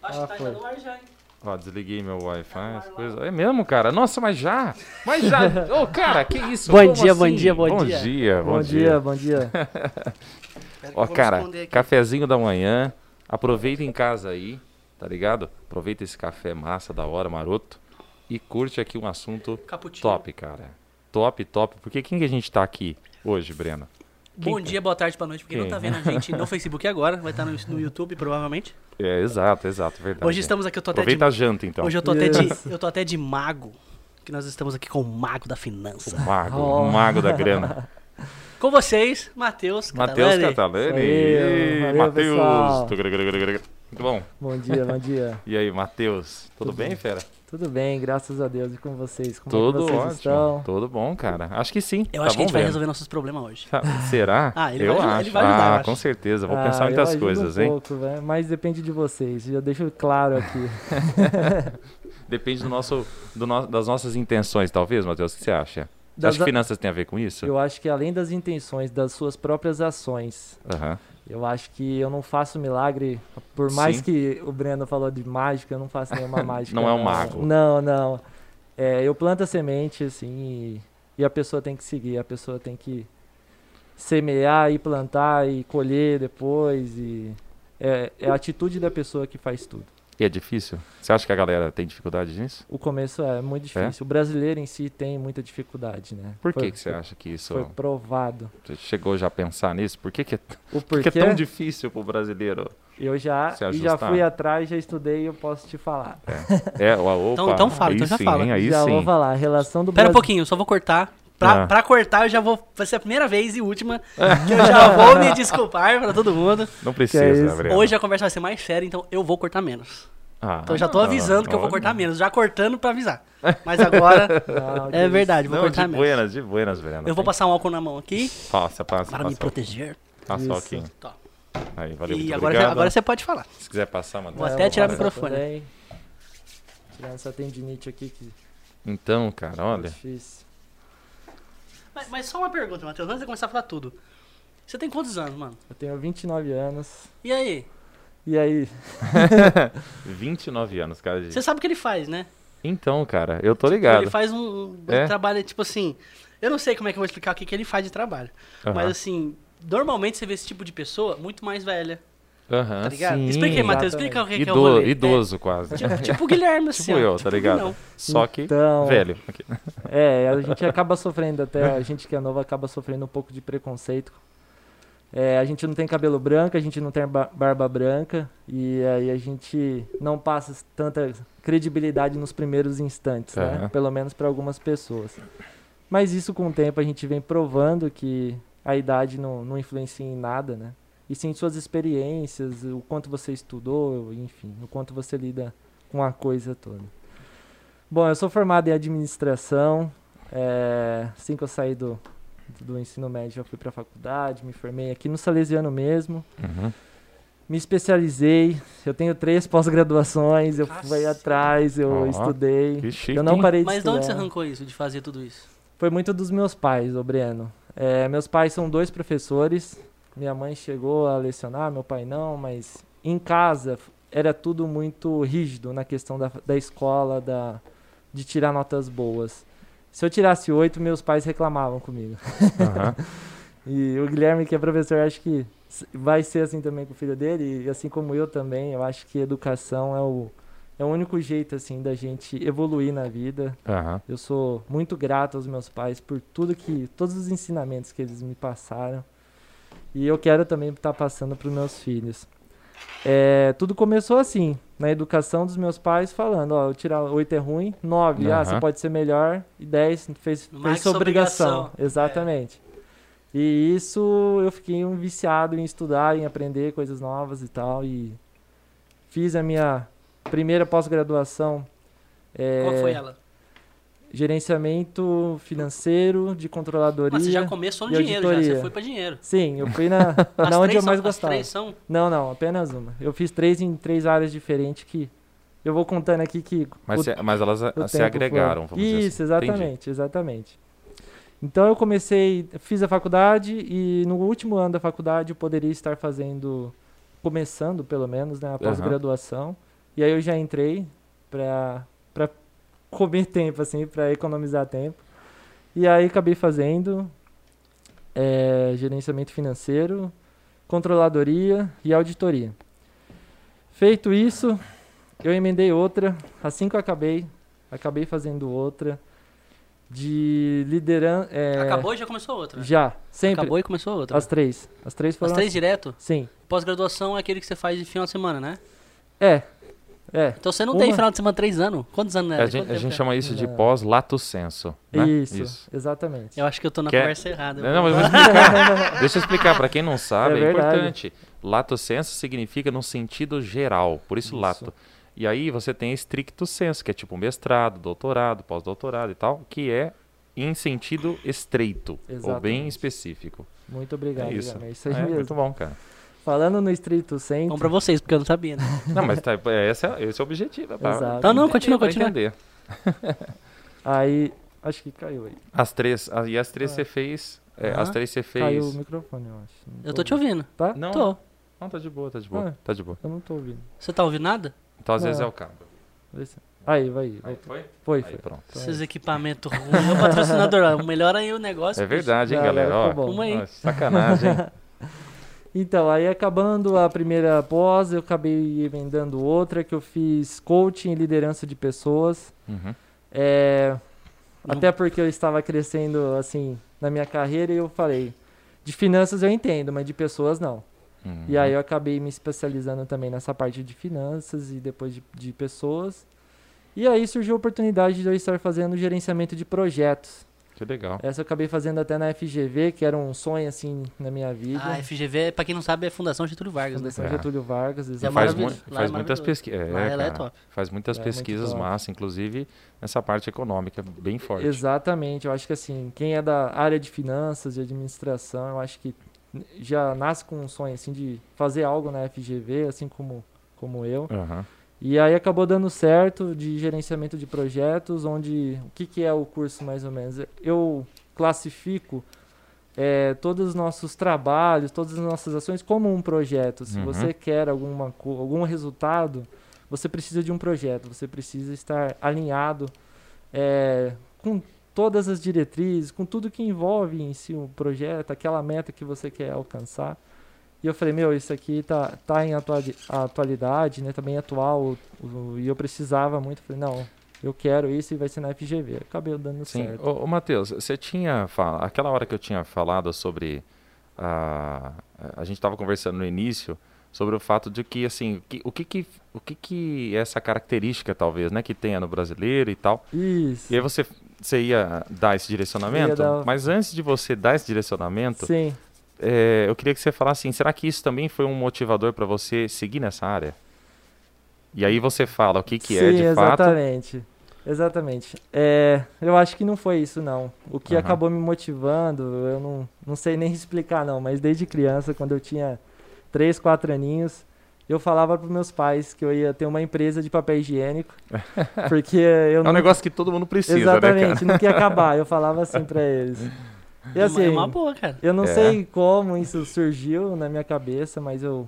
Tá verdade. no ar já, hein? Ó, desliguei meu Wi-Fi, as coisas. É mesmo, cara? Nossa, mas já? Mas já? Ô, cara, que isso? Bom Como dia, bom assim? dia, bom bom dia. dia. Bom dia, bom dia. Espera que eu Ó, vou cara, responder aqui. cafezinho da manhã. Aproveita em casa aí, tá ligado? Aproveita esse café massa da hora, maroto. E curte aqui um assunto Caputino. top, cara. Top, top. Porque quem que a gente tá aqui hoje, Breno? Bom dia, boa tarde, boa noite. Porque não Quem? tá vendo a gente no Facebook agora, vai estar no, no YouTube, provavelmente. É, exato, exato, verdade. Hoje estamos aqui, eu tô até de. Aproveita a janta, então. Hoje eu tô, até de, Isso. eu tô até de mago. Que nós estamos aqui com o mago da finança. O Um mago, Oh. o mago da grana. Com vocês, Matheus. Matheus Catalani. Catalani. Isso aí, valeu, pessoal. Matheus. Muito bom. Bom dia, bom dia. E aí, Matheus? Tudo, Tudo bem, fera? Tudo bem, graças a Deus. E com vocês? Como é que Tudo vocês ótimo. estão? Tudo bom, cara. Acho que sim. Eu Tá acho que a bom, gente vai Breno? resolver nossos problemas hoje. Tá- Será? Ah, ele eu vai ajudar- acho. ele vai ajudar, eu ah, acho. com certeza. Vou Ah, pensar eu muitas ajudo coisas, um hein? pouco, velho, mas depende de vocês. Já deixo claro aqui. Depende do nosso, do no- das nossas intenções, talvez, Matheus. O que você acha? Você Das acha que a- finanças tem a ver com isso? Eu acho que além das intenções, das suas próprias ações, Aham. eu acho que eu não faço milagre. Por mais Sim. que o Breno falou de mágica, eu não faço nenhuma mágica. Não é um mago. Não, não. É, eu planto a semente, assim, e, e a pessoa tem que seguir. A pessoa tem que semear e plantar e colher depois. E é, é a atitude da pessoa que faz tudo. E é difícil? Você acha que a galera tem dificuldade nisso? O começo é muito difícil. O brasileiro em si tem muita dificuldade, né? Por Foi- que, que você acha que isso. Foi provado. Você chegou já a pensar nisso? Por que, que, é, O por que porquê? é tão difícil pro brasileiro? Eu já, Se e já ajustar. fui atrás, já estudei e eu posso te falar. É, ó, opa, Então- então fala, aí então já sim, fala. hein, aí já sim. vou falar, a relação do Pera um Brasil... pouquinho, eu só vou cortar. Pra, Ah. É. pra cortar, eu já vou. Vai ser a primeira vez e última que eu já vou me desculpar pra todo mundo. Não Que é precisa, isso. Gabriel. Hoje a conversa vai ser mais séria, então eu vou cortar menos. Ah, Então eu já tô não, avisando que eu vou olha. cortar menos. Já cortando pra avisar. Mas agora Não, que é isso. verdade, vou Não, de cortar menos. buenas, de buenas, Breno. Eu vou passar um álcool na mão aqui Passa, passa, para passa. me proteger. Passa o Isso. alquinho. Tá. Aí, valeu, E muito agora, obrigado. agora você pode falar. Se quiser passar, mano. Vou É, até tirar o passar microfone. também. Tirar essa tendinite aqui que Então, cara, é olha. difícil. Mas, mas só uma pergunta, Matheus, antes de começar a falar tudo. Você tem quantos anos, mano? Eu tenho 29 anos. E aí? E aí? 29 anos, cara. de- Você sabe o que ele faz, né? Então, cara, eu tô Ele ligado. faz um, um É. trabalho, tipo assim. Eu não sei como é que eu vou explicar o que, que ele faz de trabalho. Aham. Mas assim, normalmente você vê esse tipo de pessoa muito mais velha, Aham, tá ligado? Ah, sim. explica aí, Matheus, exatamente. explica o que, que é o Ido- rolê. Idoso, quase. É, tipo, tipo o Guilherme, assim. Tipo ó, eu, tá o ligado? Guilherme. Só que Então, velho. É, a gente acaba sofrendo até, a gente que é nova acaba sofrendo um pouco de preconceito. É, a gente não tem cabelo branco, a gente não tem ba- barba branca e aí a gente não passa tanta credibilidade nos primeiros instantes, né? Aham. Pelo menos para algumas pessoas. Mas isso com o tempo a gente vem provando que a idade não, não influencia em nada, né? E sim suas experiências, o quanto você estudou, enfim, o quanto você lida com a coisa toda. Bom, eu sou formado em administração. É, assim que eu saí do, do ensino médio, eu fui para a faculdade, me formei aqui no Salesiano mesmo. Uhum. Me especializei. Eu tenho três pós-graduações. Eu fui Caceta. atrás, eu Ó, estudei. Que chique. Eu não hein? parei de Mas de estudar. onde você arrancou isso, de fazer tudo isso? Foi muito dos meus pais, ô Breno. É, meus pais são dois professores. Minha mãe chegou a lecionar, meu pai não, mas em casa f- era tudo muito rígido na questão da, da escola, da, de tirar notas boas. Se eu tirasse oito, meus pais reclamavam comigo. Aham. E o Guilherme, que é professor, acho que s- vai ser assim também com o filho dele, e assim como eu também, eu acho que educação é o, é o único jeito assim da gente evoluir na vida, Aham. eu sou muito grato aos meus pais por tudo que, todos os ensinamentos que eles me passaram. E eu quero também estar passando para os meus filhos. É, tudo começou assim, na educação dos meus pais, falando, ó, eu tirar oito é ruim, nove, ah, você Aham. pode ser melhor, e dez fez, Mais fez sua que obrigação. obrigação. É. Exatamente. E isso eu fiquei um viciado em estudar, em aprender coisas novas e tal, e fiz a minha primeira pós-graduação. é, Qual foi ela? gerenciamento financeiro, de controladoria. Mas você já começou no e dinheiro, já. Você auditoria. foi pra dinheiro. Sim, eu fui na, As na onde eu três mais são, gostava. As três são... Não, não, apenas uma. Eu fiz três em três áreas diferentes que eu vou contando aqui que Mas, o- se- mas elas a- o se tempo agregaram, foi. vamos dizer Isso, assim. exatamente, Entendi. exatamente. Então eu comecei, fiz a faculdade e no último ano da faculdade eu poderia estar fazendo, começando pelo menos, né, a Aham. pós-graduação. E aí eu já entrei pra, pra comer tempo, assim, pra economizar tempo. E aí acabei fazendo é, gerenciamento financeiro, controladoria e auditoria. Feito isso, eu emendei outra. Assim que eu acabei, acabei fazendo outra de liderança. Acabou e já começou outra. né? Já, É. sempre. Acabou e começou outra. As três. As três foram. As três direto? Sim. Pós-graduação é aquele que você faz de final de semana, né? É. É. Então você não tem Uma- final de semana três anos? Quantos anos é? A gente, a gente chama isso de Não. pós-lato senso. Né? Isso, Exatamente. Eu é. acho que eu tô na Que é- conversa errada. Não, não, mas eu vou explicar. Deixa eu explicar, pra quem não sabe, É é, verdade. importante. Lato senso significa no sentido geral, por isso, Isso. lato. E aí você tem stricto senso, que é tipo mestrado, doutorado, pós-doutorado e tal, que é em sentido estreito, ou bem Exatamente. específico. Muito obrigado, é isso. Guilherme, isso aí É, mesmo. muito bom, cara. Falando no Estrito Bom Centro, pra vocês, porque eu não sabia, né? Não, mas tá, é, esse, é, esse é o objetivo. É pra, Exato. pra Então não, entender, continua, pra continua. entender. aí. Acho que caiu aí. As três, a- e as três Ah. você fez... é, Aham. As três você fez... Caiu o microfone, eu acho. Não Eu tô te ouvindo. Tá? Não, Tô. não, tá de boa, tá de boa, Ah. tá de boa. Eu não tô ouvindo. Você tá ouvindo nada? Então às Não. vezes é o cabo. Vê se- Aí, vai. Aí vai. foi? Foi, Aí foi. pronto. Então é Esses isso. equipamentos ruins. É o patrocinador, ó, melhora aí o negócio. É bicho. verdade, hein, Não, galera? agora Ó, ficou bom. Uma aí. ó, sacanagem. hein? Então, aí acabando a primeira pós, eu acabei emendando outra que eu fiz coaching e liderança de pessoas. Uhum. É, Não- até porque eu estava crescendo assim na minha carreira e eu falei, de finanças eu entendo, mas de pessoas não. Uhum. E aí eu acabei me especializando também nessa parte de finanças e depois de, de pessoas. E aí surgiu a oportunidade de eu estar fazendo gerenciamento de projetos. Que legal. Essa eu acabei fazendo até na FGV, que era um sonho assim na minha vida. Ah, FGV, pra quem não sabe, é Fundação Getúlio Vargas, né? Fundação É. Getúlio Vargas, É E exatamente. faz maravilhoso. mu- Lá é faz muitas maravilhoso. pesquisas. Lá ela é top. Faz muitas Lá é muito pesquisas top. massa, inclusive nessa parte econômica bem forte. Exatamente, eu acho que assim, quem é da área de finanças e administração, eu acho que já nasce com um sonho assim de fazer algo na FGV, assim como, como eu. Aham. E aí acabou dando certo de gerenciamento de projetos, onde o que, que é o curso mais ou menos? Eu classifico eh, todos os nossos trabalhos, todas as nossas ações como um projeto. Se Uhum. você quer alguma, co- algum resultado, você precisa de um projeto, você precisa estar alinhado eh, com todas as diretrizes, com tudo que envolve em si o projeto, aquela meta que você quer alcançar. E eu falei, meu, isso aqui tá, tá em atuali- atualidade, né? Tá bem atual. o- o- e eu precisava muito. Eu Falei, não, eu quero isso e vai ser na FGV. Acabei dando Sim. certo. Ô, ô, Matheus, você tinha falado. Aquela hora que eu tinha falado sobre. A, a gente estava conversando no início sobre o fato de que, assim, que- o, que, que, o que que essa característica, talvez, né, que tenha no brasileiro e tal. Isso. E aí você, você ia dar esse direcionamento, dar- mas antes de você dar esse direcionamento, Sim. É, eu queria que você falasse assim, será que isso também foi um motivador para você seguir nessa área? E aí você fala o que, que é Sim, de fato. exatamente. Exatamente. É, eu acho que não foi isso, não. O que Aham. acabou me motivando, eu não, não sei nem explicar, não. Mas desde criança, quando eu tinha 3, 4 aninhos, eu falava para meus pais que eu ia ter uma empresa de papel higiênico. porque eu É um não negócio que todo mundo precisa, né, cara? Exatamente, não quer acabar. Eu falava assim pra eles. E É uma- assim, É uma boa, cara. eu não É. sei como isso surgiu na minha cabeça, mas eu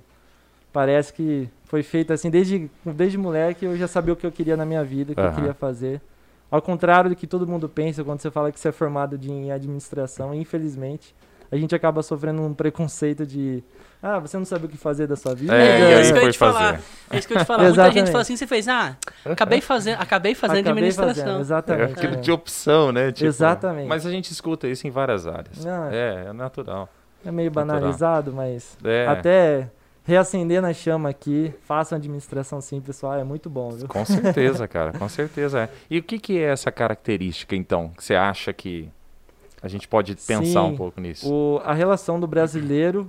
parece que foi feito assim desde desde moleque, eu já sabia o que eu queria na minha vida, o que eu Aham. queria fazer. Ao contrário do que todo mundo pensa quando você fala que você é formado de, em administração, infelizmente, a gente acaba sofrendo um preconceito de ah, você não sabe o que fazer da sua vida. É, e aí isso que eu ia foi te falar. fazer. É isso que eu te falar. Muita gente Exatamente. fala assim, você fez, ah, acabei fazendo, acabei fazendo Acabei administração. É exatamente. aquilo né? de opção, né? Tipo, Exatamente. Mas a gente escuta isso em várias áreas. Não, É, é natural. é meio natural. banalizado, mas É, Até reacender na chama aqui, façam administração sim, pessoal, é muito bom, viu? Com certeza, cara, com certeza é. E o que, que é essa característica, então, que você acha que a gente pode pensar Sim, um pouco nisso? O, a relação do brasileiro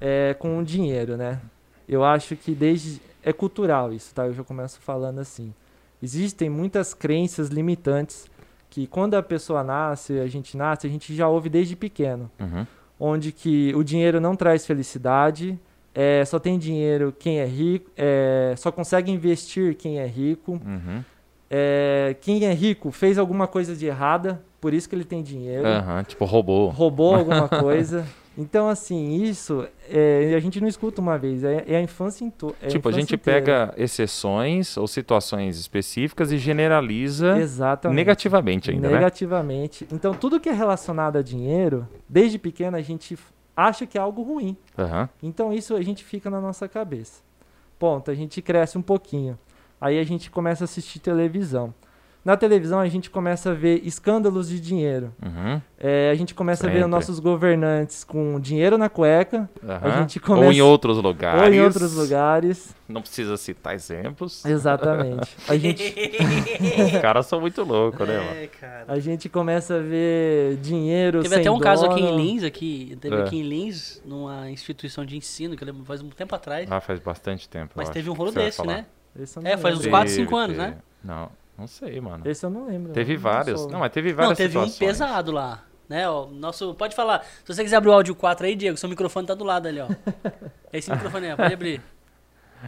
é, com o dinheiro, né? Eu acho que desde. É cultural isso, tá? Eu já começo falando assim. Existem muitas crenças limitantes que quando a pessoa nasce, a gente nasce, a gente já ouve desde pequeno. Uhum. onde que o dinheiro não traz felicidade, é, só tem dinheiro quem é rico, é, só consegue investir quem é rico, Uhum. é, quem é rico fez É. alguma coisa de errada, por isso que ele tem dinheiro, Aham, Tipo, robô. roubou alguma coisa, Então, assim, isso é, a gente não escuta uma vez, é, é a infância inteira. tipo, a gente pega exceções ou situações específicas e generaliza Exatamente. negativamente ainda, né? negativamente. Então, tudo que é relacionado a dinheiro, desde pequeno a gente f- acha que é algo ruim. Aham. Então, isso a gente fica na nossa cabeça. Ponto, a gente cresce um pouquinho. Aí a gente começa a assistir televisão. Na televisão, a gente começa a ver escândalos de dinheiro. Uhum. É, a gente começa a ver Sempre. nossos governantes com dinheiro na cueca, Aham. gente começa- Ou em outros lugares. ou em outros lugares. Não precisa citar exemplos. Exatamente. A gente, Os caras são muito loucos, né, mano? É, cara. a gente começa a ver dinheiro Teve sem até um caso aqui em dono. Lins, aqui, teve É. aqui em Lins, numa instituição de ensino, que eu lembro faz um tempo atrás, Ah, faz bastante tempo. eu mas acho. teve um O que rolo você vai desse, falar? né? Esse eu não É, faz uns lembro. 4, 5 anos, teve. né? Não, não sei, mano. Esse eu não lembro. né? Teve não vários. sou- Não, é mas teve Não, várias teve um situações. pesado lá. Né, ó, nosso, pode falar. Se você quiser abrir o áudio 4 aí, Diego, seu microfone tá do lado ali, ó. Esse microfone aí, ó, pode abrir.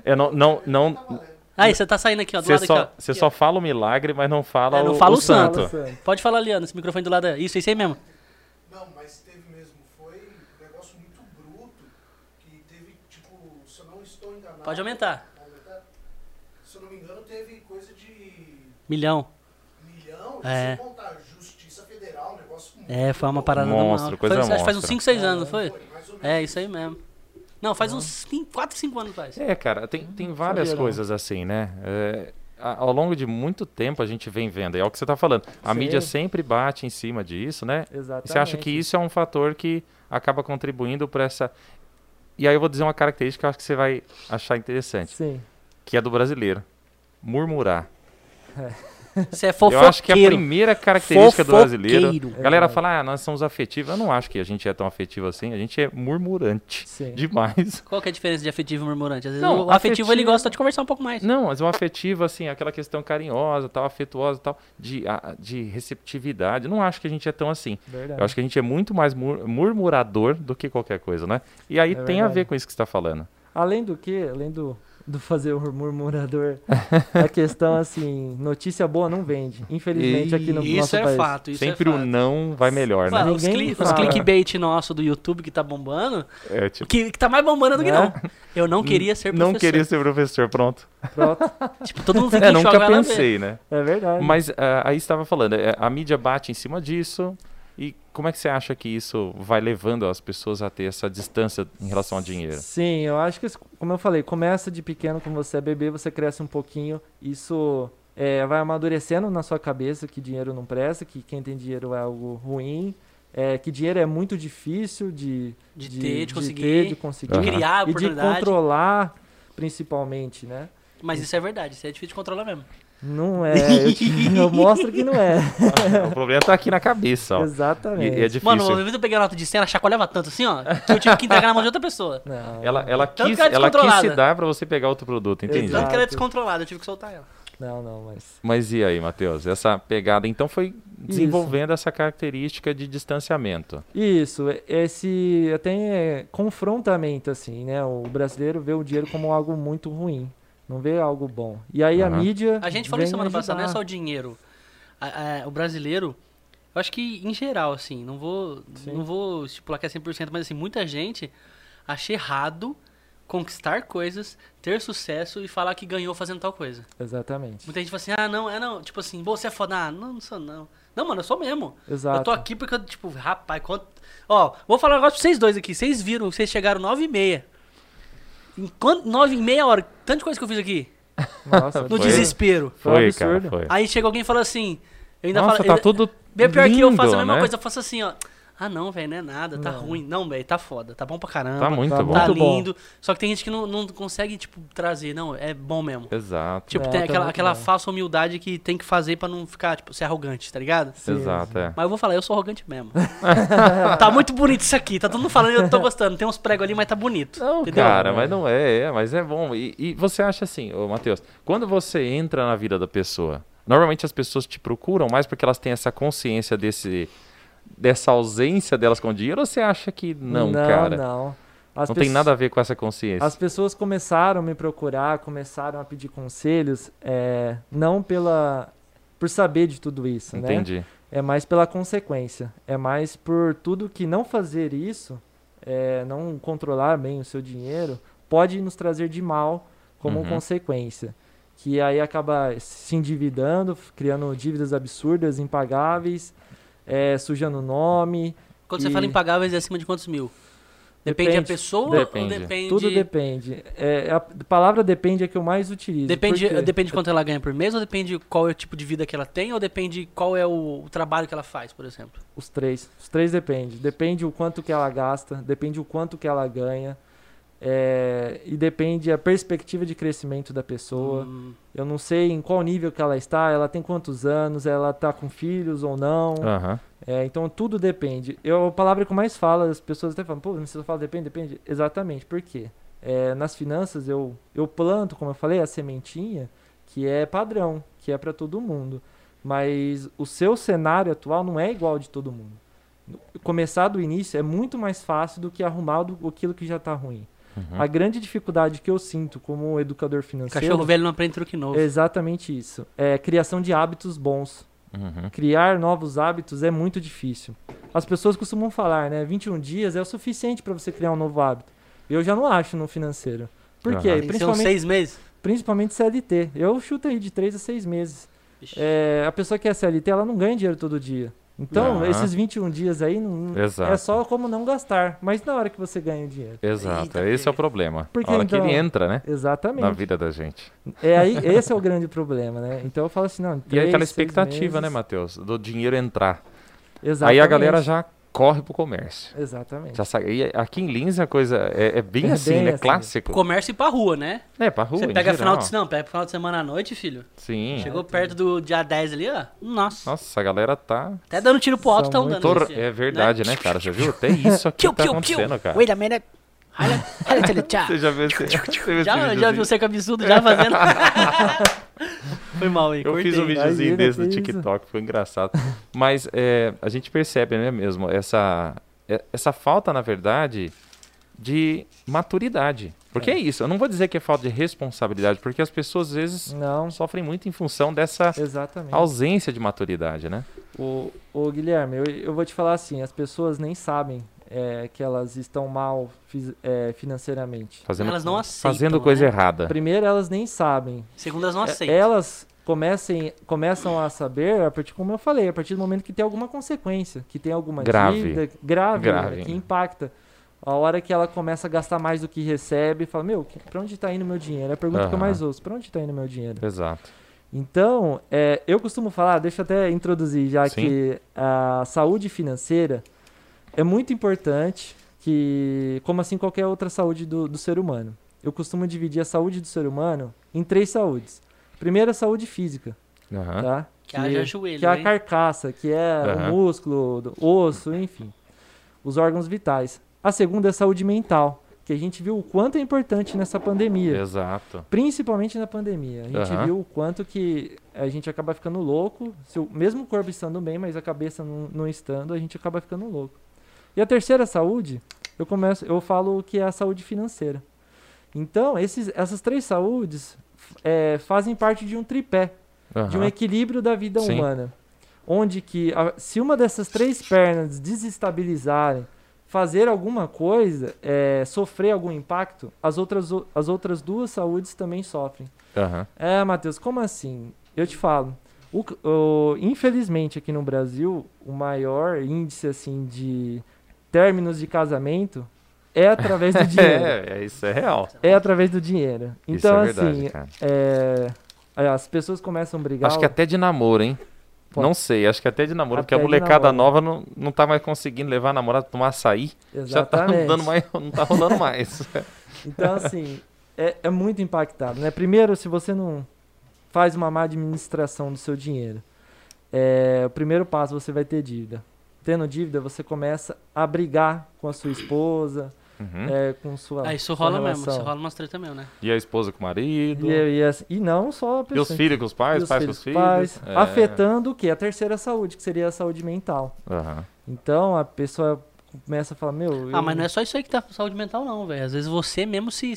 Eu não, não, não, Aí, você tá saindo aqui, ó, do você lado só, aqui, ó. você só fala o milagre, mas não fala É, não o, fala o o Fala, santo. santo. Sam. Pode falar ali, ó, nesse microfone do lado. aí. Isso, isso aí mesmo. Não, mas teve mesmo. Foi um negócio muito bruto. Que teve, tipo, se eu não estou enganado. Pode aumentar. aumentar? Se eu não me engano, teve coisa de Milhão. milhão. É. E sem contar Justiça Federal, um negócio muito. É, foi uma parada Monstro, do mal. coisa Foi, acho que faz uns monstro. 5, 6 anos, não foi? Foi, mais ou menos. É, isso aí mesmo. Não, faz uns 4, 5 anos faz. É, cara, tem, tem várias Hum, sabia, não. coisas assim, né? É, a- ao longo de muito tempo a gente vem vendo, é o que você tá falando. A Sim. mídia sempre bate em cima disso, né? E Exatamente. Você acha que isso é um fator que acaba contribuindo para essa. E aí eu vou dizer uma característica que eu acho que você vai achar interessante, Sim. que é do brasileiro. Murmurar. Você é Eu fofoqueiro. acho que é a primeira característica do brasileiro. Fofoqueiro. A galera Verdade. fala, ah, nós somos afetivos. Eu não acho que a gente é tão afetivo assim. A gente é murmurante. Sim. Demais. Qual que é a diferença de afetivo e murmurante? Às vezes Não, o afetivo, afetivo- ele gosta de conversar um pouco mais. Não, mas o afetivo, assim, aquela questão carinhosa, tal, afetuosa, tal, de, a- de receptividade. Eu não acho que a gente é tão assim. Verdade. Eu acho que a gente é muito mais mur- murmurador do que qualquer coisa, né? E aí É tem a verdade. ver com isso que você tá falando. Além do que, além do, do fazer o murmurador, a questão assim, notícia boa não vende. Infelizmente aqui no nosso Isso é país. fato, isso Sempre é o fato. não vai melhor, né? Fala, os, Ninguém cli- os fala. clickbait nosso do YouTube que tá bombando, É, tipo, que, que tá mais bombando do que Né? não. Eu não queria ser professor. Hum, não queria ser professor, pronto. Pronto. Tipo, todo mundo fica É, em choque, nunca vai lá ver. pensei, né? É verdade. Mas ah, aí estava falando, eh, a mídia bate em cima disso. E como é que você acha que isso vai levando as pessoas a ter essa distância em relação ao dinheiro? Sim, eu acho que, como eu falei, começa de pequeno, quando você é bebê, você cresce um pouquinho, isso é, vai amadurecendo na sua cabeça que dinheiro não presta, que quem tem dinheiro é algo ruim, é, que dinheiro é muito difícil de, De ter, de conseguir, de conseguir, De Aham. criar a e de oportunidade. controlar, principalmente, né? Mas isso é verdade, isso é difícil de controlar mesmo. Não é, eu, te- eu mostro que não é. o problema tá aqui na cabeça, ó. E, Exatamente. e é difícil. Mano, uma vez eu peguei a nota de 100, ela chacoalhava tanto assim, ó, que eu tive que entregar na mão de outra pessoa. Não, Ela, ela, Tanto quis, que ela é ela quis se descontrolada. dar pra você pegar outro produto, entendi. Exato. Tanto que ela é descontrolada, eu tive que soltar ela. não, não, mas. Mas e aí, Matheus? Essa pegada, então, foi desenvolvendo essa característica de distanciamento. Isso, é- esse até é, confrontamento, assim, né? O brasileiro vê o dinheiro como algo muito ruim, não vê algo bom. E aí a Aham. mídia. A gente falou vem isso semana passada, não é ajudar. só o dinheiro. A- a- o brasileiro, eu acho que em geral, assim, não vou, Sim. não vou estipular que é 100%, mas assim, muita gente acha errado conquistar coisas, ter sucesso e falar que ganhou fazendo tal coisa. Exatamente. Muita gente fala assim, ah, não, é não, tipo assim, "Bô, você é foda, ah, não, não sou não. Não, mano, eu sou mesmo. Exato. Eu tô aqui porque eu, tipo, rapaz, quanto... Ó, vou falar um negócio pra vocês dois aqui. Vocês viram, vocês chegaram 9 e meia. Enquanto, 9 e meia hora, tanta coisa que eu fiz aqui. Nossa, No Foi. desespero. Foi um Foi, cara, absurdo. foi. Aí chega alguém e fala assim... Eu ainda É. Nossa, falo, tá eu- tudo Bem pior que eu faço a lindo, mesma né? coisa, eu faço assim, ó... Ah, não, velho, não é nada, tá ruim. Não, velho, tá foda, tá bom pra caramba. Tá muito Tá bom. tá muito bom. lindo. Só que tem gente que não, não consegue, tipo, trazer. Não, é bom mesmo. Exato. Tipo, É, tem tá aquela, muito aquela bom. falsa humildade que tem que fazer pra não ficar, tipo, ser arrogante, tá ligado? Sim. Exato, é. Mas eu vou falar, eu sou arrogante mesmo. tá muito bonito isso aqui, tá todo mundo falando, eu tô gostando. Tem uns pregos ali, mas tá bonito. Não, entendeu? cara, mas não é, é, mas é bom. E, e você acha assim, ô Matheus, quando você entra na vida da pessoa, normalmente as pessoas te procuram mais porque elas têm essa consciência desse dessa ausência delas com o dinheiro, ou você acha que não, cara? Não, Não, As tem pesso- nada a ver com essa consciência. As pessoas começaram a me procurar, começaram a pedir conselhos, é, não pela. por saber de tudo isso, né? Entendi. É mais pela consequência. É mais por tudo que não fazer isso é, não controlar bem o seu dinheiro, pode nos trazer de mal como Uhum. consequência. Que aí acaba se endividando, criando dívidas absurdas, impagáveis, é, sujando o nome. Quando E- você fala impagáveis, é acima de quantos mil? Depende, da Depende. pessoa Depende. ou depende... Tudo depende. É, a palavra depende é que eu mais utilizo. Depende, por quê? depende de quanto ela ganha por mês, ou depende qual é o tipo de vida que ela tem, ou depende qual é o, o trabalho que ela faz, por exemplo. Os três. Os três depende. Depende o quanto que ela gasta, depende o quanto que ela ganha. é, e depende a perspectiva de crescimento da pessoa. Hum, Eu não sei em qual nível que ela está, ela tem quantos anos, ela está com filhos ou não. Aham. É, então tudo depende. Eu, a palavra que eu mais falo, as pessoas até falam, pô, você só fala depende, depende. Exatamente, por quê? É, nas finanças eu, eu planto, como eu falei, a sementinha, que é padrão, que é para todo mundo. Mas o seu cenário atual não é igual de todo mundo. No- Começar do início é muito mais fácil do que arrumar do, aquilo que já tá ruim. Uhum. A grande dificuldade que eu sinto como educador financeiro cachorro velho não aprende truque novo. é exatamente isso. É criação de hábitos bons Uhum. criar novos hábitos é muito difícil. As pessoas costumam falar, né? 21 dias é o suficiente para você criar um novo hábito. Eu já não acho no financeiro. Por quê? Aham. Tem que ser uns Principalmente, é um seis meses. principalmente CLT. Eu chuto aí de 3 a 6 meses. É, a pessoa que é CLT, ela não ganha dinheiro todo dia. Então, Aham. esses 21 dias aí não, Exato. é só como não gastar. Mas na hora que você ganha o dinheiro. Exato. Eita, Esse é o pega. problema. Porque a hora que então- ele entra, né? Na Exatamente. vida da gente. É aí, esse é o grande problema, né? Então eu falo assim, não, E aí três, aquela seis expectativa, né, meses. Matheus? Do dinheiro entrar. Exatamente. Aí a galera já corre pro comércio. Exatamente. Já sai. E aqui em Lins a coisa é, é bem É assim, bem né? assim. Clássico. Comércio e pra rua, né? É, pra rua. você em pega final geral. de semana, não, pega final de semana à noite, filho. Sim. é, Chegou perto do dia 10 ali, ó. Nossa. Nossa, a galera tá. Até dando tiro pro alto, São estão muito- dando. Tor- nesse dia, É verdade, né, cara? Você viu? Até isso aqui Kill, tá kill, kill. acontecendo, cara. Wait a minute. Olha, olha, tchau, tchau. Você já viu esse, já, Já, já viu o Seco Absurdo já fazendo? Foi mal, hein? Eu fiz um Cortei. videozinho Imagina, desse no que isso. TikTok, foi engraçado. Mas é, a gente percebe, né, mesmo, essa, é- essa falta, na verdade, de maturidade. Porque é. isso, eu não vou dizer que é falta de responsabilidade, porque as pessoas às vezes Não, sofrem muito em função dessa exatamente. ausência de maturidade, né? O, o Guilherme, eu, eu vou te falar assim, as pessoas nem sabem é, que elas estão mal fis- é, financeiramente. Fazendo, Elas não aceitam, fazendo coisa né? errada. Primeiro, elas nem sabem. Segundo as não É, aceitam. Elas comecem, começam a saber, a partir como eu falei, a partir do momento que tem alguma consequência, que tem alguma Grave. dívida grave, Grave, né, que né? impacta. A hora que ela começa a gastar mais do que recebe, fala, meu, que- pra onde tá indo meu dinheiro? É a pergunta que eu Aham. mais ouço, pra onde tá indo meu dinheiro? Exato. Então, é, eu costumo falar, deixa eu até introduzir já Sim. que a saúde financeira é muito importante, que como assim qualquer outra saúde do, do ser humano. Eu costumo dividir a saúde do ser humano em três saúdes. Primeiro, a saúde física, Aham. tá? Que haja joelho, que é a hein? carcaça, que é Aham. o músculo, o osso, enfim, os órgãos vitais. A segunda é a saúde mental, que a gente viu o quanto é importante nessa pandemia Exato. principalmente na pandemia. A gente Aham. viu o quanto que a gente acaba ficando louco, se o- mesmo o corpo estando bem, mas a cabeça não, não estando, a gente acaba ficando louco. E a terceira saúde, eu começo, eu falo que é a saúde financeira. Então, esses, essas três saúdes f- é, fazem parte de um tripé, de um Aham. equilíbrio da vida Sim. humana. Onde que a- se uma dessas três pernas desestabilizarem, fazer alguma coisa, é, sofrer algum impacto, as outras, o- as outras duas saúdes também sofrem. Aham. É, Matheus, como assim? Eu te falo. O c- o- infelizmente aqui no Brasil, o maior índice assim de términos de casamento é através do dinheiro. É, é, isso é real. é através do dinheiro. isso Então é verdade, assim, cara. é, é, as pessoas começam a brigar. Acho que até de namoro, hein? Pode- Não sei, acho que até de namoro, porque a Até de molecada namoro. nova não, não tá mais conseguindo levar a namorada pra tomar açaí. Já tá Exatamente. dando mais, não tá rolando mais. Então, assim, é, é muito impactado, né? Primeiro, se você não faz uma má administração do seu dinheiro, é, o primeiro passo você vai ter dívida. Tendo dívida, você começa a brigar com a sua esposa, Uhum. é, com sua. Ah, isso sua rola mesmo. relação. Isso rola umas treta mesmo, né? E a esposa com o marido. E, E, e as- e não só a pessoa. os filhos com os pais, E os pais filhos com os filhos. pais, É. Afetando o quê? A terceira saúde, que seria a saúde mental. Aham. Então a pessoa começa a falar, meu. um é Ah, mas não é só isso aí que tá com saúde mental, não, velho. Às vezes você mesmo se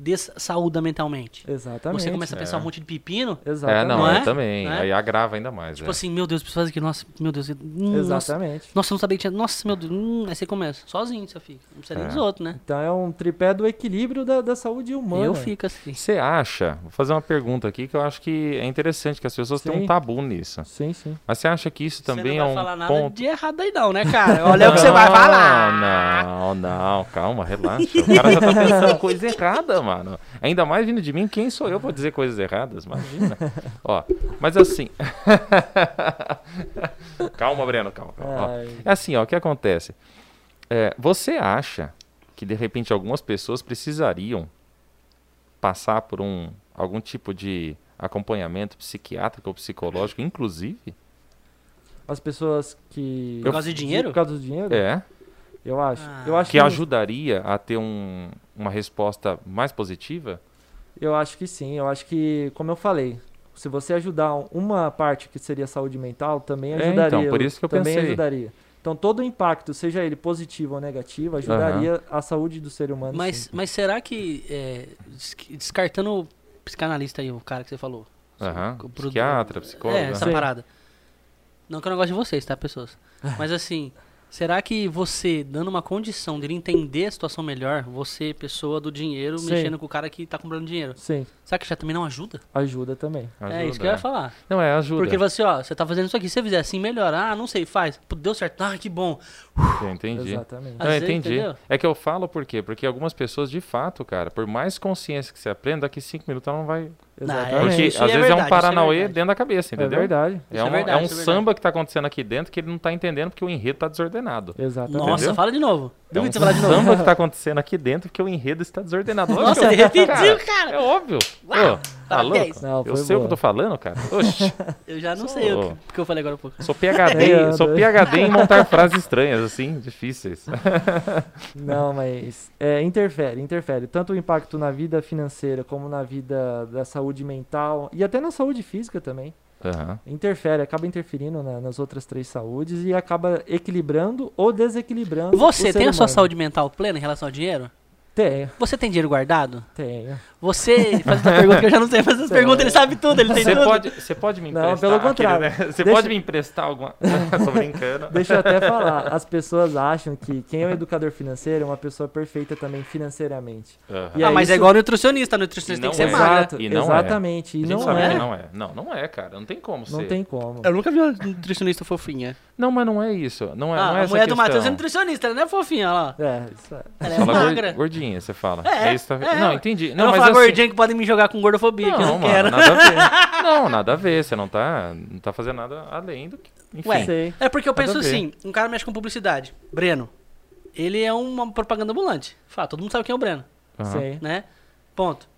dessaúda mentalmente. Exatamente. Você começa a pensar É. um monte de pepino. Exatamente. É, não, Não é? eu também. Não é? Aí agrava ainda mais. Tipo é. assim, meu Deus, preciso fazer aqui. Nossa, meu Deus. hum, Nossa, Exatamente. nossa, eu não sabia que tinha. Nossa, meu Deus. hum, aí você começa. Sozinho você fica. Não precisa nem É. dos outros, né? Então é um tripé do equilíbrio da, da saúde humana. é. Eu fico assim. Você acha, vou fazer uma pergunta aqui que eu acho que é interessante, que as pessoas têm Sim. um tabu nisso. Sim, sim. Mas você acha que isso você também não vai é um falar nada ponto. de errado aí não, né, cara? Olha o que você vai Não, falar. Não, não, calma, relaxa. O cara já tá pensando coisa errada, mano. Ainda mais vindo de mim, quem sou eu pra dizer coisas erradas? Imagina. Ó, mas assim. calma, Breno, calma. calma. Ó, Ai, é assim, ó, o que acontece? É, você acha que de repente algumas pessoas precisariam passar por um algum tipo de acompanhamento psiquiátrico ou psicológico, inclusive? as pessoas que. Por causa de dinheiro? Por causa do dinheiro? É, Eu acho. Ah. Eu acho que ajudaria a ter um, uma resposta mais positiva? Eu acho que sim. Eu acho que, como eu falei, se você ajudar um, uma parte que seria saúde mental, também É, ajudaria. então, por isso que eu também pensei. ajudaria. Então, todo o impacto, seja ele positivo ou negativo, ajudaria a saúde do ser humano. Mas, sim. mas será que, é, des- descartando o psicanalista aí, o cara que você falou. Aham. O pro- Psiquiatra, psicólogo. É, essa Sim. parada. Não que eu não gosto de vocês, tá, pessoas? É. Mas assim, será que você, dando uma condição dele entender a situação melhor, você, pessoa do dinheiro, Sim. mexendo com o cara que tá comprando dinheiro, Sim, será que já também não ajuda? ajuda também. Ajuda, é isso que eu ia falar. Não, é, ajuda. Porque você, ó, você tá fazendo isso aqui, se você fizer assim, melhora. Ah, não sei, faz. Pô, deu certo. Ah, que bom. Tá Eu entendi. Exatamente. Às Não, eu vezes, entendi. entendeu? É que eu falo por quê? Porque algumas pessoas, de fato, cara, por mais consciência que você aprenda, daqui cinco minutos ela não vai. É, Porque Exatamente. às isso é vezes é verdade, isso um é Paranauê verdade. dentro da É cabeça, entendeu? verdade. É, Isso é uma- é verdade, um isso é verdade. samba que tá acontecendo aqui dentro que ele não tá entendendo porque o enredo tá desordenado. Exatamente. Nossa, Entendeu? fala de novo. É Viu um que você falar de novo? samba que tá acontecendo aqui dentro porque o enredo está desordenado. Lógico Nossa, que ele eu- repetiu, cara. É óbvio. Ô, tá parabéns. louco? Não, foi eu sei o que eu boa. tô falando, cara. Oxi, Eu já não Só- sei o que, o que eu falei agora há pouco. sou PHD, É, sou André. PHD em montar frases estranhas, assim, difíceis. Não, mas é, interfere, interfere. Tanto o impacto na vida financeira como na vida da saúde mental e até na saúde física também. Aham. Interfere, acaba interferindo na- nas outras três saúdes e acaba equilibrando ou desequilibrando. Você o ser tem a sua humano. saúde mental plena em relação ao dinheiro? Tenho, Você tem dinheiro guardado? tenho. Você faz essa pergunta que eu já não sei fazer essas Tá. perguntas, ele sabe tudo, ele tem Você tudo. pode, você pode me Não, emprestar? pelo contrário. aquele, né? Você Deixa- pode me emprestar alguma. tô brincando. Deixa eu até falar, as pessoas acham que quem é um educador financeiro é uma pessoa perfeita também financeiramente. Aham. E ah, é mas é isso- igual nutricionista, nutricionista tem não que ser é. magro. Exato, E não é. exatamente. A E gente não sabe é, que não é. Não, não é, cara. Não tem como ser. não tem como. Eu nunca vi uma nutricionista fofinha. Não, mas não é isso. Não é, ah, não é a essa mulher do questão. Matheus é nutricionista, ela não é fofinha, olha lá. É, isso é. Ela é Fala gor- magra. gordinha, você fala. É, isso tá- é, não, ué. entendi. Não, Não, eu mas falo assim- gordinha que podem me jogar com gordofobia, que eu não Não, mano, quero. nada a ver. Não, nada a ver. Você não tá, não tá fazendo nada além do que. Enfim. Ué. Sei. É porque eu Nada penso a ver. assim, um cara mexe com publicidade. Breno, ele é uma propaganda ambulante. Fala, todo mundo sabe quem é o Breno. Aham. Sei. né? Ponto.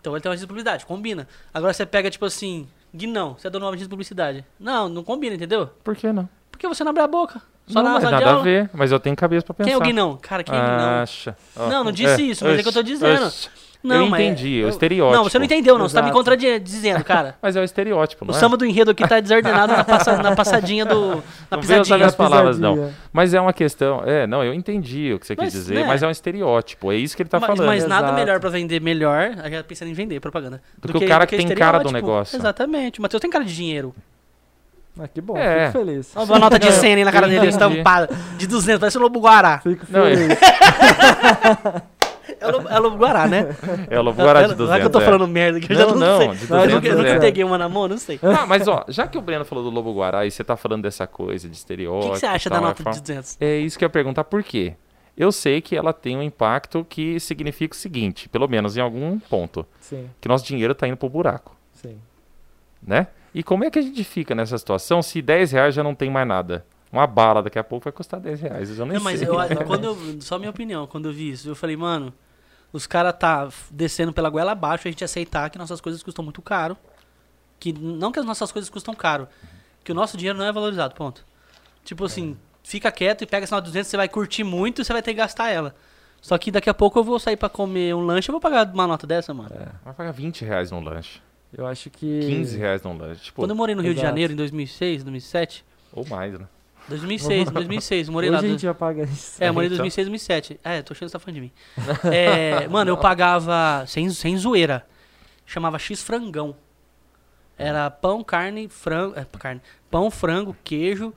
Então ele tem uma agência de publicidade, combina. Agora você pega, tipo assim, Guinão, você é dono de uma agência de publicidade. Não, não combina, entendeu? Por que não? Porque você não abre a boca. Só não na mas sala de nada a aula. ver. Mas eu tenho cabeça pra pensar. Ah, Quem é o Guinão? Cara, quem é o Guinão? Acha. Ó. Não, não disse isso, mas é que eu tô dizendo. oxe. Não, eu mas- entendi, é o estereótipo. Não, você não entendeu, não. Você tá me Exato. contradizendo, cara. Mas é o estereótipo, O não é? samba do enredo aqui tá desordenado na, passa- na passadinha do. Na Não veio usar pisadinha. minhas palavras, não. Pisadinha. Mas é uma questão. É, não, eu entendi o que você Mas, quis dizer, né? mas é um estereótipo. É isso que ele tá mas falando. mas nada Exato. melhor pra vender melhor. Aí eu pensando em vender propaganda. Do que o cara que tem cara do estereótipo. negócio. tipo, Exatamente. O Matheus tem cara de dinheiro. Ah, que bom, É. fico feliz. Olha uma nota de 100 aí na cara Eu dele, entendi. estampada. De 200, parece o Lobo Guará. Fico Não, é- feliz. É o Lobo, é o Lobo Guará, né? É o Lobo Guará de Será 200. que eu tô é. falando merda que eu já Não, não, não, sei. de eu, nunca, 200, eu nunca é. peguei uma na mão, não sei. Ah, mas ó, já que o Breno falou do Lobo Guará e você tá falando dessa coisa de O estereótipo. que, que você e acha da tal, nota é fa- de 200? É isso que eu ia perguntar, por quê? Eu sei que ela tem um impacto que significa o seguinte, pelo menos em algum ponto, Sim, que nosso dinheiro tá indo pro buraco, sim. né? E como é que a gente fica nessa situação se 10 reais já não tem mais nada? Uma bala daqui a pouco vai custar 10 reais, eu já nem Não, mas sei. eu, quando eu, só minha opinião, quando eu vi isso, eu falei, mano, os caras tá f- descendo pela goela abaixo, a gente aceitar que nossas coisas custam muito caro. Que, não que as nossas coisas custam caro, que o nosso dinheiro não é valorizado, ponto. Tipo assim, fica quieto e pega essa nota de 200, você vai curtir muito e você vai ter que gastar ela. Só que daqui a pouco eu vou sair pra comer um lanche, eu vou pagar uma nota dessa, mano. É, Vai pagar 20 reais num lanche, Eu acho que. 15 reais num lanche, tipo, Quando eu morei no Rio de Exato. Janeiro, em 2006, 2007, ou mais, né? 2006, 2006, morei Hoje lá. a gente já paga isso. É, eu morei em Então. 2006, 2007. É, tô achando que você tá falando de mim. É, mano, eu pagava, sem, sem zoeira, chamava X frangão. Era pão, carne, frango, é, carne, pão, frango, queijo,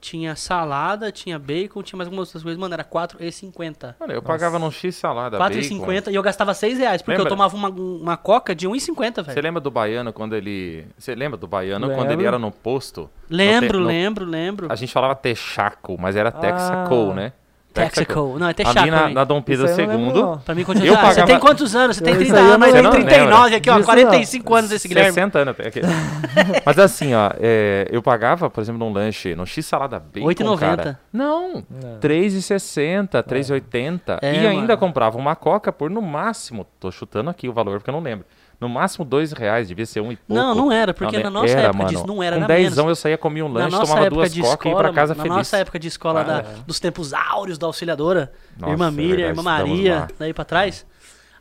tinha salada, tinha bacon, tinha mais algumas outras coisas. Mano, era R$4,50. Mano, eu pagava num X salada. bacon. R$4,50 e eu gastava R$6,00, reais, porque Lembra? eu tomava uma, um, uma coca de R$1,50, Você velho. lembra do baiano quando ele. Você lembra do baiano quando ele Lembro. era no posto? Lembro, No te- no- lembro, lembro. A gente falava texaco, mas era Texaco, né? Ah. Texaco. Não, é Texaco. Ali Texaco. na, pra mim. na Dom Pedro Isso aí eu não lembro, II. não. Pra mim, continua. Eu Ah, Você pagava- tem quantos anos? Você tem Isso 30 aí eu não anos, eu tenho lembro. 39 aqui, ó. Disso não. 45 anos esse Guilherme. 60 anos. até aqui. mas assim, ó, é, eu pagava, por exemplo, num lanche, num X salada bacon. 8,90. cara. Não. Não. 3,60, 3,80. É, e ainda mano. comprava uma coca por no máximo, tô chutando aqui o valor porque eu não lembro. No máximo dois reais, devia ser um e pouco. Não, não era, porque Não, na né? nossa época mano. disso não era, Com era 10 menos. eu saía, comia um Na lanche, nossa tomava duas época de cocas e ia escola, pra casa na feliz. nossa época de escola da- dos tempos áureos da auxiliadora, Nossa, irmã é Miriam, verdade, irmã estamos lá. Maria, daí pra trás,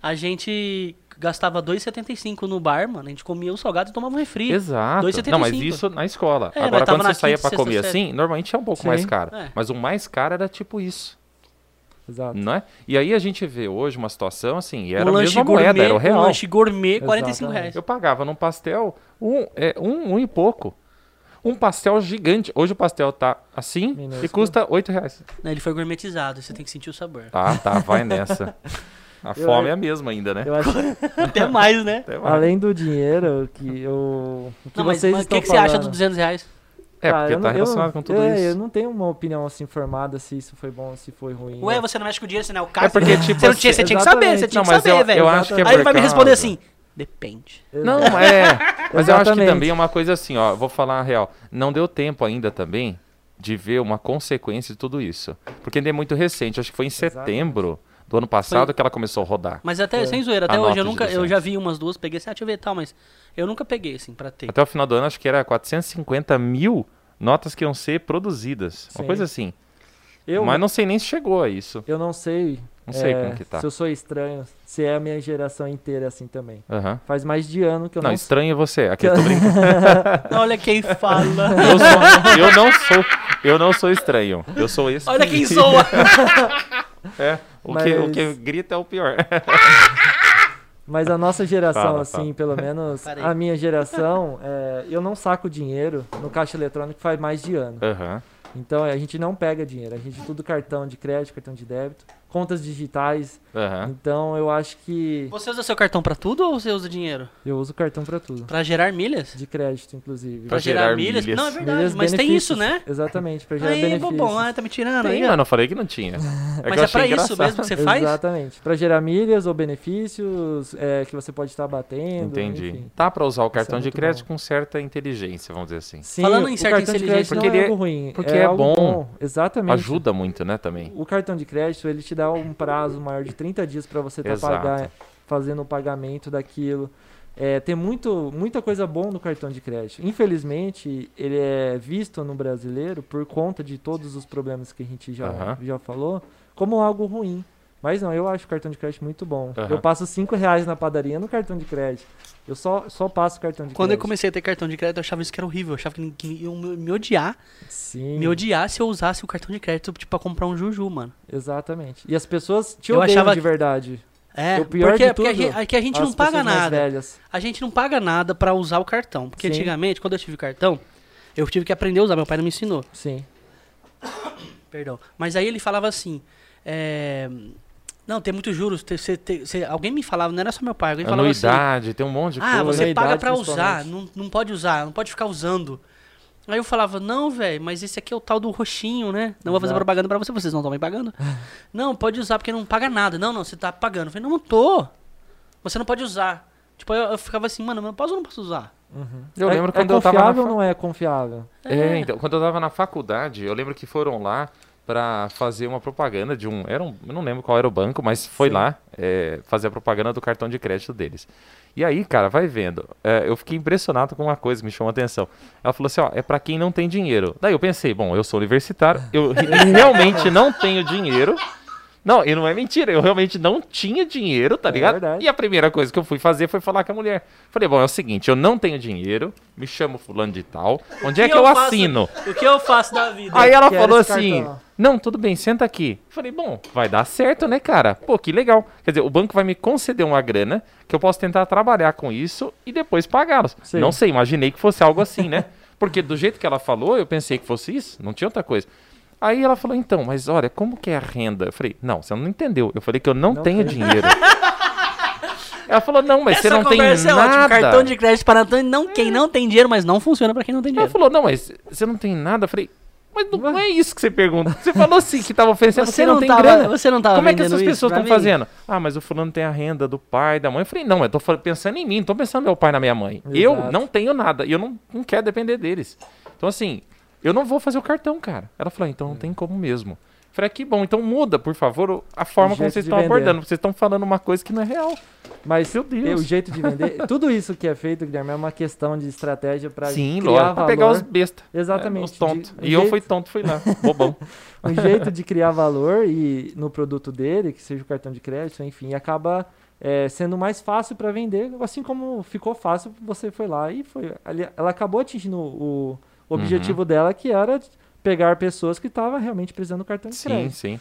a gente gastava 2,75 no bar, mano. A gente comia o salgado e tomava um refri. Exato. 2,75. Não, mas isso na escola. É, Agora, nós quando tava na você saía quinta, pra comer sexta série. assim, normalmente é um pouco Sim. mais caro. É. Mas o mais caro era tipo isso, Exato. não é? E aí a gente vê hoje uma situação assim, e era um a lanche mesma gourmet, moeda, era o um real. é. lanche gourmet, 45 Exatamente. reais. Eu pagava num pastel um, é, um, um e pouco. Um pastel gigante. Hoje o pastel tá assim Minúsculo. e custa 8 reais. Né, Ele foi gourmetizado, você tem que sentir o sabor. Tá, tá, vai nessa. A fome é a mesma ainda, né? Eu acho Até mais, né? Até mais. Além do dinheiro, o que eu. O que Não, mas vocês mas o que, estão que você acha falando? dos 200 reais? É, Ah, porque eu tá não- relacionado eu, com tudo é, isso. Eu não tenho uma opinião assim formada se isso foi bom, se foi ruim. Ué, né? você não mexe com dinheiro, você não é o cara. porque, tipo, você não tinha, você tinha que saber, você tinha Não, que mas saber, eu, velho. eu acho que é Aí ele vai me por responder causa. assim, depende. Não, é. Mas eu acho que Exatamente. também é uma coisa assim, ó. Vou falar a real. Não deu tempo ainda também de ver uma consequência de tudo isso. Porque ainda é muito recente. Acho que foi em Exatamente. setembro do ano passado Foi- que ela começou a rodar. Mas até, É. sem zoeira, até Anota hoje eu os nunca, eu 200. já vi umas duas, peguei assim, ah, deixa eu ver e tal, mas eu nunca peguei, assim, pra ter. Até o final do ano, acho que era 450 mil notas que iam ser produzidas. Uma Sim. coisa assim. Eu, Mas não sei nem se chegou a isso. eu não sei. Não sei é, como que tá. Se eu sou estranho, se é a minha geração inteira assim também. Aham. Faz mais de ano que eu Não, não, estranho é você. Aqui eu tô brincando. Olha quem fala. Eu, sou- eu não sou. Eu não sou estranho. Eu sou esse. Olha quem zoa. É, o, que, o que Mas- grita é o pior. Mas a nossa geração, Fala, assim, fala. pelo menos Parei. a minha geração, é, eu não saco dinheiro no caixa eletrônico faz mais de ano. Aham. Então a gente não pega dinheiro, a gente tudo cartão de crédito, cartão de débito, contas digitais. Aham. Então eu acho que Você usa seu cartão pra tudo ou você usa dinheiro? eu uso cartão pra tudo, Pra gerar milhas? de crédito inclusive. Pra Pra gerar, gerar milhas? milhas. Não, é verdade, Milhas, mas tem benefícios. isso, né? Exatamente, pra gerar Aí, benefícios. bobão, ah, tá me tirando aí, Tem, ó. mano, eu falei que não tinha. que Mas é eu achei pra isso engraçado. mesmo que você faz? Exatamente. Pra gerar milhas ou benefícios é, que você pode estar batendo. Entendi. enfim. Dá pra usar o cartão de é muito crédito bom. com certa inteligência, vamos dizer assim. Sim, Falando em o certa cartão de inteligência, crédito não porque é ele é- algo ruim. porque é algo bom. Exatamente. Ajuda muito, né, também. O cartão de crédito, ele te dá um prazo maior de 30 dias para você estar Exato. fazendo o pagamento daquilo. É, tem muito, muita coisa boa no cartão de crédito. Infelizmente, ele é visto no brasileiro, por conta de todos os problemas que a gente já, Aham. já falou, como algo ruim. Mas não, eu acho o cartão de crédito muito bom. Aham. Eu passo 5 reais na padaria no cartão de crédito. Eu só, só passo o cartão de Quando eu crédito. comecei a ter cartão de crédito, eu achava isso que era horrível. Eu achava que, ninguém- que iam me me odiar. Sim, Me odiar se eu usasse o cartão de crédito, tipo, pra comprar um Juju, mano. exatamente. E as pessoas te Eu odeiam achava de que- verdade. É, O pior porque, de porque a tudo, gente- é que a gente as não paga pessoas mais nada. velhas. A gente não paga nada pra usar o cartão. Porque Sim. antigamente, quando eu tive cartão, eu tive que aprender a usar. Meu pai não me ensinou. Sim. Perdão. Mas aí ele falava assim. é, Não, tem muitos juros. tem- cê- tem- cê- alguém me falava, não era só meu pai, alguém falava assim. Anuidade, tem um monte de Ah, coisa. você Anuidade, paga pra usar, principalmente. não, não pode usar, não pode ficar usando. Aí eu falava, não, velho, mas esse aqui é o tal do roxinho, né? Não vou fazer Exato. propaganda pra você, vocês não estão me pagando. não, pode usar porque não paga nada. Não, não, você tá pagando. Eu falei, não, não tô. Você não pode usar. Tipo, eu, eu ficava assim, mano, mas eu posso ou não posso usar? Eu é, lembro é quando eu tava confiável na ou não é confiável? É, então, quando eu tava na faculdade, eu lembro que foram lá pra fazer uma propaganda de um, era um, eu não lembro qual era o banco, mas foi lá é, fazer a propaganda do cartão de crédito deles. E aí, cara, vai vendo. é, eu fiquei impressionado com uma coisa que me chamou a atenção. Ela falou assim, ó, é pra quem não tem dinheiro. Daí eu pensei, bom, eu sou universitário, eu re- realmente não tenho dinheiro. Não, e não é mentira, eu realmente não tinha dinheiro, tá É ligado? verdade. E a primeira coisa que eu fui fazer foi falar com a mulher. Falei, bom, é o seguinte, eu não tenho dinheiro, me chamo fulano de tal, onde é que eu, faço- é assino? O que eu faço da vida? Aí ela Quero falou esse assim: cartão. Não, tudo bem, senta aqui. Falei, bom, vai dar certo, né, cara? Pô, que legal. Quer dizer, o banco vai me conceder uma grana que eu posso tentar trabalhar com isso e depois pagá-los. Sim. Não sei, imaginei que fosse algo assim, né? Porque do jeito que ela falou, eu pensei que fosse isso, não tinha outra coisa. Aí ela falou, então, mas olha, como que é a renda? Eu falei, não, você não entendeu. Eu falei que eu não, Não tenho tenho. dinheiro. ela falou, não, mas você Essa não tem conversa é nada. É. ótima. Cartão de crédito para Antônio, não quem não tem dinheiro, mas não funciona pra quem não tem Ela É. dinheiro. falou, não, mas você não tem nada? Eu falei, mas não, não é isso que você pergunta. Você falou assim que tava oferecendo, você, não, tem tava, grana. Você não tava Como é que vendendo essas isso pessoas pra estão mim? fazendo? Ah, mas o fulano tem a renda do pai, da mãe. Eu falei, não, eu tô fa- pensando em mim, não tô pensando no meu pai e na minha mãe. Eu Exato. não tenho nada e eu não, não quero depender deles. Então, assim, eu não vou fazer o cartão, cara. Ela falou, então não tem como mesmo. Eu Falei, que bom, então muda, por favor, o- a forma O como jeito vocês de estão vender. abordando. Vocês estão falando uma coisa que não é real. Mas Meu Deus. o jeito de vender, tudo isso que é feito, Guilherme, é uma questão de estratégia para Sim, criar lógico, pra valor. pegar os besta. É, Exatamente. Os tontos. de- um E eu jeito- fui tonto, fui lá, bobão. um jeito de criar valor e no produto dele, que seja o cartão de crédito, enfim, acaba é, sendo mais fácil para vender, assim como ficou fácil, você foi lá e foi. ali- Ela acabou atingindo o objetivo Uhum. dela, que era pegar pessoas que estavam realmente precisando do cartão de Sim, crédito. sim.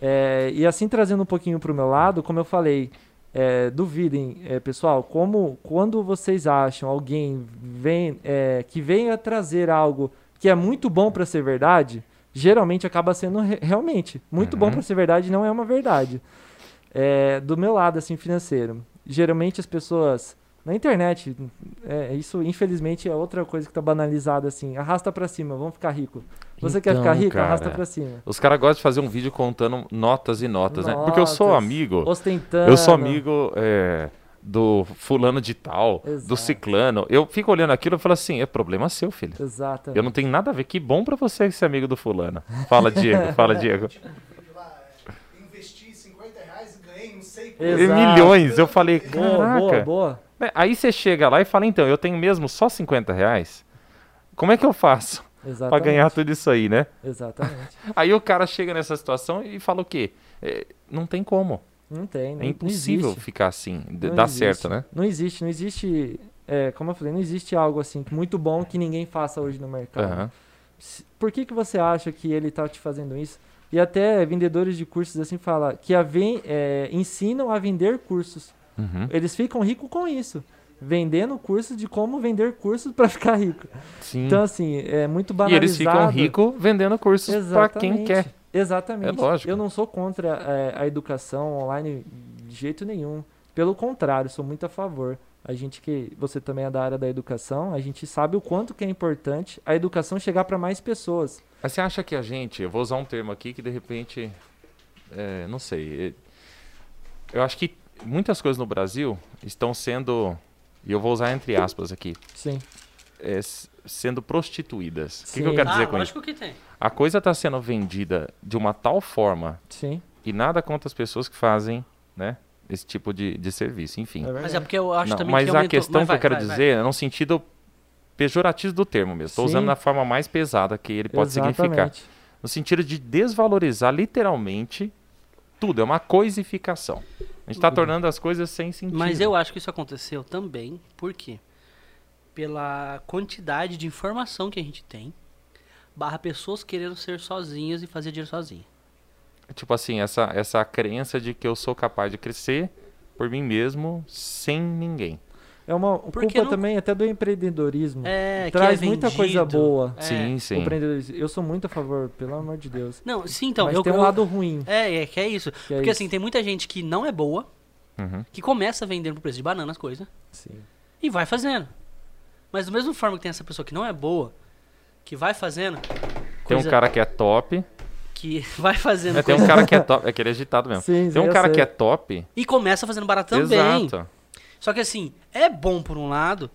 É, e assim trazendo um pouquinho para o meu lado, como eu falei, é, duvidem, é, pessoal, como quando vocês acham alguém vem, é, que venha trazer algo que é muito bom para ser verdade, geralmente acaba sendo re- realmente muito bom Uhum. para ser verdade, não é uma verdade. É, do meu lado, assim, financeiro, geralmente as pessoas na internet, é, isso infelizmente é outra coisa que tá banalizada assim, arrasta para cima, vamos ficar rico. Você quer Então, ficar rico? Arrasta cara. para cima. Os caras gostam de fazer um vídeo contando notas e notas, né? Porque eu sou Notas, amigo. Ostentando. Eu sou amigo é, do fulano de tal, do Exato. ciclano. Eu fico olhando aquilo e falo assim, é problema seu, filho. Exato. Eu não tenho nada a ver. Que bom pra você ser amigo do fulano. Fala, Diego. Fala, Diego. Tipo, vídeo lá, é, investi 50 reais e ganhei não sei É quanto. Exato. Milhões. Eu falei, Boa, caraca. boa, boa. Né? Aí você chega lá e fala, então, eu tenho mesmo só 50 reais? Como é que eu faço Exatamente. pra ganhar tudo isso aí, né? Exatamente. Aí o cara chega nessa situação e fala o quê? É, não tem como. Não tem, não, É impossível não existe. ficar assim. d- Não Dá existe. certo, né? Não existe, não existe. é, como eu falei, não existe algo assim muito bom que ninguém faça hoje no mercado. Aham. Se- Por que, que você acha que ele tá te fazendo isso? E até vendedores de cursos assim fala que a ven- é, ensinam a vender cursos. Uhum. Eles ficam ricos com isso. Vendendo cursos de como vender cursos para ficar rico. Sim. Então, assim, é muito E banalizado. eles ficam ricos vendendo cursos pra quem Exatamente. quer. Exatamente. É lógico. Eu não sou contra é, a educação online de jeito nenhum. Pelo contrário, sou muito a favor. A gente que você também é da área da educação, a gente sabe o quanto que é importante a educação chegar para mais pessoas. Mas você acha que a gente, eu vou usar um termo aqui que de repente, é, não sei. é, Eu acho que muitas coisas no Brasil estão sendo, e eu vou usar entre aspas aqui, Sim. é, s- sendo prostituídas. O que, que Sim. eu quero Ah, dizer com isso? lógico que tem. A coisa está sendo vendida de uma tal forma Sim. e nada contra as pessoas que fazem, né, esse tipo de, de serviço, enfim. É Mas verdade. é porque eu acho Não, também mas que a aumentou- questão Mas que eu vai, quero vai, vai. dizer é no sentido pejorativo do termo mesmo. Estou Sim. usando na forma mais pesada que ele pode significar. Exatamente. No sentido de desvalorizar literalmente tudo. É uma coisificação. A gente está tornando as coisas sem sentido. Mas eu acho que isso aconteceu também, por quê? Pela quantidade de informação que a gente tem, barra pessoas querendo ser sozinhas e fazer dinheiro sozinha. Tipo assim, essa, essa crença de que eu sou capaz de crescer por mim mesmo, sem ninguém. É uma Porque culpa não- também até do empreendedorismo. É, que Traz é muita vendido. coisa boa. É. Sim, O sim. empreendedorismo. Eu sou muito a favor, pelo amor de Deus. Não, sim, então, Mas eu, tem um eu- lado ruim. É, é que é isso. que é Porque isso. assim, tem muita gente que não é boa, Uhum. que começa vendendo por preço de banana as coisas Sim. e vai fazendo. Mas da mesma forma que tem essa pessoa que não é boa, que vai fazendo Tem um coisa cara que é top. que vai fazendo É, tem um coisa cara que é top. É que ele é agitado mesmo. Sim, Tem um eu cara que sei. é top. e começa fazendo barato também. Exato. Só que assim, é bom por um lado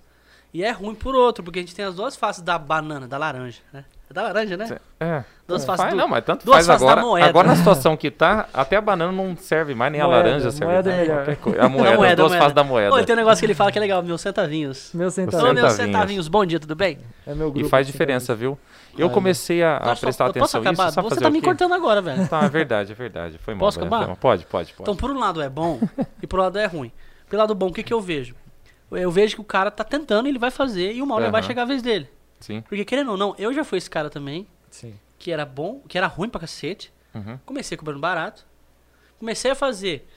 e é ruim por outro, porque a gente tem as duas faces da banana, da laranja, né? É da laranja, né? Cê- É. Duas Não faces faz, do- Não, mas tanto duas faz faces da agora. moeda. Agora na situação que tá, até a banana não serve mais, nem a Moeda, laranja serve moeda é mais. melhor. qualquer coisa. A moeda, moeda, as duas moeda. faces da moeda. então, Pô, tem um negócio que ele fala que é legal, meus centavinhos. Meu Ô, centavo. Você- meus Centavinhos. centavinhos, bom dia, tudo bem? É meu grupo. E faz de diferença, viu? Eu Olha. comecei a, a Posso- Ah, prestar eu posso atenção acabar? nisso, sabe Você fazer tá o me quê? cortando agora, velho. Tá, é verdade, é verdade. Foi mal. Posso velho, acabar? foi mal. Pode, pode, pode. Então, por um lado é bom e por um lado é ruim. Pelo lado bom, o que, que eu vejo? Eu vejo que o cara tá tentando, ele vai fazer e uma hora Aham. vai chegar a vez dele. Sim. Porque querendo ou não, eu já fui esse cara também, centavos. Sim. que era bom, que era ruim pra cacete. Uhum. Comecei cobrando barato. Comecei a fazer.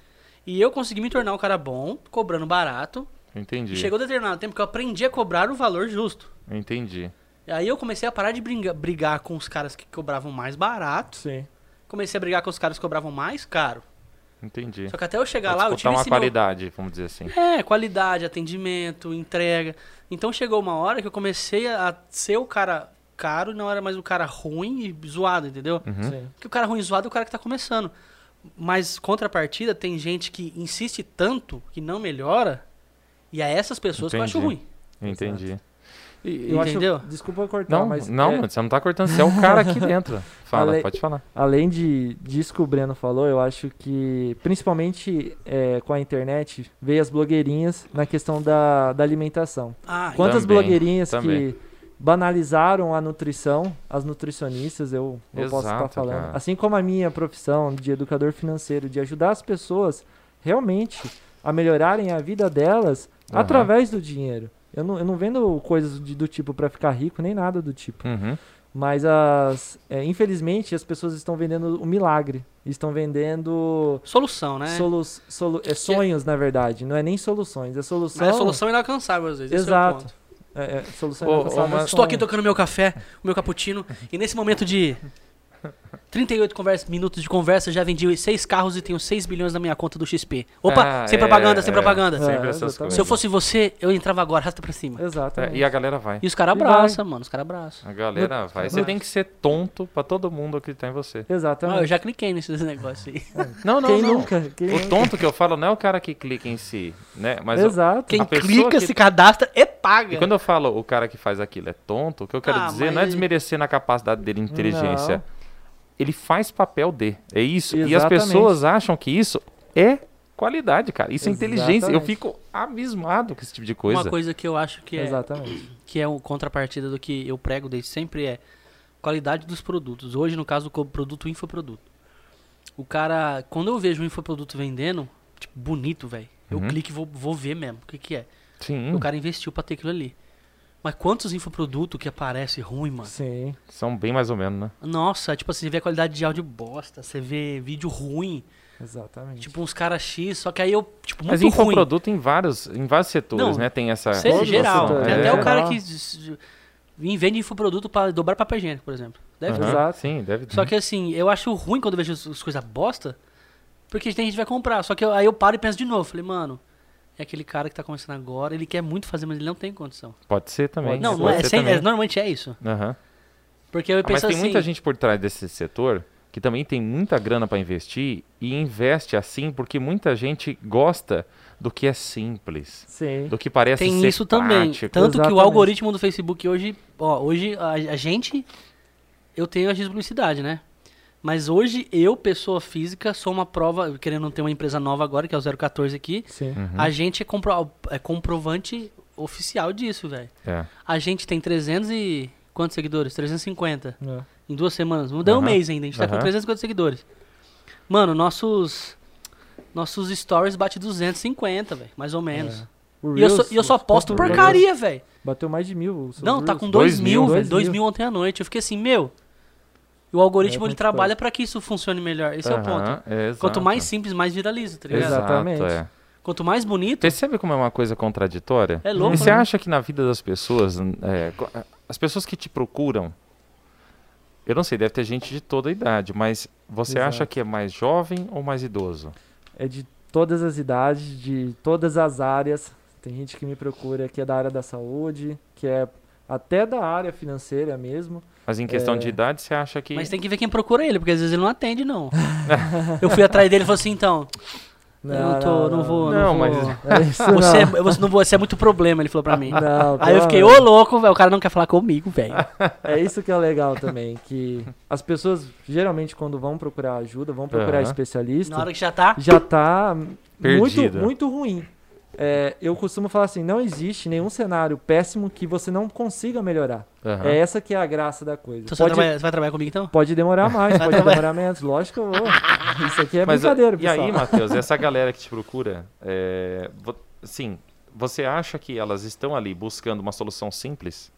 E eu consegui me tornar um cara bom, cobrando barato. Entendi. E chegou um determinado tempo que eu aprendi a cobrar o valor justo. Entendi. E aí eu comecei a parar de briga- brigar com os caras que cobravam mais barato. Sim. Comecei a brigar com os caras que cobravam mais caro. Entendi. Só que até eu chegar Pra lá, eu disputar tive uma esse meu- qualidade, vamos dizer assim. É, qualidade, atendimento, entrega. Então chegou uma hora que eu comecei a a ser o cara caro e não era mais o cara ruim e zoado, entendeu? Uhum. Sim. Porque o cara ruim e zoado é o cara que tá começando. Mas contrapartida, tem gente que insiste tanto que não melhora. E é essas pessoas que eu acho Entendi. ruim. Entendi. Eu acho- Entendeu? desculpa cortar, Não, mas. não, é, mano, você não tá cortando, você é o cara aqui dentro. Fala, Ale- pode falar. além de disso que o Breno falou, eu acho que, principalmente é, com a internet, veio as blogueirinhas na questão da, da alimentação. Ah, Quantas Também, blogueirinhas também. que banalizaram a nutrição, as nutricionistas, eu, eu posso estar Exato, falando. cara. Assim como a minha profissão de educador financeiro, de ajudar as pessoas realmente a melhorarem a vida delas Aham. através do dinheiro. Eu não, eu não vendo coisas de- do tipo pra ficar rico, nem nada do tipo. Uhum. Mas as, é, infelizmente as pessoas estão vendendo o milagre. Estão vendendo solução, né? solu, solu, é, sonhos, na verdade. Não é nem soluções, é solução. Mas é solução inalcançável às vezes. Esse Exato. é o ponto. É, é, solução Ô, ô, inalcançável, mas- é Estou aqui sonho. tocando meu café, o meu cappuccino, e nesse momento de 38 conversa- minutos de conversa, já vendi seis carros e tenho 6 bilhões na minha conta do XP. Opa, Ah, sem é, propaganda, sem é, propaganda. Sempre É, essas exatamente. coisas. Se eu fosse você, eu entrava agora, rasta pra cima. É, Exatamente. e a galera vai. E os caras E vai. abraçam, mano, os caras abraçam. A galera vai. Você Exato. tem que ser tonto pra todo mundo acreditar em você. Ah, eu Exatamente. já cliquei nesses negócios aí. Não, não, Quem não. nunca? Quem O nunca? tonto que eu falo não é o cara que clica em si, né? Mas eu- Exato. Quem A pessoa clica, que- se cadastra e paga. e quando eu falo o cara que faz aquilo é tonto, o que eu quero Ah, dizer não é mas- desmerecer na capacidade dele, inteligência. Não. Ele faz papel de. É isso. E as Exatamente. pessoas acham que isso é qualidade, cara. Isso é inteligência. Eu Exatamente. fico abismado com esse tipo de coisa. Uma coisa que eu acho que é, Exatamente. que é um contrapartida do que eu prego desde sempre é qualidade dos produtos. Hoje, no caso, o produto infoproduto. O cara, quando eu vejo um infoproduto vendendo, tipo, bonito, velho, eu Uhum. Hum. clico e vou, vou ver mesmo o que, que é. Sim. O cara investiu pra ter aquilo ali. Mas quantos infoprodutos que aparece ruim, mano? Sim. São bem mais ou menos, né? Nossa, tipo assim, você vê a qualidade de áudio bosta, você vê vídeo ruim, Exatamente. tipo uns caras X, só que aí eu, tipo, Mas muito ruim. infoproduto em vários, em vários setores, Não, né? Tem essa. Seja Todos geral. vocês, Tem né? até É. o cara que s- vende infoproduto pra dobrar papel higiênico, por exemplo. Deve Aham, ter. Exato. Sim, deve ter. Só que assim, eu acho ruim quando eu vejo as- as coisas bosta, porque tem gente que vai comprar. Só que eu- aí eu paro e penso de novo. Falei, mano, é aquele cara que tá começando agora, ele quer muito fazer, mas ele não tem condição. Pode ser também. Não, pode não é, ser sem- também. é- normalmente é isso. Aham. Porque eu Ah, Mas penso tem assim. muita gente por trás desse setor que também tem muita grana para investir e investe assim porque muita gente gosta do que é simples, Sim. do que parece Tem ser isso também. prático. Tanto que o Exatamente. algoritmo do Facebook hoje, ó, hoje a, a gente eu tenho a publicidade, né? Mas hoje eu, pessoa física, sou uma prova, querendo ter uma empresa nova agora, que é o 014 aqui, Sim. Uhum, a gente é, compro- é comprovante oficial disso, velho. é. A gente tem 300 e quantos seguidores? 350 É. em duas semanas. Não deu um Aham. mês ainda, a gente tá com Aham. 350 seguidores. Mano, nossos nossos stories bate 250, velho, mais ou menos. É. O E eu, só, Reels, um e eu só o- posto o Reels. porcaria, velho. Bateu mais de mil. o seu Não, tá um Reels. com Dois 2 mil, mil. velho. Dois 2 mil. mil ontem à noite. Eu fiquei assim, meu. E o algoritmo É ele muita trabalha pra que isso funcione melhor. Esse é o ponto. Aham, é, Quanto exato. mais simples, mais viraliza, tá ligado? Exato. Exatamente. Exatamente. É. Quanto mais bonito. Percebe como é uma coisa contraditória? É louco, E você né? acha que na vida das pessoas, n- é, co- as pessoas que te procuram, eu não sei, deve ter gente de toda a idade, mas você Exato. acha que é mais jovem ou mais idoso? É de todas as idades, de todas as áreas. Tem gente que me procura que é da área da saúde, que é até da área financeira mesmo. Mas em questão É. de idade, você acha que. Mas tem que ver quem procura ele, porque às vezes ele não atende, não. eu fui atrás dele e falei assim, então. eu não, tô, não vou. vou. Não, mas- É isso Você, não. é, você, não, você é muito problema, ele falou pra mim. Não, Aí eu fiquei, ô pelo amor. louco, velho. O cara não quer falar comigo, velho. É isso que é legal também, que as pessoas geralmente quando vão procurar ajuda, vão procurar Aham. especialista, Na hora que já tá. já tá muito, Perdida. muito ruim. É, eu costumo falar assim, não existe nenhum cenário péssimo que você não consiga melhorar. Aham. É essa que é a graça da coisa. Então você, vai Pode, trabalhar- você vai trabalhar comigo então? pode demorar mais, pode trabalhar. demorar menos. Lógico que eu vou. Isso aqui é Mas, ah, brincadeira, e pessoal. aí, Matheus, essa galera que te procura, é, vo- assim, você acha que elas estão ali buscando uma solução simples?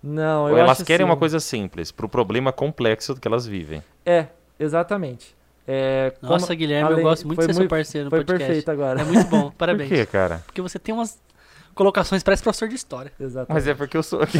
Não, eu Ou elas acho querem assim, é uma coisa simples pro problema complexo que elas vivem? É, exatamente. É, como- Nossa, Guilherme, além- eu gosto muito de foi ser seu muito- parceiro no Foi podcast. perfeito agora. É muito bom, Por parabéns. quê, cara? Porque você tem umas colocações, parece professor de história. Exatamente. Mas é porque eu sou aqui.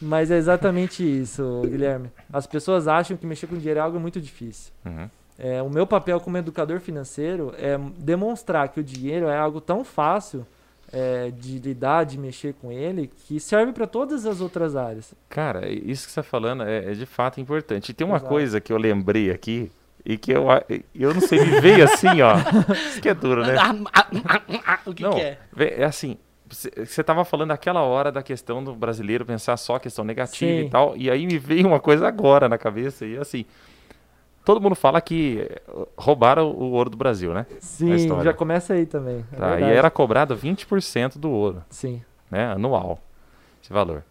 Mas é exatamente isso, Guilherme. As pessoas acham que mexer com dinheiro é algo muito difícil. Uhum. É, o meu papel como educador financeiro é demonstrar que o dinheiro é algo tão fácil é, de lidar, de mexer com ele, que serve para todas as outras áreas. Cara, isso que você tá falando é, é de fato importante. E tem uma Exato. coisa que eu lembrei aqui e que eu, a- eu não sei, me veio assim, ó. Isso que é duro, né? Ah, ah, ah, ah, ah, o que, não, que é? vê, é assim, você tava falando aquela hora da questão do brasileiro pensar só a questão negativa Sim. e tal, e aí me veio uma coisa agora na cabeça, e assim, todo mundo fala que eh, roubaram o ouro do Brasil, né? Sim, história. já começa aí também. é Tá, e verdade. era cobrado 20% do ouro, Sim, né, anual, esse valor.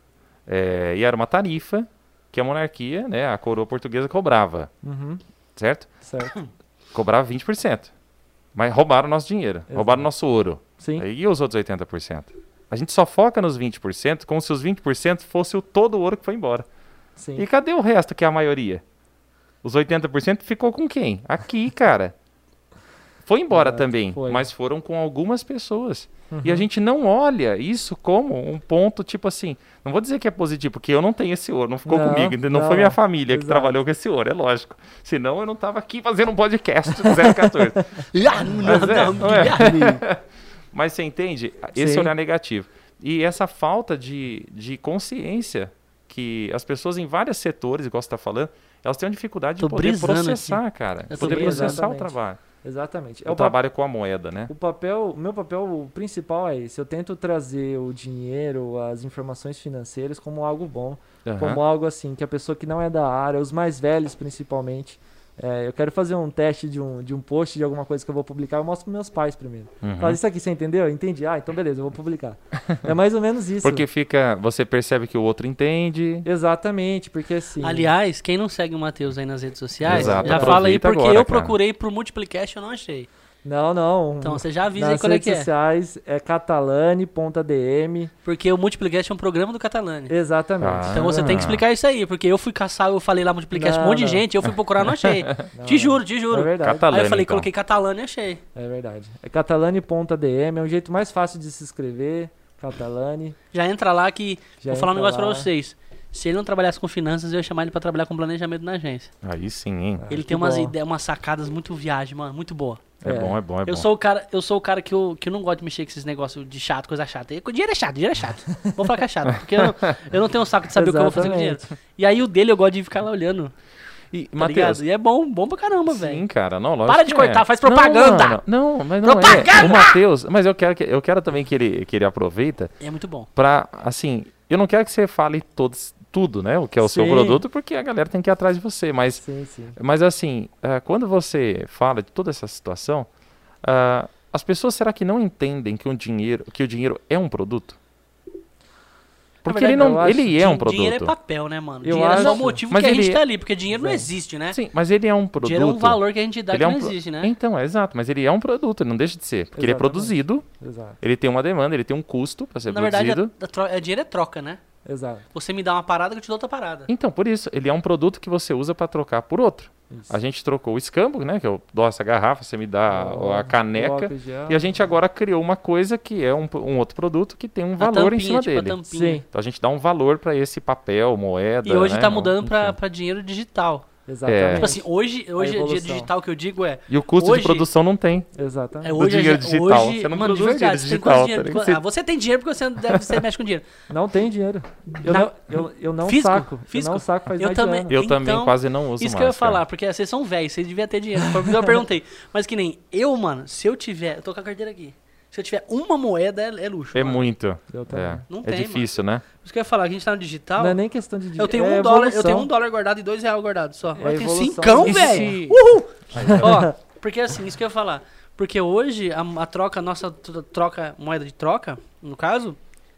É, e era uma tarifa que a monarquia, né, a coroa portuguesa cobrava, uhum, certo? certo. Cobrava 20%. Mas roubaram nosso dinheiro, roubaram nosso ouro. Sim, E os outros 80%? A gente só foca nos 20% como se os 20% fosse o todo ouro que foi embora. sim. E cadê o resto, que é a maioria? Os 80% ficou com quem? Aqui, cara. Foi embora Verdade, também, Ah, foi. mas foram com algumas pessoas. E Uhum. a gente não olha isso como um ponto, tipo assim, não vou dizer que é positivo, porque eu não tenho esse ouro, não ficou Não, comigo, não, não foi não, minha família que exato. trabalhou com esse ouro, é lógico. Senão eu não tava aqui fazendo um podcast 014. Ah, não, não, Mas é, não, ué. Guilherme. Mas você entende? Esse Sim. olhar negativo. E essa falta de, de consciência que as pessoas em vários setores, igual você está falando, elas têm uma dificuldade Tô de poder brisando processar, cara. Eu tô Poder brisando. processar o Exatamente. trabalho. Exatamente. É o o, pa- trabalho com a moeda, né? O papel, o meu papel principal é esse. Eu tento trazer o dinheiro, as informações financeiras como algo bom, como Aham. algo assim que a pessoa que não é da área, os mais velhos principalmente. é, eu quero fazer um teste de um, de um post de alguma coisa que eu vou publicar, eu mostro para meus pais primeiro. Uhum. Fala isso aqui, você entendeu? Entendi. Ah, então beleza, eu vou publicar. É mais ou menos isso. Porque fica. Você percebe que o outro entende. Exatamente, porque assim. Aliás, quem não segue o Matheus aí nas redes sociais, Exato, já fala aí, aproveita porque agora, eu cara. procurei pro Multiplicast e eu não achei. Não, Hum. não. um Então você já avisa aí Nas qual é redes que é. sociais é catalane.dm. Porque o Multiplicast é um programa do Catalani. Exatamente. Ah. Então você tem que explicar isso aí, porque eu fui caçar, eu falei lá Multiplicast, um Não, monte de não. gente, eu fui procurar, não achei. Não, te juro, te É juro. verdade. Catalã, aí eu falei, então. coloquei Catalani e achei. É verdade. É catalane.dm, é um jeito mais fácil de se inscrever. Catalane. Já entra lá que. Já vou falar um entra negócio lá. pra vocês. Se ele não trabalhasse com finanças, eu ia chamar ele pra trabalhar com planejamento na agência. Aí sim, hein? Ah, ele que tem umas bom. ideias, umas sacadas muito viagem, mano, muito boa. É, É. bom, é bom, é eu bom. sou o cara, eu sou o cara que, eu, que não gosto de mexer com esses negócios de chato, coisa chata. E com Dinheiro é chato, dinheiro é chato. Vou falar que é chato, porque eu não, eu não tenho saco de saber o que eu vou fazer com o dinheiro. Exatamente. E aí o dele eu gosto de ficar lá olhando, tá E, ligado? Matheus. E é bom, bom pra caramba, Sim, velho. cara, não, lógico. Para de que cortar, é. faz Não, propaganda! mano, Não, mas não é. Propaganda! O Matheus, mas eu quero, que, eu quero também que ele, que ele aproveita É muito bom. pra, assim, eu não quero que você fale todos, tudo, né? O que é o seu Sim. produto, porque a galera tem que ir atrás de você. Mas, Sim, sim. mas assim, ah, quando você fala de toda essa situação, ah, as pessoas será que não entendem que, um dinheiro, que o dinheiro é um produto? Porque verdade, ele, não, eu acho ele é um Din- Dinheiro é produto. papel, né, mano? Eu dinheiro é só o acho. motivo Mas que a ele gente é- tá ali, porque dinheiro não Exato. existe, né? Sim, mas ele é um produto. Dinheiro é um valor que a gente dá Ele que é não um pro- existe, né? Então, é exato, mas ele é um produto, ele não deixa de ser. Porque ele é Exatamente. produzido, Exato. ele tem uma demanda, ele tem um custo para ser Na produzido. verdade, a- a tro- é dinheiro é troca, né? Exato. Você me dá uma parada, eu te dou outra parada. Então, por isso, ele é um produto que você usa para trocar por outro. Isso. A gente trocou o escambo, né? Que eu dou essa garrafa, você me dá Ó, a caneca. álcool gel. E a gente agora criou uma coisa que é um, um outro produto que tem um A valor em tampinha, cima tipo, a dele. tampinha. Sim. Então a gente dá um valor para esse papel, moeda. E hoje né, tá um- mudando pra, enfim. É. pra dinheiro digital. Exatamente. Tipo assim, hoje, hoje é dia evolução. digital que eu digo é. E o custo Hoje- de produção não tem. Exatamente. é hoje, dinheiro digital. Hoje, Você não mano, de verdade, produz dinheiro você tem digital, quantos tá dinheiro? ligado? Ah, Você... tem dinheiro porque você deve você mexe com dinheiro. Não tem dinheiro. Eu, Na- não, eu, eu não Físico? saco. Eu Físico? não saco faz Eu mais também- de ano. Eu Então, também quase não uso Isso que eu ia máscara. falar, porque vocês são velhos, vocês deviam ter dinheiro. Por isso eu perguntei. Mas que nem eu, mano, se eu tiver. Eu tô com a carteira aqui. Se eu tiver uma moeda, é, é luxo. É mano. muito. Eu também. É, Não É tem, difícil, né? Isso que eu ia falar, que a gente tá no digital. Não é nem questão de dinheiro. Eu tenho, é um dólar, eu evolução. tenho um dólar guardado e dois reais guardado só. É eu tenho evolução. cincão, E velho. se- Uhul! tá Ó, porque assim, isso que eu ia falar. Porque hoje a, a troca, a nossa tro- troca, moeda de troca, no caso,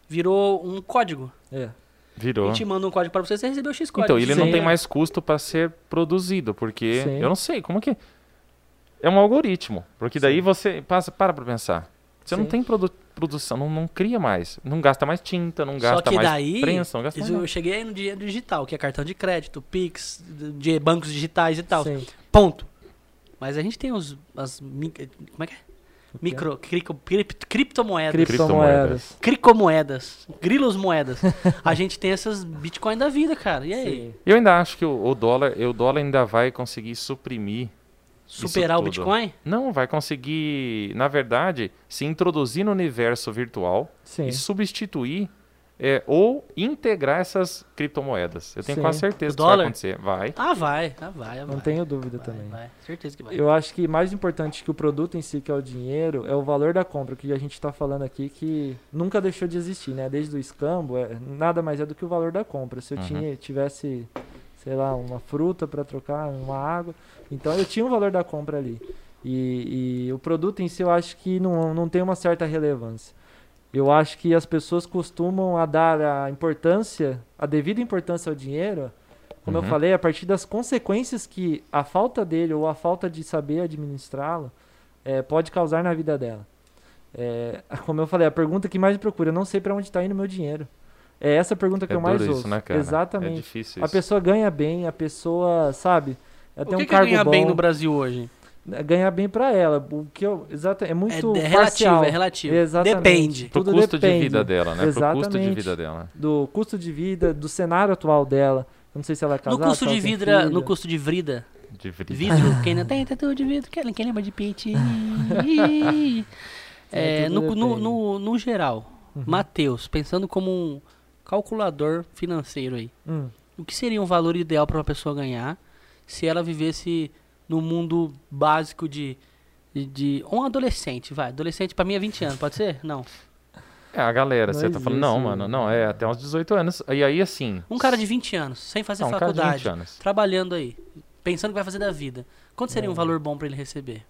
virou um código. É. Virou. E te manda um código pra você, você recebeu o X código. Então, ele não Sim. tem mais custo para ser produzido, porque Sim. eu não sei, como que é um algoritmo, porque daí você passa para para pensar. Você não Sim. tem produ- produção, não, não cria mais, não gasta mais tinta, não Só gasta que mais daí, prensa, não gasta mais. isso- eu nada. cheguei aí no dinheiro digital, que é cartão de crédito, Pix, de, de bancos digitais e tal. Sim. Ponto. Mas a gente tem os. As, mi- como é que é? Micro. crico- cripto- É criptomoedas. Criptomoedas. Cricomoedas, grilos moedas. A gente tem essas Bitcoin da vida, cara. E aí? Sim. Eu ainda acho que o, o dólar, o dólar ainda vai conseguir suprimir, Superar o tudo. Bitcoin? não vai conseguir, na verdade, se introduzir no universo virtual Sim. e substituir é, ou integrar essas criptomoedas. Eu tenho Sim. quase certeza O que isso dólar? vai acontecer. Vai. Ah, vai, ah, vai, ah, vai. Não tenho dúvida vai, também. Vai. Certeza que vai. Eu acho que mais importante que o produto em si, que é o dinheiro, é o valor da compra, que a gente está falando aqui que nunca deixou de existir, né? Desde o escambo, é- nada mais é do que o valor da compra. Se eu Uhum. tinha, tivesse, sei lá, uma fruta para trocar, uma água, então eu tinha o valor da compra ali. E, e o produto em si eu acho que não, não tem uma certa relevância. Eu acho que as pessoas costumam a dar a importância, a devida importância ao dinheiro, como Uhum. eu falei, a partir das consequências que a falta dele ou a falta de saber administrá-lo eh, pode causar na vida dela. Eh, como eu falei, a pergunta que mais me procura, eu não sei para onde está indo meu dinheiro. É essa a pergunta que é eu mais duro ouço. isso, né, cara? É Exatamente. difícil a isso. pessoa ganha bem, a pessoa, sabe, o até que, um que é cargo ganhar bom. bem no Brasil hoje? né, Ganhar bem para ela, o que eu, exato, é É, muito é relativo, parcial é relativo. Exatamente. Depende. Pro tudo custo de depende. vida dela, né? Pro custo de Exatamente. vida dela. né? do custo de vida, do cenário atual dela. Eu não sei se ela é casada, no custo se ela de tem vidra, filho. no custo de vida, De vida. vidro, quem não tem, tem tudo de vidro. Quem, quem lembra de Pete? É, tudo no, no, depende. no, no geral, Matheus, pensando como um calculador financeiro aí. Hum, O que seria um valor ideal para uma pessoa ganhar se ela vivesse no mundo básico de. de, de- um adolescente, vai. Adolescente pra mim é 20 anos, pode ser? Não. É, a galera, Não você tá falando, existe, não, né? mano, não, é até uns 18 anos. E aí, assim. Um cara de 20 anos, sem fazer não, um cara de faculdade, 20 anos. trabalhando aí, pensando o que vai fazer da vida. Quanto seria um valor bom pra ele receber?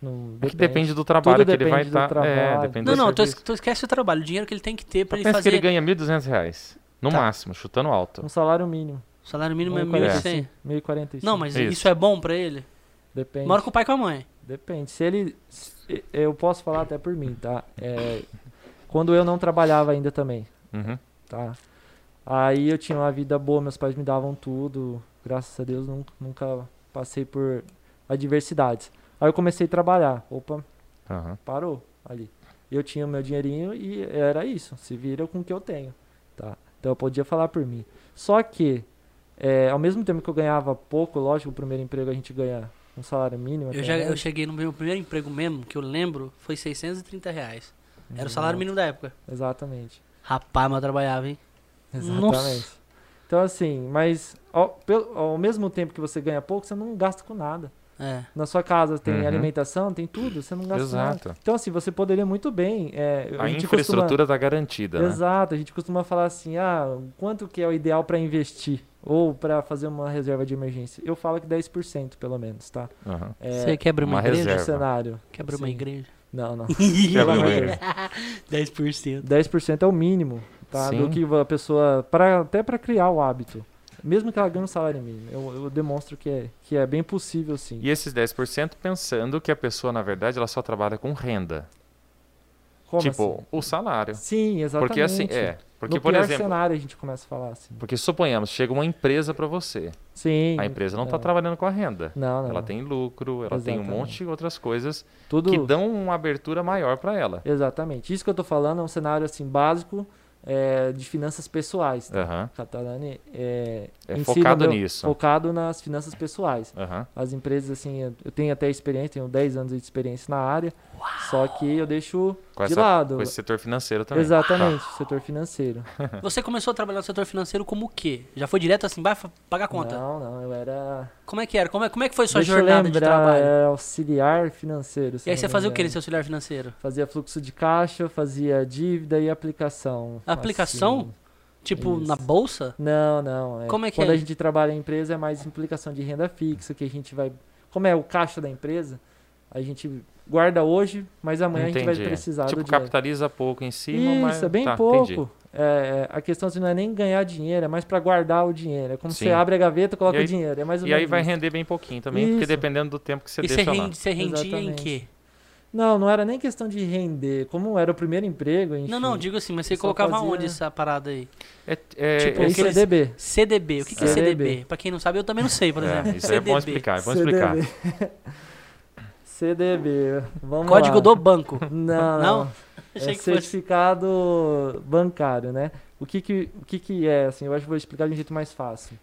não, É que depende do trabalho que ele vai depende do estar. É, trabalho. depende Não, do não, tu, serviço. es- tu esquece o trabalho, o dinheiro que ele tem que ter pra ele Pensa fazer. que ele ganha 1.200 reais. No Tá. máximo, chutando Um alto. salário mínimo. O salário mínimo é Um quarenta e 1.800. cinco, 1.045. Não, mas Isso. isso. é bom pra ele? Depende. Mora com o pai e com a mãe. Depende. Se ele. se- eu posso falar até por mim, tá? É, quando eu não trabalhava ainda também, Uhum. tá? Aí eu tinha uma vida boa, meus pais me davam tudo. Graças a Deus nun- nunca passei por adversidades. Aí eu comecei a trabalhar. Opa, aham. parou ali. Eu tinha o meu dinheirinho e era isso. Se vira com o que eu tenho, tá? Então eu podia falar por mim. Só que, é, ao mesmo tempo que eu ganhava pouco, lógico, o primeiro emprego a gente ganha um salário mínimo. Eu, até já, eu mais. cheguei no meu primeiro emprego mesmo, que eu lembro, foi 630 reais. Era o salário mínimo da época. Uhum. Exatamente. Rapaz, mas eu trabalhava, hein? Exatamente. Então assim, mas ao, pelo- ao mesmo tempo que você ganha pouco, você não gasta com nada. É. Na sua casa tem Uhum. alimentação, tem tudo, você não gasta com nada. Exato. Então assim, você poderia muito bem... É, A gente infraestrutura tá garantida. né? Exato, a gente costuma falar assim, ah, quanto que é o ideal para investir ou para fazer uma reserva de emergência? Eu falo que 10% pelo menos, tá? Aham. É, Você quebra uma, uma igreja? o reserva. cenário. Quebra uma Sim. igreja. Não, não. Quebra Pelo uma amor de igreja. Deus. 10%. 10% é o mínimo, tá? Sim. Do que a pessoa para até para criar o hábito. Mesmo que ela ganhe um salário mínimo, eu, eu demonstro que é, que é bem possível sim. E esses 10% pensando que a pessoa, na verdade, ela só trabalha com renda. Como tipo, assim? o salário. Sim, exatamente. Porque assim, é. Porque, no por pior exemplo. cenário a gente começa a falar assim. Porque suponhamos, chega uma empresa para você. Sim. A empresa não está é. trabalhando com a renda. Não, não. Ela tem lucro, ela tem um Exatamente. monte de outras coisas tudo que dão uma abertura maior para ela. Exatamente. Isso que eu tô falando é um cenário assim básico é, de finanças pessoais. Tá? Aham. Catalani é, É ensina focado meu- nisso. Focado nas finanças pessoais. Aham. As empresas, assim, eu- eu tenho até experiência, tenho 10 anos de experiência na área, só que eu deixo Com, de essa- lado. com esse setor financeiro também. Tá. Exatamente, setor financeiro. Você começou a trabalhar no setor financeiro como o quê? Já foi direto assim, vai fa- pagar a conta? Não, não, eu era. Como é que era? Como é, como é que foi sua Deixa eu jornada lembrar, de trabalho? era auxiliar financeiro. se E aí não você me fazia o que engano. nesse auxiliar financeiro? Fazia fluxo de caixa, fazia dívida e aplicação. Aplicação? assim. Tipo, Isso. na bolsa? Não, não. Como é que Quando é? a gente trabalha em empresa, é mais implicação de renda fixa, que a gente vai. Como é o caixa da empresa, a gente guarda hoje, mas amanhã a gente vai Entendi. precisar Tipo, do dinheiro. capitaliza pouco em cima, mas... Isso, é bem tá, entendi. pouco. É, a questão assim, não é nem ganhar dinheiro, é mais pra guardar o dinheiro. É como Sim. você abre a gaveta coloca E aí- o dinheiro. É mais ou E menos aí vai isso. render bem pouquinho também, porque Isso. dependendo do tempo que você e você, deixa lá. rende, você rendia em Exatamente. quê? Não, não era nem questão de render. Como era o primeiro emprego, enfim. Não, não, digo assim, mas você eu só colocava fazia- onde essa parada aí? É, é, Tipo, É é o aqueles- que- CDB. CDB, o que, que é CDB? CDB? Pra quem não sabe, eu também não sei, por exemplo. é, isso aí é bom explicar, é bom explicar. CDB. Vamos Código lá. do banco. Não, Não? não. Achei é que fosse. certificado bancário, né? O que que, o que que é, assim, eu acho que vou explicar de um jeito mais fácil.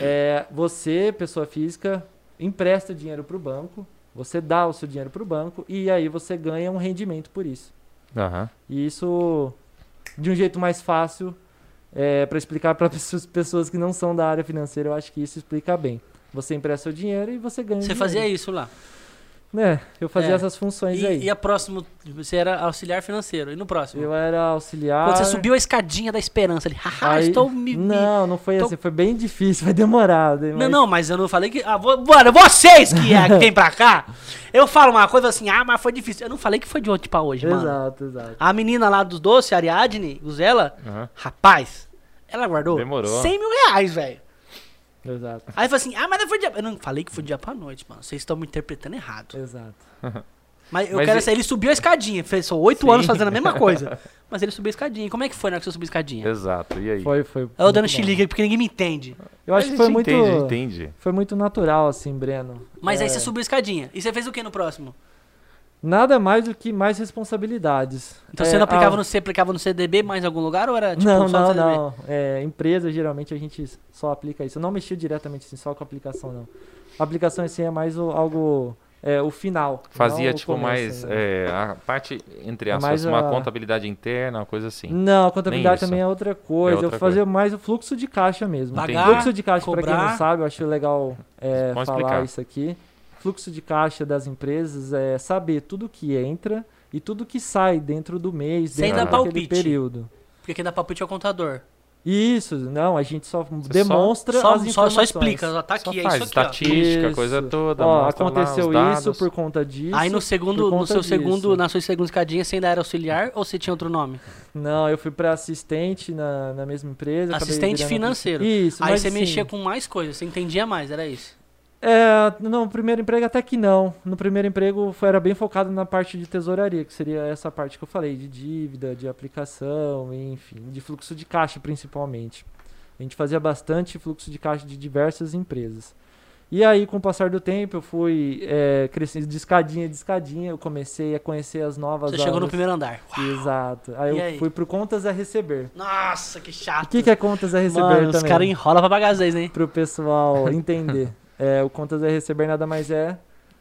É, você, pessoa física, empresta dinheiro para o banco, você dá o seu dinheiro para o banco e aí você ganha um rendimento por isso. Aham. E isso, de um jeito mais fácil, é, para explicar para pessoas, pessoas que não são da área financeira, eu acho que isso explica bem. Você empresta o dinheiro e você ganha Você dinheiro. fazia isso lá. Né, eu fazia É. essas funções E, aí. e a próximo, você era auxiliar financeiro. E no próximo? Eu era auxiliar... Quando você subiu a escadinha da esperança, ele, haha, Aí- estou me. me- Não, não foi tô- assim, foi bem difícil, foi demorado. hein, Não, mas- não, mas eu não falei que. Ah, vo- mano, vocês que, é, que vem pra cá, eu falo uma coisa assim, ah, mas foi difícil. Eu não falei que foi de ontem pra hoje, mano. Exato, exato. A menina lá dos doces, a Ariadne, Guzela, aham. rapaz, ela guardou Demorou. 100 mil reais, velho. Exato, Aí eu falei assim, ah, mas não foi dia. Eu não falei que foi dia pra noite, mano. Vocês estão me interpretando errado. exato. Mas eu Mas quero e- saber, ele subiu a escadinha. Fez só oito Sim. anos fazendo a mesma coisa. Mas ele subiu a escadinha. E Como é que foi na hora que você subiu a escadinha? Exato, e aí? Foi, foi. Eu dando muito bom. xilique porque ninguém me entende. Eu acho A que gente foi muito, Entende, a gente entende. foi muito natural, assim, Breno. Mas aí É, você subiu a escadinha. E você fez o que no próximo? Nada mais do que mais responsabilidades. Então É, você não aplicava a- no C, aplicava no CDB mais em algum lugar ou era tipo Não, só não, no CDB? não. É, empresa, geralmente, a gente só aplica isso. Eu não mexi diretamente, assim, só com a aplicação, não. A aplicação, assim, é mais o- algo... É, o final. Fazia, não o tipo, começo, mais né? é, a parte, entre É aspas, mais uma a- contabilidade interna, uma coisa assim. Não, a contabilidade isso. também é outra coisa. outra eu fazia mais o fluxo de caixa mesmo. Entendi. Pagar, fluxo de caixa, para quem cobrar. não sabe, eu acho legal é, Bom falar explicar. isso aqui. Fluxo de caixa das empresas é saber tudo que entra e tudo que sai dentro do mês, Sem dentro dar daquele palpite. período. Porque quem dá palpite é o contador. Isso, não, a gente só só- demonstra Só, as só, informações. só explica, ó, tá aqui, Só é faz isso aqui, estatística, Isso. coisa toda. Ó, mostra lá aconteceu os dados. isso por conta disso. ó. Aí no segundo, por no conta seu segundo, disso. na sua segunda escadinha, você ainda era auxiliar ou você tinha outro nome? Não, eu fui para assistente na, na mesma empresa. acabei Assistente virando- financeiro. Isso, Aí mas você assim, mexia com mais coisas, você entendia mais, era isso. É, no primeiro emprego até que não. No primeiro emprego foi, era bem focado na parte de tesouraria, que seria essa parte que eu falei, de dívida, de aplicação, enfim, de fluxo de caixa principalmente. A gente fazia bastante fluxo de caixa de diversas empresas. E aí, com o passar do tempo, eu fui é, crescendo de escadinha de escadinha, eu comecei a conhecer as novas Você chegou no áreas. primeiro andar. Exato. Aí E eu aí? fui pro Contas a Receber. Nossa, que O chato. que, que é Contas a Receber Mano, os também? caras enrolam pra pagar as vezes, hein? pro pessoal entender. É, o contas a receber nada mais é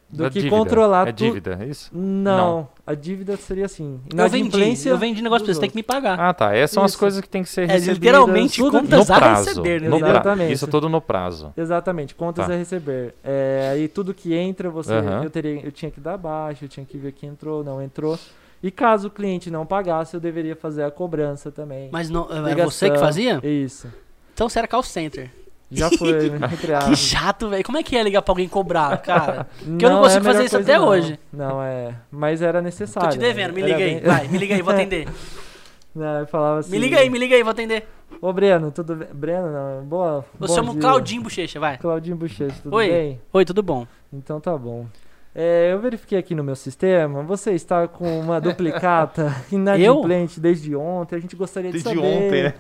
do Da que dívida. controlar É tu- dívida, é isso? Não, a dívida seria assim. Eu vendi, inadimplência eu vendi negócio pra você, dos tem que me pagar. Ah, tá. Essas são as Isso. coisas que tem que ser é recebidas literalmente tudo no contas a prazo. receber, né? verdade? no prazo. Exatamente. Isso tudo no prazo. Exatamente, contas Tá. a receber. É, aí tudo que entra, você Aham. eu, teria, eu tinha que dar baixa, eu tinha que ver que entrou, não entrou. E caso o cliente não pagasse, eu deveria fazer a cobrança também. Mas não, era Ligação. você que fazia? Isso. Então você era call center. Já foi, né? entre Que aspas. chato, velho. Como é que é ligar pra alguém cobrar, cara? Não que eu não é a consigo melhor fazer isso coisa, até não. hoje. Não, é. Mas era necessário. né? Tô te devendo, me Era liga aí. bem- Vai, me liga aí, vou atender. Não, eu falava assim. Me liga aí, me liga aí, vou atender. Ô, Breno, tudo bem? Breno, não, boa. Eu bom chamo dia. Claudinho Bochecha, vai. Claudinho Buchecha, tudo Oi. bem? Oi, tudo bom? Então tá bom. É, eu verifiquei aqui no meu sistema, você está com uma duplicata inadimplente desde ontem. A gente gostaria de saber. né?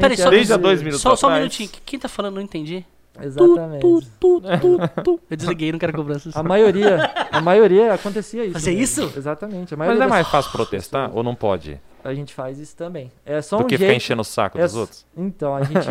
Mas peraí, só- Desde era né? Desde há isso. dois minutos Só, só um minutinho, que- quem tá falando não entendi. Exatamente. Tu, tu, tu, tu. Eu desliguei, não quero cobranças. A maioria, a maioria acontecia isso. Fazer mesmo. isso? Exatamente. A Mas maioria não é das- mais fácil protestar ou não pode? a gente faz isso também. É só Do É um que ficar jeito. enchendo o saco é dos s- outros. Então, a gente.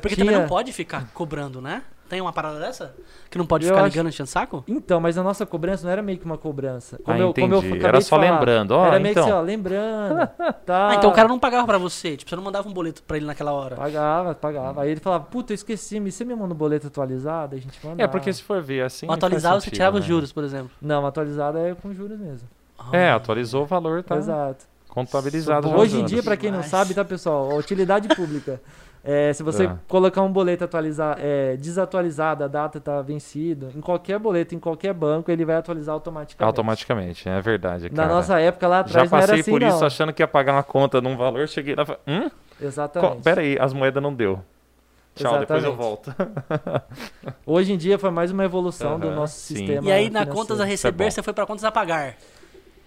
Porque tinha... também não pode ficar cobrando, né? Tem uma parada dessa? Que não pode Eu ficar acho- ligando enchendo saco? Então, mas a nossa cobrança não era meio que uma cobrança. Ah, eu- eu entendi. acabei Era de só falar, lembrando, ó, Era meio que então. assim, ó, lembrando. Tá. Ah, então o cara não pagava pra você. Tipo, você não mandava um boleto pra ele naquela Ah, hora. Pagava, pagava. Aí ele falava, puta, eu esqueci, me- você me manda o boleto atualizado? Aí a gente mandava. É, porque se for ver assim. Ou atualizava, faz você sentido, tirava os né? juros, por exemplo. Não, atualizado é com juros mesmo. É, Ah, atualizou o valor, tá Exato. contabilizado. já os Hoje em juros. dia, pra quem não Demais. sabe, tá, pessoal? a Utilidade pública. É, se você Tá. colocar um boleto atualizar, é, desatualizado, a data tá vencida, em qualquer boleto, em qualquer banco, ele vai atualizar automaticamente. Automaticamente, é verdade. Na cara. nossa época lá Já atrás não era passei assim, por isso não. achando que ia pagar uma conta num valor, cheguei lá e falei, hum? Co- Exatamente. Pera aí, as moedas não deu. Tchau, depois eu Exatamente. volto. Hoje em dia foi mais uma evolução do Aham, nosso sim. sistema. E aí, na financeiro. contas a Tá receber, bom. você foi pra contas a pagar.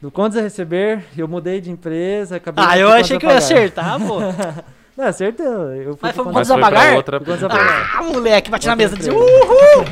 Do contas a receber, eu mudei de empresa, acabei. Ah, indo eu pro achei contas que a eu ia pagar. acertar, pô. Não, acertei. Eu fui Mas pro foi um Mas Vamos foi pra apagar? outra Vamos empresa. apagar. Ah, moleque, bati na Outra mesa. Disse, empresa. uhul!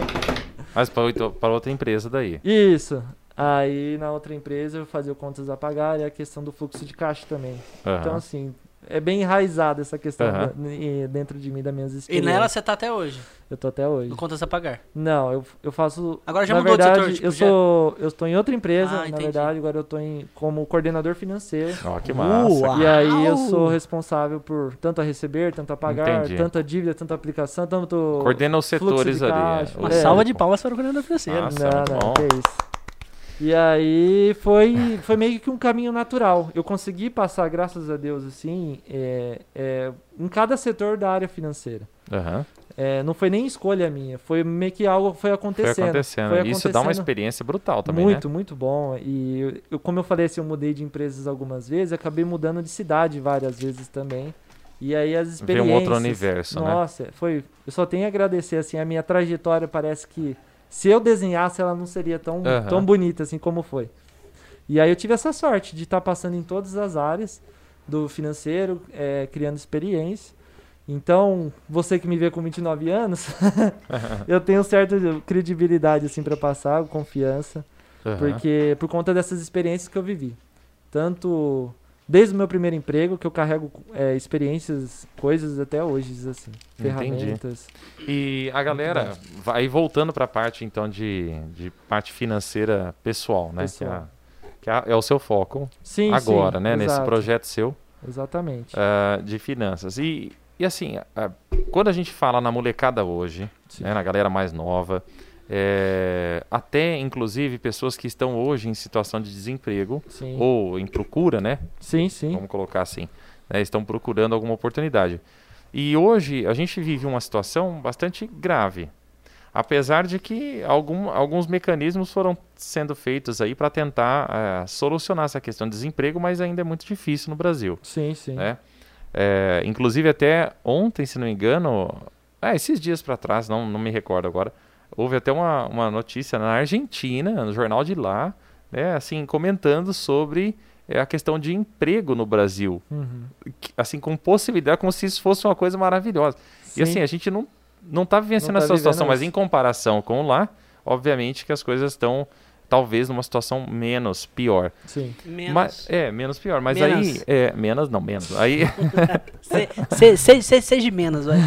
Mas pra, oito- pra outra empresa daí. Isso. Aí na outra empresa eu fazia o contas a pagar e a questão do fluxo de caixa também. Aham. Então, assim, é bem enraizada essa questão Aham. da- e- dentro de mim, das minhas E experiências. nela você tá até hoje, Eu tô até hoje. no contas a pagar. Não, eu, eu faço. Agora já na mudou de verdade, setor, tipo, eu já- sou. Eu estou em outra Ah, empresa, na entendi. verdade, agora eu tô em, como coordenador financeiro. Ó, que massa. Uau. E aí eu Uau! sou responsável por tanto a receber, tanto a pagar, Entendi. tanta dívida, tanta aplicação, tanto. Coordena os fluxo de setores ali. caixa. é. Uma O- É. salva de palmas para o Grande Ah, Financeiro. Nossa, não, muito não, bom. que isso. E aí foi, foi meio que um caminho natural. Eu consegui passar, graças a Deus, assim, é, é, em cada setor da área financeira. Aham. É, não foi nem escolha minha, foi meio que algo foi Foi acontecendo. acontecendo. foi Isso dá uma acontecendo experiência brutal também, né? muito, muito bom. E eu- eu, como eu falei, assim, eu mudei de empresas algumas vezes, acabei mudando de cidade várias vezes também. E aí as né? Ver experiências. um outro universo, né? Nossa, foi. Eu só tenho a agradecer, assim, a minha trajetória parece que se eu desenhasse, ela não seria tão, Aham. tão bonita assim como foi. E aí eu tive essa sorte de estar passando em todas as áreas do financeiro, eh, criando experiência. Então, você que me vê com 29 anos, eu tenho certa credibilidade assim para passar, confiança, né? Aham. porque por conta dessas experiências que eu vivi. Tanto desde o meu primeiro emprego, que eu carrego eh, experiências, coisas até hoje, assim, ferramentas. E a galera, vai voltando pra parte então de, de parte financeira pessoal, né? Que, é a- Pessoal. que é a- é o seu foco Sim, agora, sim, né? Nesse exato, projeto seu. Exatamente. ah, de finanças. E, e assim, ah, quando a gente fala na molecada hoje, Sim. né, na galera mais nova, é, até inclusive pessoas que estão hoje em situação de desemprego Sim. ou em procura, né? Sim, sim. Vamos colocar assim, né, estão procurando alguma oportunidade. E hoje a gente vive uma situação bastante grave. Apesar de que algum, alguns mecanismos foram sendo feitos aí para tentar ah, solucionar essa questão de desemprego, mas ainda é muito difícil no Brasil Sim, sim. né? É, inclusive até ontem, se não me engano, ah, esses dias para trás, não, não me recordo agora, houve até uma, uma notícia na Argentina, no jornal de lá, né, assim, comentando sobre é, a questão de emprego no Brasil, Uhum. que- assim, com possibilidade, como se isso fosse uma coisa maravilhosa. Sim. E assim, a gente não, não tá vivenciando Não tá essa situação, vivendo mas em comparação com lá, obviamente que as coisas estão, talvez, numa situação menos pior. Sim. Menos. Mas, é, menos pior. Mas Menos. aí. É, menos não, menos. Aí. Se- se- se- se- Seis de menos, vai.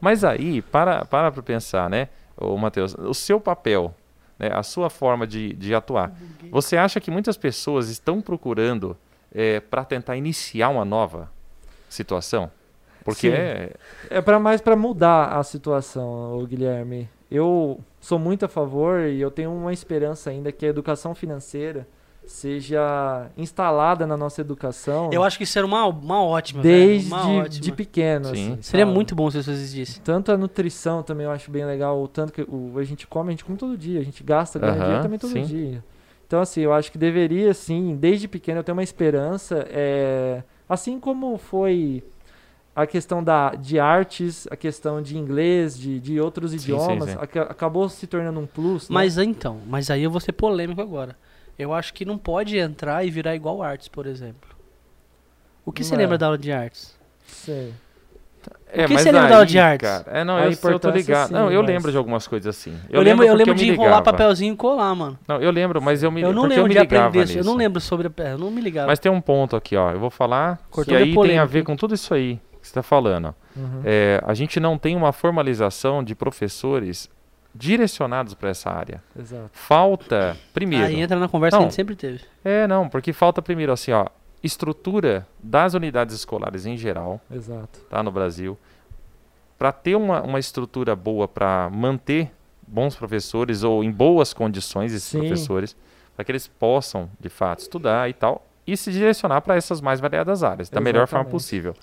Mas aí, para para pra pensar, né, ô Matheus, o seu papel, né, a sua forma de, de atuar, você acha que muitas pessoas estão procurando para tentar iniciar uma nova situação? Porque Sim. é, É para mais para mudar a situação, ô Guilherme. Eu sou muito a favor e eu tenho uma esperança ainda que a educação financeira seja instalada na nossa educação Eu acho que isso era uma, uma ótima, desde velho. é, Uma ótima. de pequeno. Sim. assim, Seria sabe? muito bom se isso existisse. Tanto a nutrição também eu acho bem legal, o tanto que o, a gente come, a gente come todo dia, a gente gasta, ganha Aham, dinheiro também todo sim. dia. Então, assim, eu acho que deveria, sim, desde pequeno eu tenho uma esperança, é, assim como foi a questão da, de artes, a questão de inglês, de, de outros sim, idiomas, sim. aca- acabou se tornando um plus, né? Mas então, mas aí eu vou ser polêmico agora. Eu acho que não pode entrar e virar igual artes, por exemplo. O que você Não é. lembra da aula de artes? Sei. É, que mas seria um Dal de aí, Artes? cara, É, não, A eu, eu tô importância, ligado. sim, não, eu mas- lembro de algumas coisas assim. Eu, lembro, eu porque lembro me de ligava. enrolar papelzinho e colar, mano. Não, eu lembro, mas eu me Eu não porque lembro me de ligava aprender isso. Eu nisso. não lembro sobre. a- é, Eu não me ligava. Mas tem um ponto aqui, ó. Eu vou falar Cortou que aí minha tem polêmica, a ver com tudo isso aí que você tá falando. Uhum. É, a gente não tem uma formalização de professores direcionados para essa área. Exato. Falta, primeiro. Aí é- entra na conversa que a Não. gente sempre teve. É, não, porque falta primeiro assim, ó, estrutura das unidades escolares em geral, Exato. tá, no Brasil, para ter uma, uma estrutura boa para manter bons professores ou em boas condições esses Sim. professores, para que eles possam, de fato, estudar e tal, e se direcionar para essas mais variadas áreas, da melhor forma Exatamente. possível.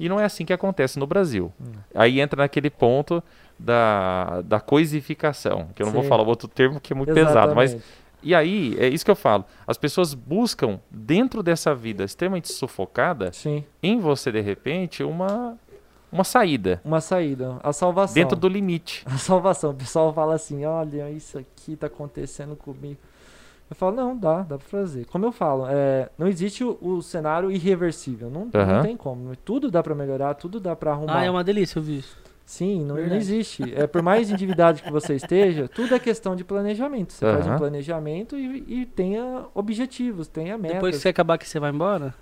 E não é assim que acontece no Brasil. Hum. Aí entra naquele ponto da, da coisificação, que eu não vou Sim. falar outro termo que é muito pesado, mas Exatamente. e aí, é isso que eu falo. As pessoas buscam, dentro dessa vida extremamente sufocada, Sim, em você, de repente, uma, uma saída. uma saída, a salvação. Dentro do limite. A salvação. O pessoal fala assim: olha, isso aqui tá acontecendo comigo. Eu falo: não, dá, dá pra fazer. Como eu falo, é, não existe o, o cenário irreversível. Não, não Aham. tem como. Tudo dá pra melhorar, tudo dá pra arrumar. Ah, é uma delícia, eu vi isso. Sim, não, não Verdade. existe. É, por mais endividado que você esteja, tudo é questão de planejamento. Você faz um Aham. planejamento e, e tenha objetivos, tenha metas. Depois que você acabar que você vai embora?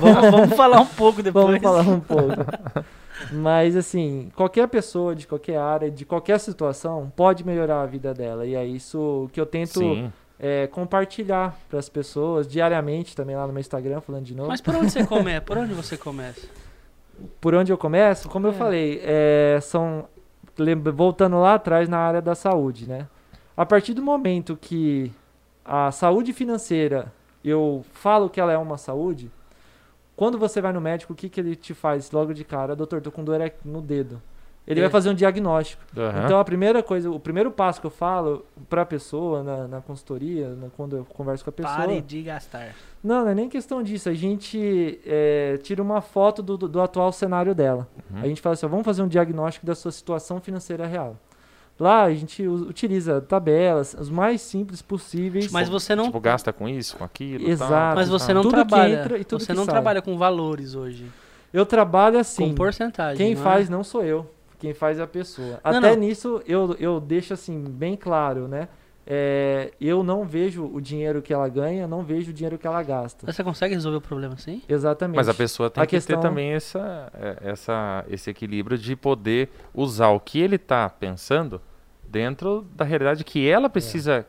vamos, vamos falar um pouco depois. Vamos falar um pouco. Mas assim, qualquer pessoa de qualquer área, de qualquer situação, pode melhorar a vida dela. E é isso que eu tento Sim. é, compartilhar para as pessoas diariamente também lá no meu Instagram, falando de novo. Mas por onde você começa? Por onde você começa? Por onde eu começo, como eu É. falei, é, são lembra- voltando lá atrás na área da saúde, né? A partir do momento que a saúde financeira eu falo que ela é uma saúde, quando você vai no médico, o que, que ele te faz logo de cara? Doutor, tô com dor aqui no dedo. Ele É. vai fazer um diagnóstico. Aham. Então a primeira coisa, o primeiro passo que eu falo pra pessoa na, na consultoria, na- quando eu converso com a pessoa, Pare de gastar. não, não é nem questão disso. A gente é, tira uma foto do, do- do atual cenário dela. Uhum. A gente fala assim: ó, vamos fazer um diagnóstico da sua situação financeira real. Lá a gente u- utiliza tabelas as mais simples possíveis. Mas você não, Tipo, gasta com isso, com aquilo. Exato. tá. Tal. mas você não Tudo que trabalha. entra e tudo você que não sai. trabalha com valores hoje. Eu trabalho assim. Com porcentagem. Quem não é? faz não sou eu, quem faz é a pessoa. Até não. nisso eu, eu deixo assim bem claro, né? É, eu não vejo o dinheiro que ela ganha, não vejo o dinheiro que ela gasta. Mas Você consegue resolver o problema assim? Exatamente. Mas a pessoa tem A que questão- ter também essa, é, essa, esse equilíbrio de poder usar o que ele está pensando dentro da realidade que É. ela precisa,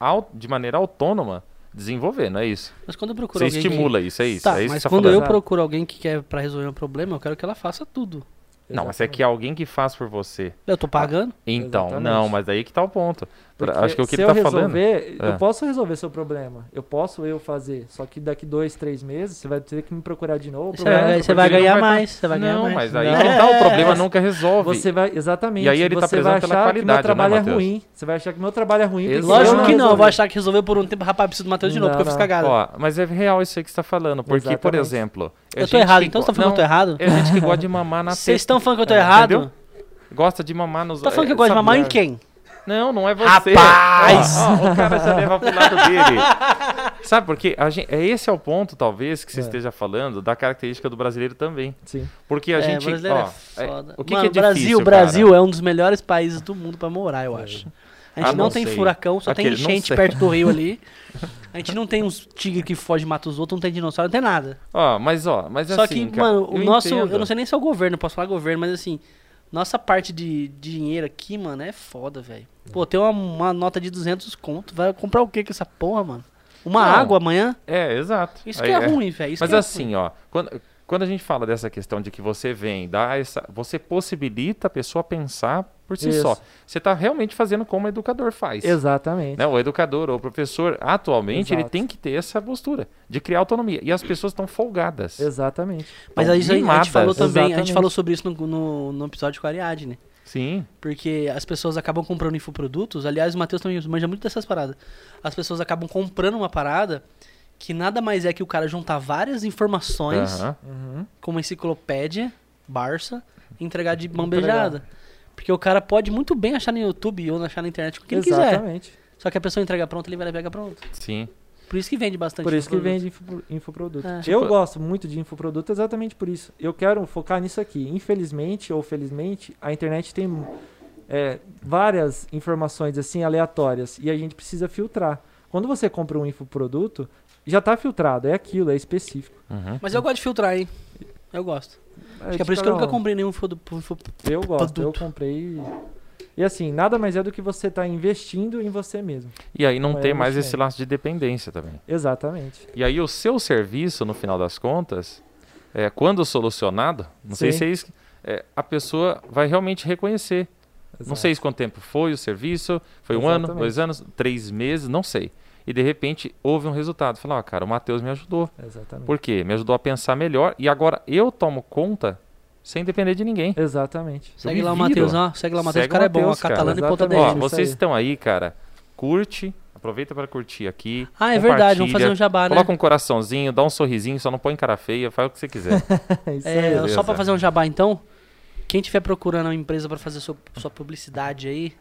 au- de maneira autônoma, desenvolver, não é isso? Mas quando eu procuro Você alguém que- estimula isso, é isso? Tá, é isso mas que você tá quando falando. eu procuro alguém que quer pra resolver um problema, eu quero que ela faça tudo. Não, mas é que alguém que faz por você. Eu tô pagando? Então, Exatamente. não, mas aí que tá o ponponto. Pra- Porque acho que o que se ele eu tá falando. resolver, É. eu posso resolver seu problema. Eu posso eu fazer. Só que daqui dois, três meses, você vai ter que me procurar de novo. o Você problema vai, é você porque vai ele não ganhar vai- mais. Você vai ganhar não, mais. mas aí Não. que tá, o problema É. nunca resolve. Você vai, exatamente. E aí ele tá você vai prezando pela achar que qualidade, meu né, trabalho é Matheus? ruim. Você vai achar que meu trabalho é ruim. porque Exato. eu Lógico que não, eu resolvi. vou achar que resolveu por um tempo, rapaz, preciso do Matheus de novo, Não, porque eu fiz não. cagada. Ó, mas é real isso aí que você tá falando. Porque, por Exatamente. exemplo. é eu tô gente errado, que então go- você tá falando não, que eu tô errado? É gente que gosta de mamar na Vocês teta. estão falando que eu tô É, errado? entendeu? Gosta de mamar nos Tá falando que é, eu gosto de sabe? mamar em quem? Não, não é você. Rapaz! Ó, ó, o cara já leva pro lado dele. Sabe por quê? A gente, é esse é o ponto, talvez, que você É. esteja falando da característica do brasileiro também. Sim. Porque a é, gente. brasileiro ó, é foda. o que, Mano, que é Brasil, difícil, cara? Brasil é um dos melhores países do mundo pra morar, eu acho. A gente Ah, não, não tem sei. furacão, só Aquele, tem não enchente sei. perto do rio ali. A gente não tem uns tigre que foge e mata os outros, não tem dinossauro, não tem nada. Ó, mas ó, mas só assim, que, cara, mano, o nosso. entendo. Eu não sei nem se é o governo, posso falar governo, mas assim, nossa parte de dinheiro aqui, mano, é foda, velho. Pô, tem uma, uma nota de 200 conto, vai comprar o que com essa porra, mano? Uma Não. água amanhã? É, exato. Isso Aí que é, é- ruim, velho. isso Mas que é assim, ó, quando, quando a gente fala dessa questão de que você vem, dá essa, você possibilita a pessoa pensar por si Isso. só. Você está realmente fazendo como o educador faz. Exatamente. Né? O educador ou o professor, atualmente, ele Exato. tem que ter essa postura de criar autonomia. E as pessoas estão folgadas. Exatamente. Mas Tão aí a gente- a mimadas. gente falou também, a Exatamente. gente falou sobre isso no, no, no episódio com a Ariadne. Sim. Porque as pessoas acabam comprando infoprodutos. Aliás, o Matheus também manja muito dessas paradas. As pessoas acabam comprando uma parada que nada mais é que o cara juntar várias informações Aham. Uhum. com uma enciclopédia, Barça, e entregar de mão Entregar. beijada. Porque o cara pode muito bem achar no YouTube ou achar na internet o que ele quiser. Exatamente. Só que a pessoa entrega pronto, ele vai lá e pega pronto. Sim. Por isso que vende bastante. Por isso que infoproduto. vende infopro- infoproduto. É. Eu Tipo- gosto muito de infoproduto exatamente por isso. Eu quero focar nisso aqui. Infelizmente ou felizmente, a internet tem é, várias informações assim aleatórias e a gente precisa filtrar. Quando você compra um infoproduto, já tá filtrado, é aquilo, é específico. Uhum. Mas eu gosto de filtrar, hein? Eu gosto. de Acho que é por isso que eu cada nunca um. comprei nenhum fodo- fo- fo- Eu gosto, eu produto. comprei. E assim, nada mais é do que você tá investindo em você mesmo. E aí não Mas tem eu mais sei. esse laço de dependência também. Exatamente. E aí o seu serviço, no final das contas, é, quando solucionado, não sei Sim. se é isso, que- é, a pessoa vai realmente reconhecer. Não sei quanto tempo foi o serviço, foi um ano, Exatamente. dois anos, três meses, não sei. E de repente houve um resultado. Falar, ó, cara, o Matheus me ajudou. Exatamente. Por quê? Me ajudou a pensar melhor e agora eu tomo conta sem depender de ninguém. Exatamente. Segue me lá o viro. Matheus, ó. Segue lá o Matheus. O Segue o cara é bom, ó. Matheus, cara. Catalano e ponta Exatamente. Ó, isso 10. vocês aí. estão aí, cara, curte, aproveita para curtir aqui. Ah, é verdade. Vamos compartilha, fazer um jabá, né? Coloca um coraçãozinho, dá um sorrisinho, só não põe cara feia, faz o que você quiser. É isso É, aí. beleza. só pra fazer um jabá, então. Quem tiver procurando uma empresa pra fazer sua, sua publicidade aí,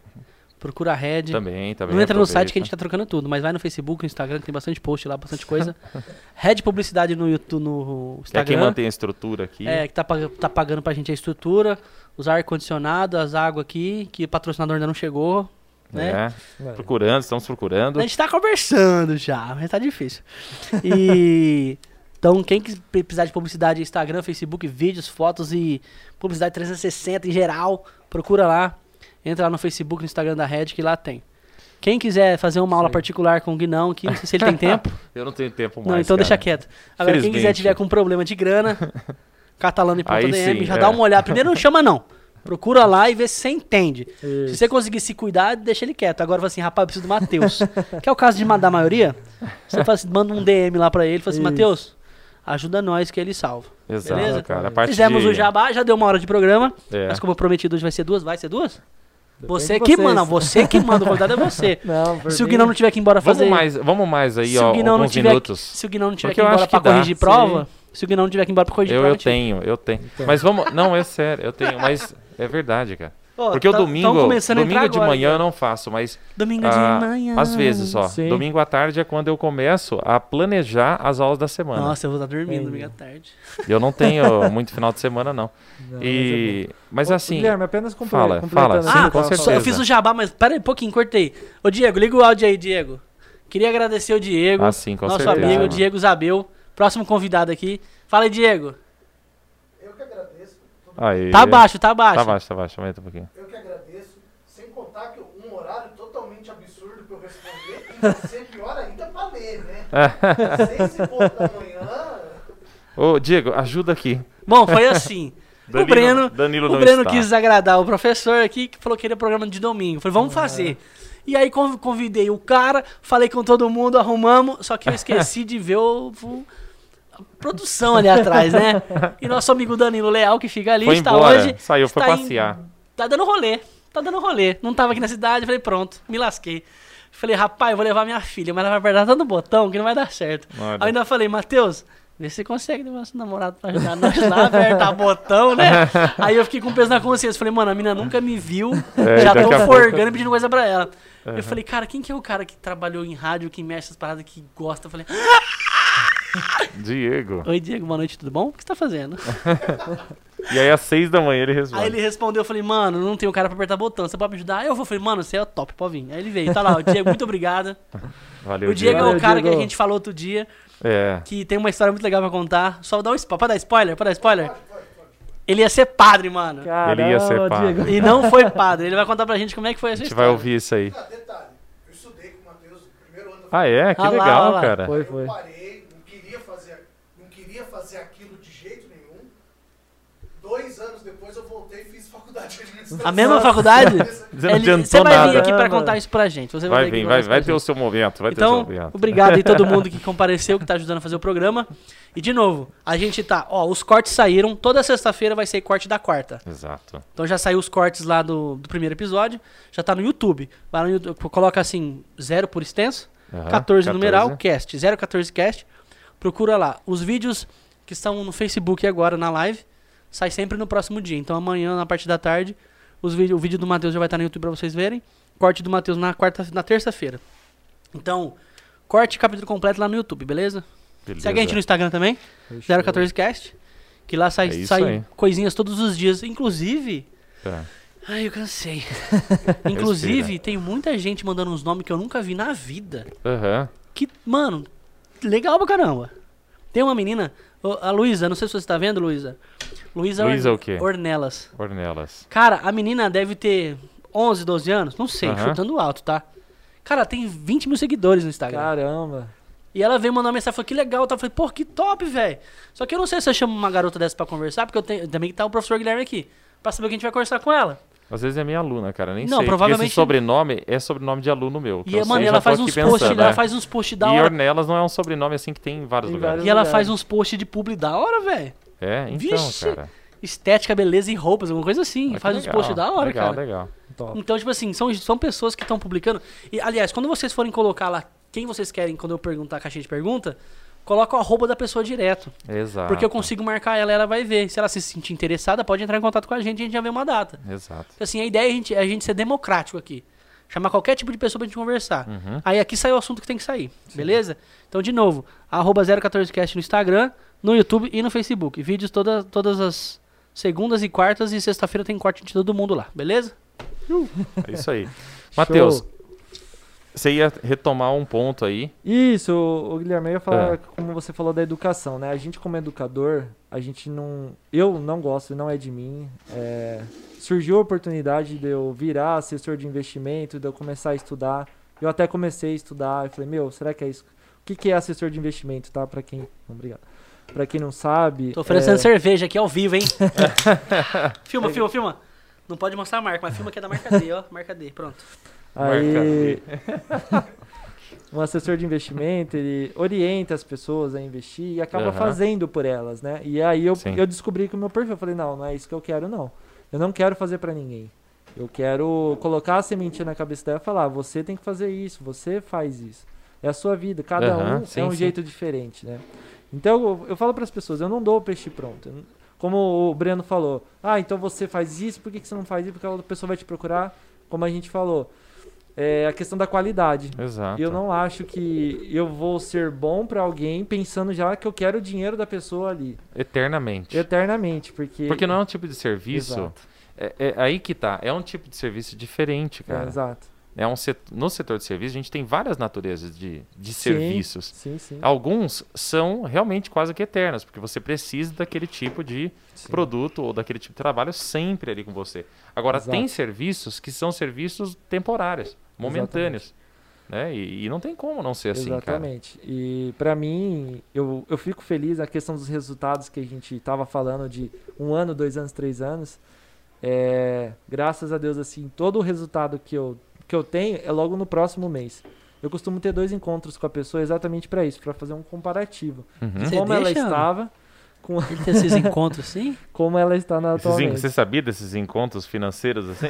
procura a Red. também, também. Não entra no aproveita. site que a gente tá trocando tudo, mas vai no Facebook, no Instagram, que tem bastante post lá, bastante coisa. Red Publicidade no YouTube, no Que é quem Instagram. mantém a estrutura aqui. É, que tá, pag- tá pagando pra gente a estrutura, os ar-condicionado, as águas aqui, que o patrocinador ainda não chegou. né? né? Procurando, estamos procurando. A gente tá conversando já, mas tá difícil. E. Então, quem quis- precisar de publicidade, Instagram, Facebook, vídeos, fotos e publicidade 360 em geral, procura lá. Entra lá no Facebook, no Instagram da Red, que lá tem. Quem quiser fazer uma aula Sei. particular com o Guinão, que não sei se ele tem tempo. Eu não tenho tempo mais. não, então deixa cara. quieto. Agora, quem quiser Felizmente. tiver com problema de grana, catalano e ponto Aí DM, sim, já é. dá uma olhada. Primeiro não chama, não. Procura lá e vê se você entende. Se Isso. você conseguir se cuidar, deixa ele quieto. Agora fala assim, rapaz, eu preciso do Matheus. que é o caso de ma- da maioria. Você fala assim, manda um DM lá pra ele e fala assim, Isso. Matheus, ajuda nós que ele salva. Exato, Beleza? cara. A parte Fizemos de... o jabá, já deu uma hora de programa. É. Mas como prometido, hoje vai ser duas? Vai ser duas? Depende você de que vocês. manda, você que manda. O convidado é você. Não, por Se o mim- Guinão não tiver que ir embora Vamos fazer... mais, vamos mais aí, se ó, o Guinão não alguns tiver, que- minutos. se o Guinão não tiver Porque que ir eu embora acho que pra dá. corrigir Sim. prova, se o Guinão não tiver que ir embora pra corrigir Eu, prova, eu tenho, eu tenho. Então. Mas vamos. Não, é sério, eu tenho. Mas é verdade, cara. Ó, Porque o tá- tão domingo. começando a entrar Domingo de agora, manhã cara. eu não faço, mas. Domingo de ah, manhã. Às vezes, ó. Sim. Domingo à tarde é quando eu começo a planejar as aulas da semana. Nossa, eu vou estar dormindo Entendi. domingo à tarde. Eu não tenho muito final de semana, não. Não, mas é é E. Mas Ô, assim. Guilherme, apenas comple- fala, completando fala, aqui, sim, com tá? certeza. Ah, Só, eu fiz o jabá, mas pera aí um pouquinho, cortei. Ô Diego, liga o áudio aí, Diego. Queria agradecer o Diego, Assim, com nosso certeza. amigo mano. Diego Zabel, próximo convidado aqui. Fala aí, Diego. Eu que agradeço, todo- Aí. Tá baixo, tá baixo. Tá baixo, tá baixo. Aumenta um pouquinho. eu que agradeço, sem contar que um horário totalmente absurdo pra eu responder e você pior ainda pra ler, né? É. Seis e pouco da manhã, Ô, Diego, ajuda aqui. Bom, foi assim. o Breno, Danilo o não Breno está. quis agradar o professor aqui, que falou que ele é programa de domingo. Falei, Ah. vamos fazer. E aí conv- convidei o cara, falei com todo mundo, arrumamos, só que eu esqueci de ver o, o- a produção ali atrás, né? E nosso amigo Danilo Leal, que fica ali, Foi está embora, hoje. saiu, foi está em- passear. Tá dando rolê, tá dando rolê. Não tava aqui na cidade, falei, pronto, me lasquei. Falei, rapaz, eu vou levar minha filha, mas ela vai apertar tanto botão que não vai dar certo. Olha. Aí ainda falei, Matheus, vê se você consegue levar seu namorado pra ajudar nós lá, apertar botão, né? Aí eu fiquei com peso na consciência. Falei, mano, a mina nunca me viu, É, já daqui tô a pouco- forgando e pedindo coisa pra ela. Eu falei, cara, quem que é o cara que trabalhou em rádio, que mexe essas paradas, que gosta? Eu falei, Diego. oi Diego, boa noite, tudo bom? O que você tá fazendo? E aí às seis da manhã ele responde. Aí ele respondeu, eu falei, mano, não tem um cara pra apertar botão, você pode me ajudar? Eu vou, Eu falei, mano, você é top, pode vir. Aí ele veio, tá lá, o Diego, muito obrigado. Valeu, O Diego é o Valeu, cara que Diego. a gente falou outro dia, É. que tem uma história muito legal pra contar. Só dá um spoiler, pode dar spoiler? Pode dar spoiler? Ele ia ser padre, mano. Caramba, Ele ia ser padre. Diego. E não foi padre. Ele vai contar pra gente como é que foi essa A gente história. vai ouvir isso aí. ah, detalhe, eu estudei com o Matheus no primeiro ano da Ah, é? Que Ah lá, ah legal, lá. cara. Foi, Eu foi. parei, não queria fazer, não queria fazer aquilo de jeito nenhum. Dois anos depois eu voltei e fiz faculdade de administração. A mesma faculdade? Você não Ele- adiantou você vai vir nada. aqui pra Caramba. contar isso pra gente. Você vai, Vai vir aqui vir, pra vai, contar vai isso ter pra o gente. seu momento, vai ter o seu Então, momento. obrigado aí todo mundo que compareceu, que tá ajudando a fazer o programa. E de novo, a gente tá, ó, os cortes saíram. Toda sexta-feira vai sair corte da quarta. Exato. Então já saiu os cortes lá do, do primeiro episódio, já tá no YouTube. Vai no YouTube, coloca assim, zero por extenso, Aham, 14 numeral, cast, 014 cast. Procura lá. Os vídeos que estão no Facebook agora, na live, sai sempre no próximo dia. Então amanhã, na parte da tarde, os vídeo, o vídeo do Matheus já vai estar no YouTube pra vocês verem. Corte do Matheus na quarta, na terça-feira. Então, Corte e capítulo completo lá no YouTube, beleza? Beleza. Segue a gente no Instagram também, Fechou. 014cast. Que lá sai, É isso sai aí. coisinhas todos os dias. Inclusive. Tá. Ai, eu cansei. Inclusive, tem muita gente mandando uns nomes que eu nunca vi na vida. Aham. Que, mano, legal pra caramba. Tem uma menina, ô, a Luísa, não sei se você tá vendo, Luísa. Luísa Or- Luísa é o quê? Ornelas. Ornelas. Cara, a menina deve ter 11, 12 anos, não sei, Aham. chutando alto, tá? Cara, tem 20 mil seguidores no Instagram. Caramba. E E ela veio mandar uma mensagem, falou, que legal, tá? Eu falei, pô, que top, velho. Só que eu não sei se eu chamo uma garota dessa pra conversar, porque eu tenho, também tá o professor Guilherme aqui, pra saber o que a gente vai conversar com ela. Às vezes é minha aluna, cara, nem Não, sei. porque provavelmente- Esse sobrenome é sobrenome de aluno meu. que E, eu mano, sei, ela Então, faz já tô aqui uns posts, né? pensando, ela é. faz uns posts da E hora. Ornelas não é um sobrenome assim que tem em vários Em lugares. E ela faz uns posts de publi da hora, velho. É, então, Vixe, cara. Estética, beleza e roupas, alguma coisa assim. Ah, que Faz uns legal, posts da hora, legal, cara. Legal, Top. Então, tipo assim, são, são pessoas que estão publicando. E, aliás, quando vocês forem colocar lá quem vocês querem, quando eu perguntar a caixinha de pergunta, coloca o arroba da pessoa direto. Exato. porque eu consigo marcar ela e ela vai ver. Se ela se sentir interessada, pode entrar em contato com a gente e a gente já vê uma data. Exato. Então, assim, a ideia é a gente, é a gente ser democrático aqui. Chamar qualquer tipo de pessoa pra gente conversar. Uhum. Aí aqui saiu o assunto que tem que sair, beleza? Então, de novo, arroba 014cast no Instagram, no YouTube e no Facebook. Vídeos toda, todas as segundas e quartas e sexta-feira tem corte de todo mundo lá, beleza? É isso aí. Matheus, Show. você ia retomar um ponto aí. Isso, o o Guilherme, eu ia falar É. como você falou da educação, né? A gente como educador, a gente não... Eu não gosto, não é de mim. É, Surgiu a oportunidade de eu virar assessor de investimento, de eu começar a estudar. Eu até comecei a estudar e falei, meu, será que é isso? O que que é assessor de investimento, tá? Pra quem... Obrigado. Pra quem não sabe... Tô oferecendo é... cerveja aqui ao vivo, hein? filma, filma, filma. Não pode mostrar a marca, mas filma que é da marca D, ó. Marca D, pronto. Aí, um assessor de investimento, ele orienta as pessoas a investir e acaba Aham. fazendo por elas, né? E aí eu, Sim. eu descobri que o meu perfil, eu falei, não, não é isso que eu quero, não. Eu não quero fazer pra ninguém. Eu quero colocar a sementinha na cabeça dela e falar, ah, você tem que fazer isso, você faz isso. É a sua vida, cada Aham, um sim, é um sim. jeito diferente, né? Então eu, eu falo para as pessoas, eu não dou o peixe pronto. Eu não- Como o Breno falou, ah, então você faz isso, por que, que você não faz isso? Porque a outra pessoa vai te procurar, como a gente falou. É a questão da qualidade. Exato. Eu não acho que eu vou ser bom para alguém pensando já que eu quero o dinheiro da pessoa ali Eternamente. eternamente, porque Porque não é um tipo de serviço. Exato. É, é aí que tá. É um tipo de serviço diferente, É, cara. exato. É um set- No setor de serviço, a gente tem várias naturezas de, de Sim. serviços. Sim, sim. É um Alguns são realmente quase que eternos, porque você precisa daquele tipo de sim. produto ou daquele tipo de trabalho sempre ali com você. Agora, Exato. tem serviços que são serviços temporários, momentâneos. Né? E, e não tem como não ser assim, cara. Exatamente. E pra mim, eu, eu fico feliz na questão dos resultados que a gente tava falando de um ano, dois anos, três anos. É, graças a Deus, assim, todo o resultado que eu, que eu tenho é logo no próximo mês. Eu costumo ter dois encontros com a pessoa exatamente pra isso, pra fazer um comparativo. Uhum. Você como ela deixa? estava, Ele tem esses encontros, sim? como ela está na Esses en- atualmente. Você sabia desses encontros financeiros assim?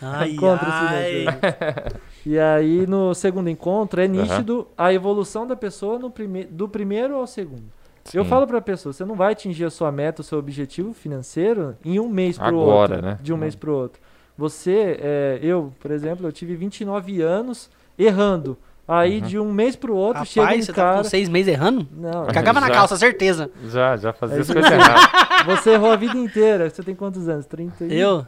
Ai, Encontro, ai. sim, E aí, no segundo encontro, é Aham. nítido a evolução da pessoa no prime... do primeiro ao segundo. Eu Sim. falo pra pessoa, você não vai atingir a sua meta, o seu objetivo financeiro em um mês pro Agora, outro. né? De um Não. mês pro outro. Você, é, eu, por exemplo, eu tive 29 anos errando. Aí, Uhum. de um mês pro outro, chega um Rapaz, você tá cara... com seis meses errando? Não, Cagava na Já. calça, certeza. já, já fazia É as isso coisas erradas. você errou a vida inteira. Você tem quantos anos? 30 e... Eu?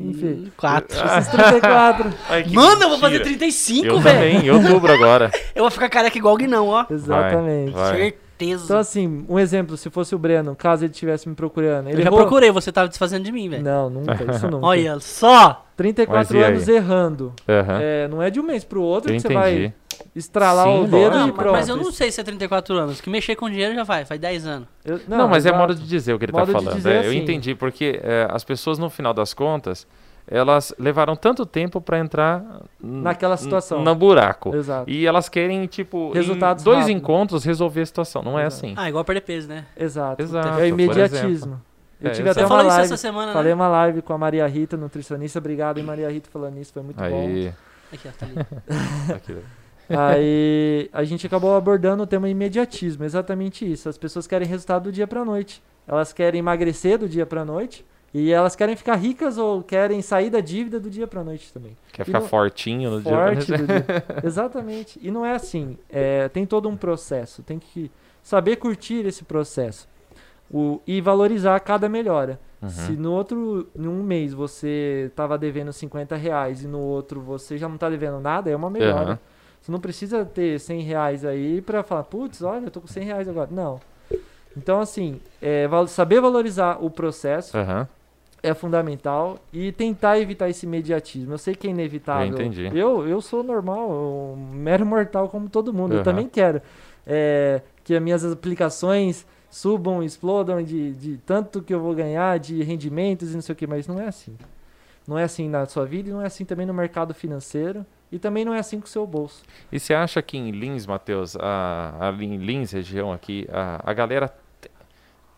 Enfim. Quatro. Esses 34. Ai, que Mano, eu vou fazer Ah, mentira. 35, Eu velho. também, em outubro agora. Eu vou ficar careca igual o Guinão, ó. Exatamente. Vai. Certeza. Então, assim, um exemplo, se fosse o Breno, caso ele estivesse me procurando, ele eu já errou- procurei, você tava desfazendo de mim, velho. Não, nunca, isso nunca. Olha só! 34 Mas e aí? anos errando. Aham. É, não é de um mês pro outro Eu que você entendi. vai estralar o Sim, dedo Não, mas- e pronto. mas eu não sei se é 34 anos. Que mexer com dinheiro já vai, faz 10 anos. Eu- Não, mas é exato. modo de dizer o que ele Modo tá de falando. dizer é, Eu assim. entendi, porque é, as pessoas, no final das contas, elas levaram tanto tempo pra entrar n- Naquela n- situação. No buraco. Exato, E elas querem, tipo, Resultados em dois rápido. encontros resolver a situação. Não é assim. Ah, igual perder peso, né? exato. Exato, É o por imediatismo. Eu É, tive Você até exato. uma falou isso live. essa semana, Falei né? uma live com a Maria Rita, nutricionista. Obrigado, hein, Maria Rita, falando isso. Foi Ah, muito bom. Aí. Aqui, ó, tá ali. aqui. Aí a gente acabou abordando o tema imediatismo, exatamente isso. As pessoas querem resultado do dia pra noite. Elas querem emagrecer do dia pra noite e E elas querem ficar ricas ou querem sair da dívida do dia pra noite também. Quer E ficar não- fortinho no forte. dia. Dudu. Exatamente. E não é assim. É, tem todo um processo. Tem que saber curtir esse processo O- e valorizar cada melhora. Uhum. Se no outro, num mês você estava devendo 50 reais e no outro você já não está devendo nada, é uma melhora. Aham. Você não precisa ter 100 reais aí para falar, putz, olha, eu tô com 100 reais agora. Não. Então, assim, é, val- saber valorizar o processo Aham. é fundamental e tentar evitar esse imediatismo. Eu sei que é inevitável. Eu entendi. Eu, eu sou normal, um mero mortal como todo mundo. Eu Aham. também quero é, que as minhas aplicações subam, explodam de, de tanto que eu vou ganhar, de rendimentos e não sei o que, mas não é assim. Não é assim na sua vida e não é assim também no mercado financeiro e também não é assim com o seu bolso. E você acha que em Lins, Matheus, a, ali em Lins, região aqui, a, a galera te-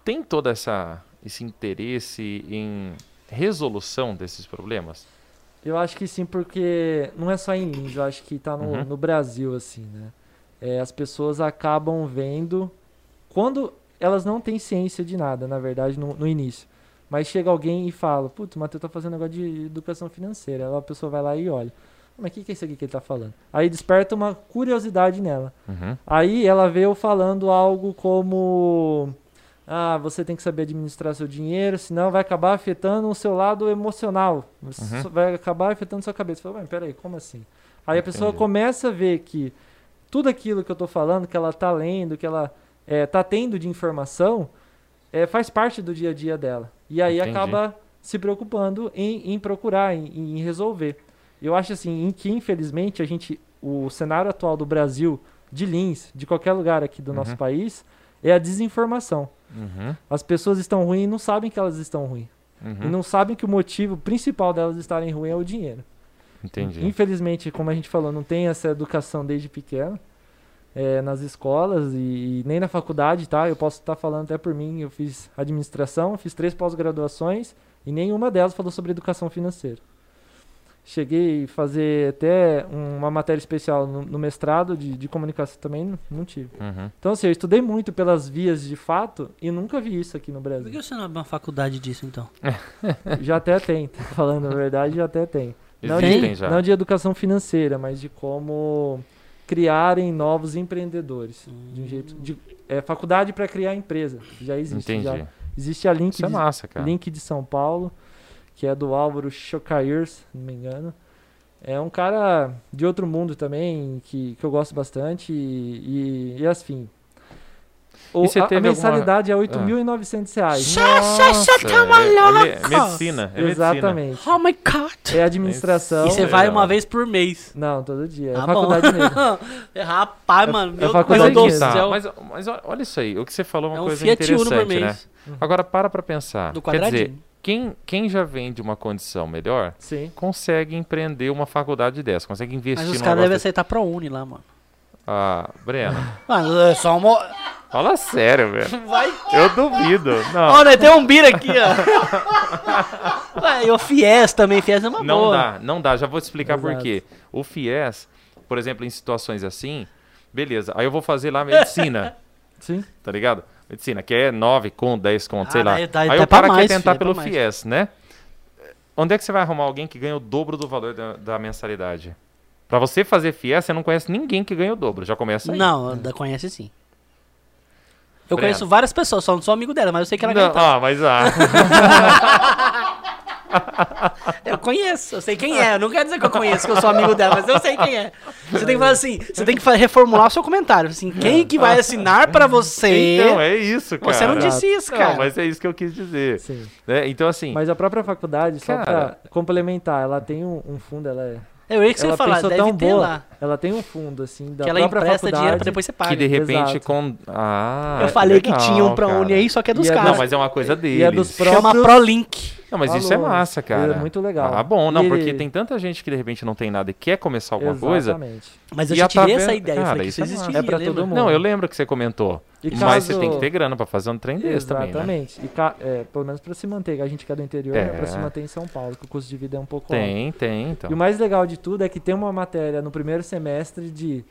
tem todo essa, esse interesse em resolução desses problemas? Eu acho que sim, porque não é só em Lins, eu acho que tá no, Uhum. no Brasil, assim, né? É, as pessoas acabam vendo quando elas não têm ciência de nada, na verdade, no, no início. Mas chega alguém e fala, putz, o Matheus tá fazendo negócio de educação financeira. Ela, a pessoa vai lá e olha. Mas o que, que é isso aqui que ele tá falando? Aí desperta uma curiosidade nela. Uhum. Aí ela veio falando algo como: Ah, você tem que saber administrar seu dinheiro, senão vai acabar afetando o seu lado emocional. Você Uhum. só vai acabar afetando sua cabeça. Falei, mas peraí, como assim? Aí a pessoa Entendi. começa a ver que tudo aquilo que eu tô falando, que ela tá lendo, que ela eh, tá tendo de informação, eh, faz parte do dia a dia dela. E aí Entendi. acaba se preocupando em, em procurar, em, em resolver. Eu acho assim, em que infelizmente a gente, o cenário atual do Brasil, de Lins, de qualquer lugar aqui do nosso Uhum. país, é a desinformação. Uhum. As pessoas estão ruins e não sabem que elas estão ruins. Uhum. E não sabem que o motivo principal delas estarem ruins é o dinheiro. Entendi. Infelizmente, como a gente falou, não tem essa educação desde pequeno é, nas escolas e, e nem na faculdade, tá? Eu posso estar falando até por mim. Eu fiz administração, fiz três pós-graduações e nenhuma delas falou sobre educação financeira. Cheguei a fazer até um, uma matéria especial no, no mestrado de, de comunicação também, não- não tive. Uhum. Então, assim, eu estudei muito pelas vias de fato e nunca vi isso aqui no Por Brasil. que você não abre uma faculdade disso, então? Já até tem, tá falando a verdade, já até tem. Não Existem de, já. não de educação financeira, mas de como criarem novos empreendedores. De um jeito. De, é, faculdade para criar empresa. que Já existe. Entendi. já. Existe a Link, Isso é de, massa, cara. Link de São Paulo, que é do Álvaro Chocair, se não me engano. É um cara de outro mundo também, que, que eu gosto bastante. E, e, e assim. O, você a, a teve alguma- mensalidade é Ah. R$ 8.900. reais. Nossa, tá é, é me- medicina. É medicina. Exatamente. Oh my god! É administração. Não, e você é, vai não. uma vez por mês. Não, todo dia. É Ah, faculdade mesmo. É, Rapaz, mano, meu Mas, faculdade é. Deus do aí que Exatamente. tá, céu. mas, mas o- olha isso aí, o que você falou é uma é um coisa Fiat Uno por interessante, né? mês. Agora para pra pensar. Do Quer dizer, quadradinho. quem, quem já vem de uma condição melhor, Sim. consegue empreender uma faculdade dessa, consegue investir Mas os num caras negócio devem desse. aceitar pro Uni lá, mano. Ah, Breno, Mas é só uma. fala sério, velho. Vai. Eu duvido. Não, Ó, nós tem um Bira aqui, ó. Vai, o Fies também, Fies é uma não boa. dá, não dá. Já vou te explicar por Exato. quê. O FIES, por exemplo, em situações assim, beleza, aí eu vou fazer lá medicina. Sim. tá ligado? Medicina, que é 9 com 10 conto, Ah, sei lá. daí- daí Aí dá o pra cara mais, quer tentar filho, dá pelo pra mais. FIES, né? Onde é que você vai arrumar alguém que ganha o dobro do valor da, da mensalidade? Pra você fazer FIES, você não conhece ninguém que ganha o dobro. Já começa aí. Não, da- conhece sim. Eu Breno. conheço várias pessoas, só não sou amigo dela, mas eu sei que ela Não, ganha. ah, mas ah. Eu conheço, eu sei quem é. Eu não quero dizer que eu conheço, que eu sou amigo dela, mas eu sei quem é. Você tem que falar assim, você tem que fa- reformular o seu comentário. Assim, quem que vai assinar pra você? então, é isso, cara. você não disse isso, Não, cara. mas é isso que eu quis dizer. Sim. né? Então, assim, Mas a própria faculdade, só Cara. pra complementar, ela tem um, um fundo, ela é. Eu ia que você ela ia falar, pensou deve tão ter boa, lá. ela tem um fundo, assim, da que ela própria empresta dinheiro faculdade. pra depois você que paga. de repente exato. com... Ah, Eu falei que legal, tinha um pra cara. Uni aí, só que é dos E é- caras. Não, mas é uma coisa deles. E é dos pró- Chama próprios- ProLink. Não, mas isso é Valores. massa, cara. É muito legal. Ah, bom, não, E- porque tem tanta gente que de repente não tem nada e quer começar alguma coisa. Exatamente. Mas eu E já a tive taverna- essa ideia. eu Cara, falei que isso isso é massa. existia. É pra lembra? todo mundo. Não, eu lembro que você comentou. E Mas caso- você tem que ter grana pra fazer um trem desse também, né? Exatamente. E ca- é, pelo menos pra se manter, a gente que é do interior, É. né, pra se manter em São Paulo, que o custo de vida é um pouco alto. Tem, tem, então. E o mais legal de tudo é que tem uma matéria no primeiro semestre de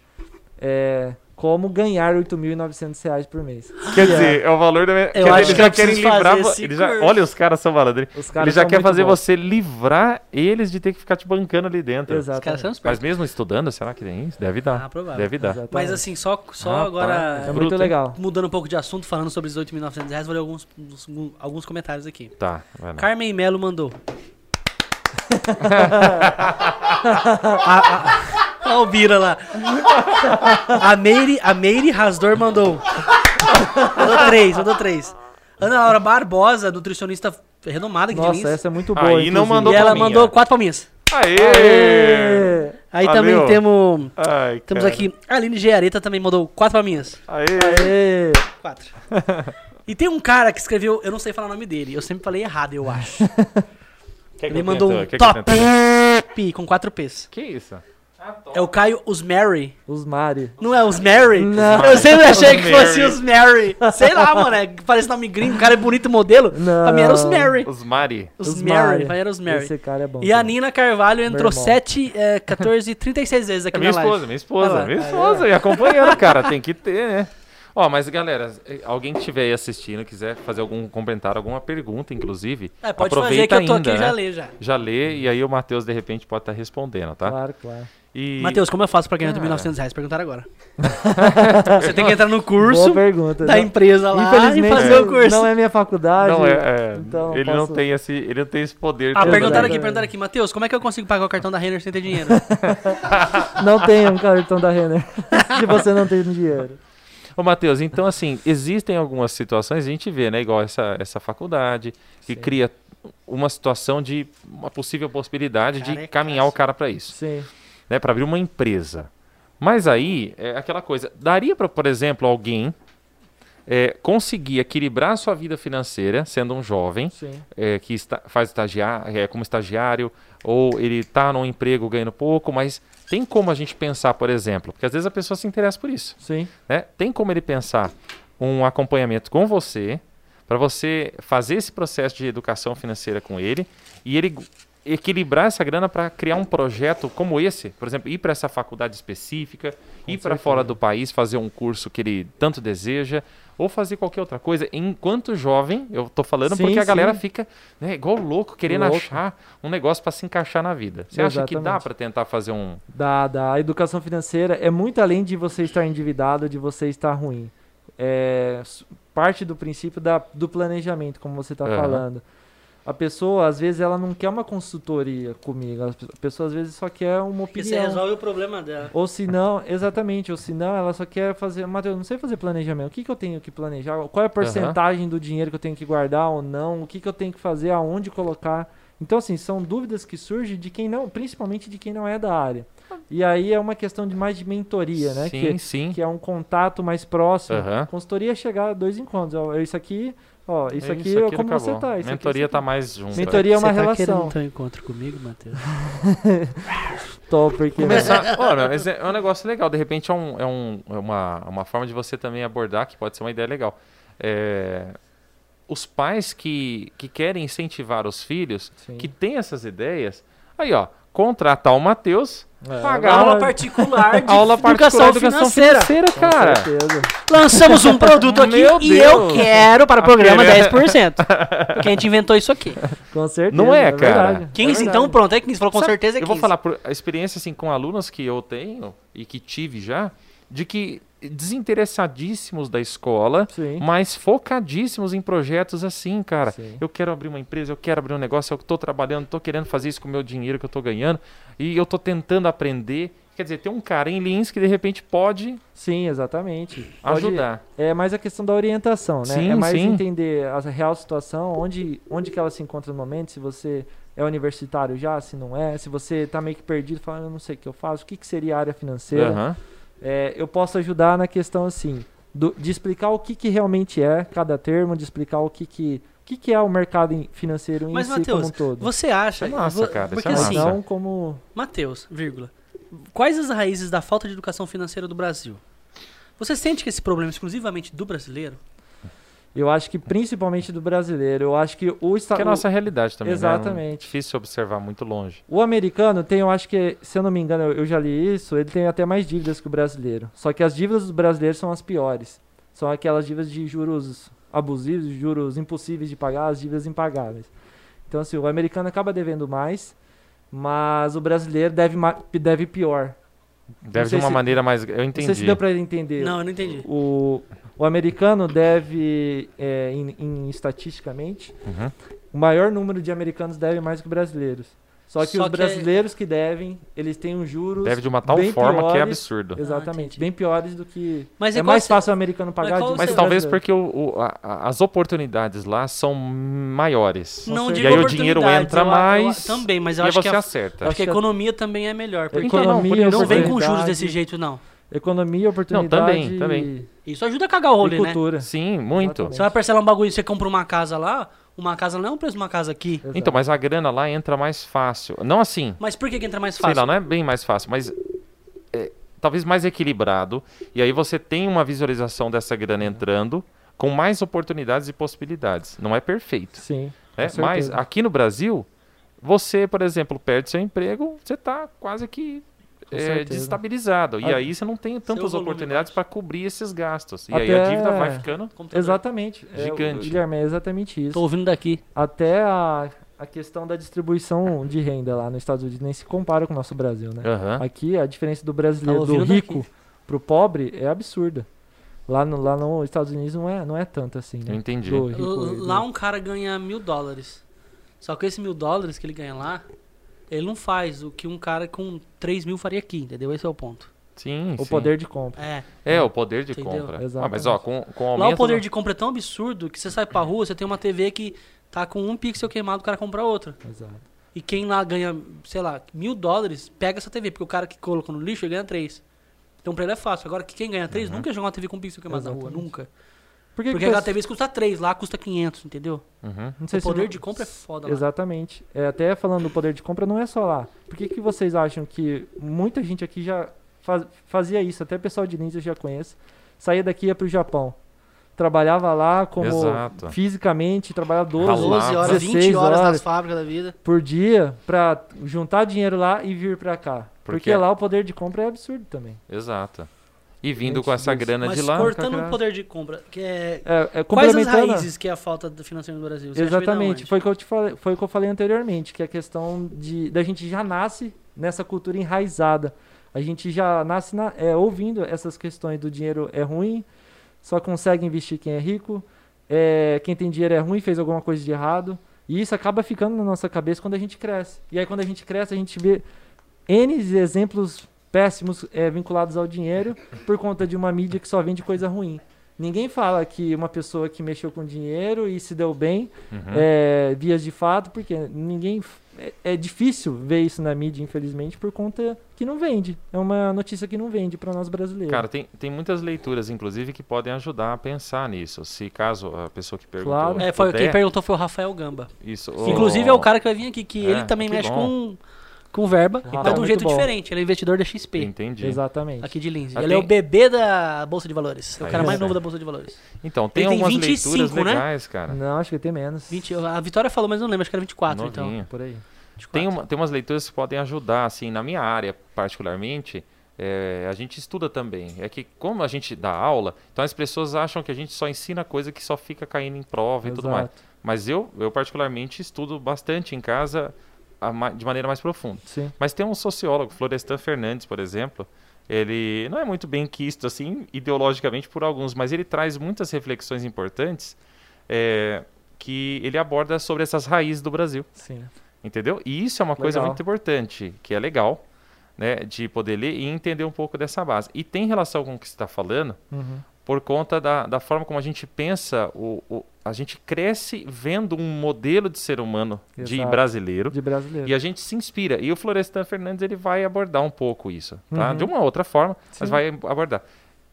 é, como ganhar R$ 8.900 reais por mês. Quer dizer, é o valor da minha... Eu quer acho dizer, que eu preciso fazer vo- esse eles já- curso. Olha, os caras são malandros. Os caras Ele já são quer muito fazer bons. você livrar eles de ter que ficar te bancando ali dentro. Os caras são Exatamente. Mas espertos. mesmo estudando, será que tem isso? Deve Ah, dar. provável. Deve dar. Exatamente. Mas assim, só, só Rapaz, É agora, muito Bruto. legal. mudando um pouco de assunto, falando sobre os 8.900 reais, vou ler alguns, um, alguns comentários aqui. Tá, vai lá. Carmen Melo mandou. a, a, a, o Bira lá. A Meire, a Meire Rasdor mandou. Mandou três, mandou três. Ana Laura Barbosa, nutricionista renomada aqui de Nossa, Lins. essa é muito boa. Aí não inclusive. mandou e ela palminha. mandou quatro palminhas. Aê! Aí Valeu. também temos, Ai, temos cara. aqui a Aline Geareta também mandou quatro palminhas. Aê! Ê, Quatro. E tem um cara que escreveu, eu não sei falar o nome dele, eu sempre falei errado, eu acho. Quer que Ele eu mandou tente- um quer que eu então? top. tente? Pi, com quatro P's. Que isso? É o Caio Osmary. Os Mari. Não é os Mary? Não. Eu sempre achei que Os Mary. fosse os Mary. Sei lá, mano. É, que parece nome gringo, o cara é bonito modelo. Não. Pra mim era os Mary. Os Mari. Os, Mary. Pra mim era os Esse Mary. cara é bom. E a também. Nina Carvalho entrou irmão. 7, é, 14, 36 vezes É aqui minha na esposa, live. minha esposa, Vai lá. minha esposa. E acompanhando, cara, tem que ter, né? Ó, mas galera, eh, alguém que estiver aí assistindo, quiser fazer algum comentário, alguma pergunta, inclusive, É, pode fazer aproveita que eu tô ainda, aqui né? já lê já. Já lê e aí o Matheus, de repente, pode estar respondendo, tá? Claro, claro. E... Matheus, como eu faço pra ganhar Cara. 2.900 reais? Perguntaram agora. Você tem que entrar no curso Boa pergunta. da Não- empresa lá e Infelizmente, fazer o curso. não é minha faculdade. Não, é, é, Então, ele, não posso- tem esse, ele não tem esse poder. Ah, todo, perguntaram né? aqui, perguntaram aqui, Matheus, como é que eu consigo pagar o cartão da Renner sem ter dinheiro? Não tem um cartão da Renner. se você não tem dinheiro. Ô, Matheus, então, assim, existem algumas situações, a gente vê, né? Igual essa, essa faculdade, que Sim. cria uma situação de uma possível possibilidade de Careca. caminhar o cara para isso, Sim. né? Para abrir uma empresa. Mas aí, é aquela coisa, daria para, por exemplo, alguém é, conseguir equilibrar a sua vida financeira, sendo um jovem, Sim. é, que está, faz estagiário, é, como estagiário, ou ele está num emprego ganhando pouco, mas tem como a gente pensar, por exemplo, porque às vezes a pessoa se interessa por isso, Sim. né? Tem como ele pensar um acompanhamento com você, para você fazer esse processo de educação financeira com ele e ele gu- equilibrar essa grana para criar um projeto como esse, por exemplo, ir para essa faculdade específica, ir para certeza. fora do país, fazer um curso que ele tanto deseja, ou fazer qualquer outra coisa. Enquanto jovem, eu tô falando Sim, porque a sim. galera fica né, igual louco querendo Louco. achar um negócio para se encaixar na vida. Você acha que dá Exatamente. para tentar fazer um Dá, dá. A educação financeira é muito além de você estar endividado, de você estar ruim. É s- parte do princípio da, do planejamento, como você está Aham. falando. A pessoa, às vezes, ela não quer uma consultoria comigo. A pe- a pessoa, às vezes, só quer uma Porque você opinião. resolve o problema dela. Ou se não, exatamente, ou se não, ela só quer fazer. Matheus, eu não sei fazer planejamento. O que, que eu tenho que planejar? Qual é a porcentagem do dinheiro que eu tenho que guardar ou não? O que, que eu tenho que fazer? Aonde colocar? Então, assim, são dúvidas que surgem de quem não, principalmente de quem não é da área. E aí é uma questão de mais de mentoria, né? Sim, que, sim. que é um contato mais próximo. Aham. Consultoria é chegar a dois encontros. Ó, isso aqui, ó, isso É, aqui, isso é aqui como acabou. você tá. Isso aqui Mentoria você tá mais junto. Mentoria é uma você tá relação. querendo ter um encontro comigo, Matheus? Tô, porque. É. Começar, olha, mas é é um negócio legal. De repente é, um, é, um, é uma, uma forma de você também abordar, que pode ser uma ideia legal. É, os pais que, que querem incentivar os filhos, Sim. que têm essas ideias, aí ó, contratar o Matheus, É, pagar Aula particular de aula particular educação, de educação financeira. financeira, com cara. certeza. Lançamos um produto aqui Meu e eu Deus. quero para o programa querendo. 10%. Porque a gente inventou isso aqui. Com certeza. Não é, cara? verdade. 15, É então, verdade. pronto. É 15, falou com Sabe, certeza é 15. Eu vou falar por a experiência assim com alunos que eu tenho e que tive já, de que desinteressadíssimos da escola, Sim. mas focadíssimos em projetos assim, cara. Sim. Eu quero abrir uma empresa, eu quero abrir um negócio, eu tô trabalhando, tô querendo fazer isso com o meu dinheiro que eu tô ganhando e eu tô tentando aprender. Quer dizer, tem um cara em Lins que de repente pode Sim, exatamente. Pode- ajudar. É mais a questão da orientação, né? Sim, é mais sim. entender a real situação, onde, onde que ela se encontra no momento, se você é universitário já, se não é, se você tá meio que perdido, falando, eu não sei o que eu faço, o que, que seria a área financeira. Aham. É, eu posso ajudar na questão assim do- de explicar o que, que realmente é cada termo, de explicar o que, que, o que, que é o mercado em- financeiro em Mas, si Matheus, como um todo. Você acha... Isso é massa, cara, isso Porque é Mas assim, massa. não como. Matheus, vírgula. Quais as raízes da falta de educação financeira do Brasil? Você sente que esse problema é exclusivamente do brasileiro? Eu acho que principalmente do brasileiro. Eu acho que Tá o Que é Estados a nossa realidade também. né? Exatamente. Não- Difícil observar muito longe. O americano tem, eu acho que, se eu não me engano, eu, eu já li isso, ele tem até mais dívidas que o brasileiro. Só que as dívidas dos brasileiros são as piores. São aquelas dívidas de juros abusivos, de juros impossíveis de pagar, as dívidas impagáveis. Então, assim, o americano acaba devendo mais, mas o brasileiro deve, ma- deve pior. Deve de sei uma se- maneira mais. Eu Não entendi. sei se deu pra entender. Não, eu não entendi. O, o americano deve, é, em- em estatisticamente, Uhum. o maior número de americanos devem mais que brasileiros. Só que Só os que- brasileiros que devem, eles têm um juros. Deve de uma tal bem forma que é piores. absurdo. Exatamente, Ah, entendi. bem piores do que. Mas é igual mais você- fácil o americano pagar igual disso. você- Mas que o talvez brasileiro. porque o- o- a- a- as oportunidades lá são maiores. Não E digo aí o dinheiro oportunidades, entra eu- eu- mais também, mas eu e acho que você a, acerta. acho que a economia também é melhor. Porque Então, não, Economia, não vem com juros oportunidade, desse jeito, não. Economia, oportunidade. também, também. e- Isso ajuda a cagar o e rolê, né? cultura. Sim, muito. Exatamente. Você vai parcelar um bagulho, você compra uma casa lá, uma casa não é um preço de uma casa aqui. Exato. Então, mas a grana lá entra mais fácil. Não assim, Mas por que, que entra mais sei fácil? lá, não é bem mais fácil, mas é, talvez mais equilibrado. E aí você tem uma visualização dessa grana Uhum. entrando com mais oportunidades e possibilidades. Não é perfeito. Sim. né? certeza. Mas aqui no Brasil, você, por exemplo, perde seu emprego, você está quase que Com é, certeza. desestabilizado. E A- aí você não tem tantas volume oportunidades para cobrir esses gastos. E aí Até- a dívida vai ficando. Computador. Exatamente. É, o- Gigante. Guilherme, é exatamente isso. Tô ouvindo daqui. Até a, a questão da distribuição de renda lá nos Estados Unidos nem se compara com o nosso Brasil, né? Aham. Aqui a diferença do brasileiro Tá do ouvindo rico daqui. pro pobre é absurda. Lá no lá nos Estados Unidos não é não é tanto assim, Eu né? entendi. Do rico L- e do- Lá um cara ganha mil dólares. Só que esse mil dólares que ele ganha lá, ele não faz o que um cara com três mil faria aqui, entendeu? Esse é o ponto. Sim, o sim. poder de compra. É. É, o poder de Entendeu? compra. Ah, Exatamente. mas ó, com, com o aumento Lá o poder do- de compra é tão absurdo que você sai pra rua, você tem uma TV que tá com um pixel queimado, o cara compra outra. Exato. E quem lá ganha, sei lá, mil dólares, pega essa TV, porque o cara que colocou no lixo, ele ganha três. Então pra ele é fácil. Agora, que quem ganha três nunca joga uma TV com um pixel queimado na rua, Exatamente. nunca. Por que Porque que aquela pes- TV custa três, lá custa 500, entendeu? Uhum. não sei O se poder não- de compra é foda lá. Exatamente. É, até falando do poder de compra, não é só lá. Por que, que vocês acham que muita gente aqui já faz- fazia isso? Até pessoal de Lins eu já conheço. Saía daqui e ia pro Japão. Trabalhava lá como Exato. fisicamente, trabalhava 12 Ralava. horas 12 horas, 20 16 horas horas. nas fábricas da vida. por dia pra juntar dinheiro lá e vir pra cá. Porque- Porque lá o poder de compra é absurdo também. Exato. E vindo Gente, com essa Deus. grana Mas de lá. cortando com a- o poder de compra, que é... É, é, Quais as complementando- raízes que é a falta do financeiro no Brasil? Você acha que vem da Exatamente, onde? foi o que eu te falei, foi o que eu falei anteriormente, que é a questão de da gente já nasce nessa cultura enraizada. A gente já nasce na- é, ouvindo essas questões do dinheiro é ruim, só consegue investir quem é rico, é, quem tem dinheiro é ruim, fez alguma coisa de errado, e isso acaba ficando na nossa cabeça quando a gente cresce. E aí quando a gente cresce, a gente vê N exemplos péssimos é, vinculados ao dinheiro por conta de uma mídia que só vende coisa ruim. Ninguém fala que uma pessoa que mexeu com dinheiro e se deu bem Uhum. é, vias de fato, porque ninguém. É, é difícil ver isso na mídia, infelizmente, por conta que não vende. É uma notícia que não vende para nós brasileiros. Cara, tem, tem muitas leituras, inclusive, que podem ajudar a pensar nisso. Se caso a pessoa que perguntou. Claro. É, foi, quem puder, perguntou foi o Rafael Gamba. isso, Que, Inclusive é o cara que vai vir aqui, que É, ele também que mexe bom. Então, com, um, com verba Rafael, e faz de um muito jeito bom. diferente. Ele é investidor da XP, Entendi. Exatamente. aqui de Lindsay. Ah, Ele é tem- o bebê da Bolsa de Valores. É o Aí cara mais é. novo da Bolsa de Valores. Então, tem, Ele tem algumas 25, leituras né? legais, cara. Não, acho que tem menos. 20, a Vitória falou, mas eu não lembro, acho que era 24, então. Novinho. Por aí. 24. Tem, uma, tem umas leituras que podem ajudar, assim, na minha área particularmente, é, a gente estuda também. É que como a gente dá aula, então as pessoas acham que a gente só ensina coisa que só fica caindo em prova e tudo mais. Exato. Mas eu, eu particularmente estudo bastante em casa a ma- de maneira mais profunda. Sim. Mas tem um sociólogo, Florestan Fernandes, por exemplo, ele não é muito bem quisto assim ideologicamente por alguns, mas ele traz muitas reflexões importantes é, que ele aborda sobre essas raízes do Brasil. Sim. Entendeu? E isso é uma coisa Legal. muito importante, que é legal, né? De poder ler e entender um pouco dessa base. E tem relação com o que você está falando, Uhum. por conta da, da forma como a gente pensa, o, o- a gente cresce vendo um modelo de ser humano de Exato. brasileiro. De brasileiro. E a gente se inspira. E o Florestan Fernandes ele vai abordar um pouco isso, tá? Uhum. De uma outra forma, mas Sim. vai abordar.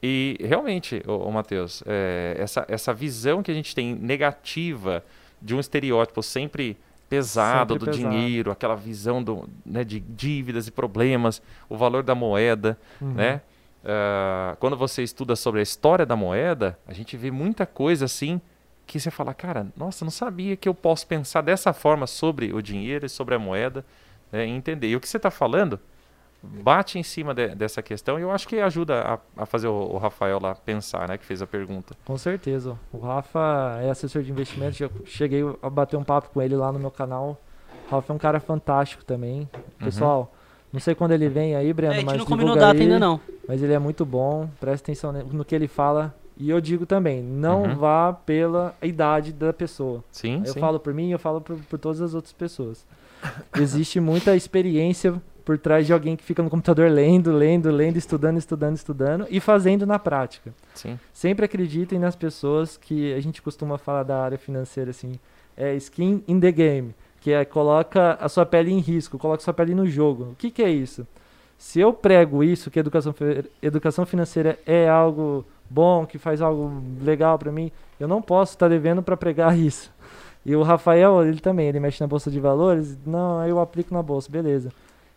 E realmente, ô, ô Matheus, é, essa, essa visão que a gente tem negativa de um estereótipo sempre pesado Sempre do pesado. dinheiro, aquela visão do, né, de dívidas e problemas, o valor da moeda, Uhum. né? Ah, quando você estuda sobre a história da moeda, a gente vê muita coisa assim que você fala, cara, nossa, não sabia que eu posso pensar dessa forma sobre o dinheiro e sobre a moeda né, e entender. E o que você está falando bate em cima de- dessa questão e eu acho que ajuda a, a fazer o, o Rafael lá pensar, né, que fez a pergunta. Com certeza. O Rafa é assessor de investimentos, já cheguei a bater um papo com ele lá no meu canal. O Rafa é um cara fantástico também. Uhum. Pessoal, não sei quando ele vem aí, É, Breno, a gente mas não combinou divulga data aí, ainda não. Mas ele é muito bom, presta atenção ne- no que ele fala. E eu digo também, não Uhum. vá pela idade da pessoa. Sim, Eu sim. falo por mim, eu falo por, por todas as outras pessoas. Existe muita experiência por trás de alguém que fica no computador lendo, lendo, lendo, estudando, estudando, estudando e fazendo na prática. sim. Sempre acreditem nas pessoas que a gente costuma falar da área financeira assim, é skin in the game, que é coloca a sua pele em risco, coloca sua pele no jogo. O que, que é isso? Se eu prego isso, que educação, fi- educação financeira é algo bom, que faz algo legal para mim, eu não posso estar devendo para pregar isso. E o Rafael, ele também, ele mexe na bolsa de valores, não, aí eu aplico na bolsa, beleza.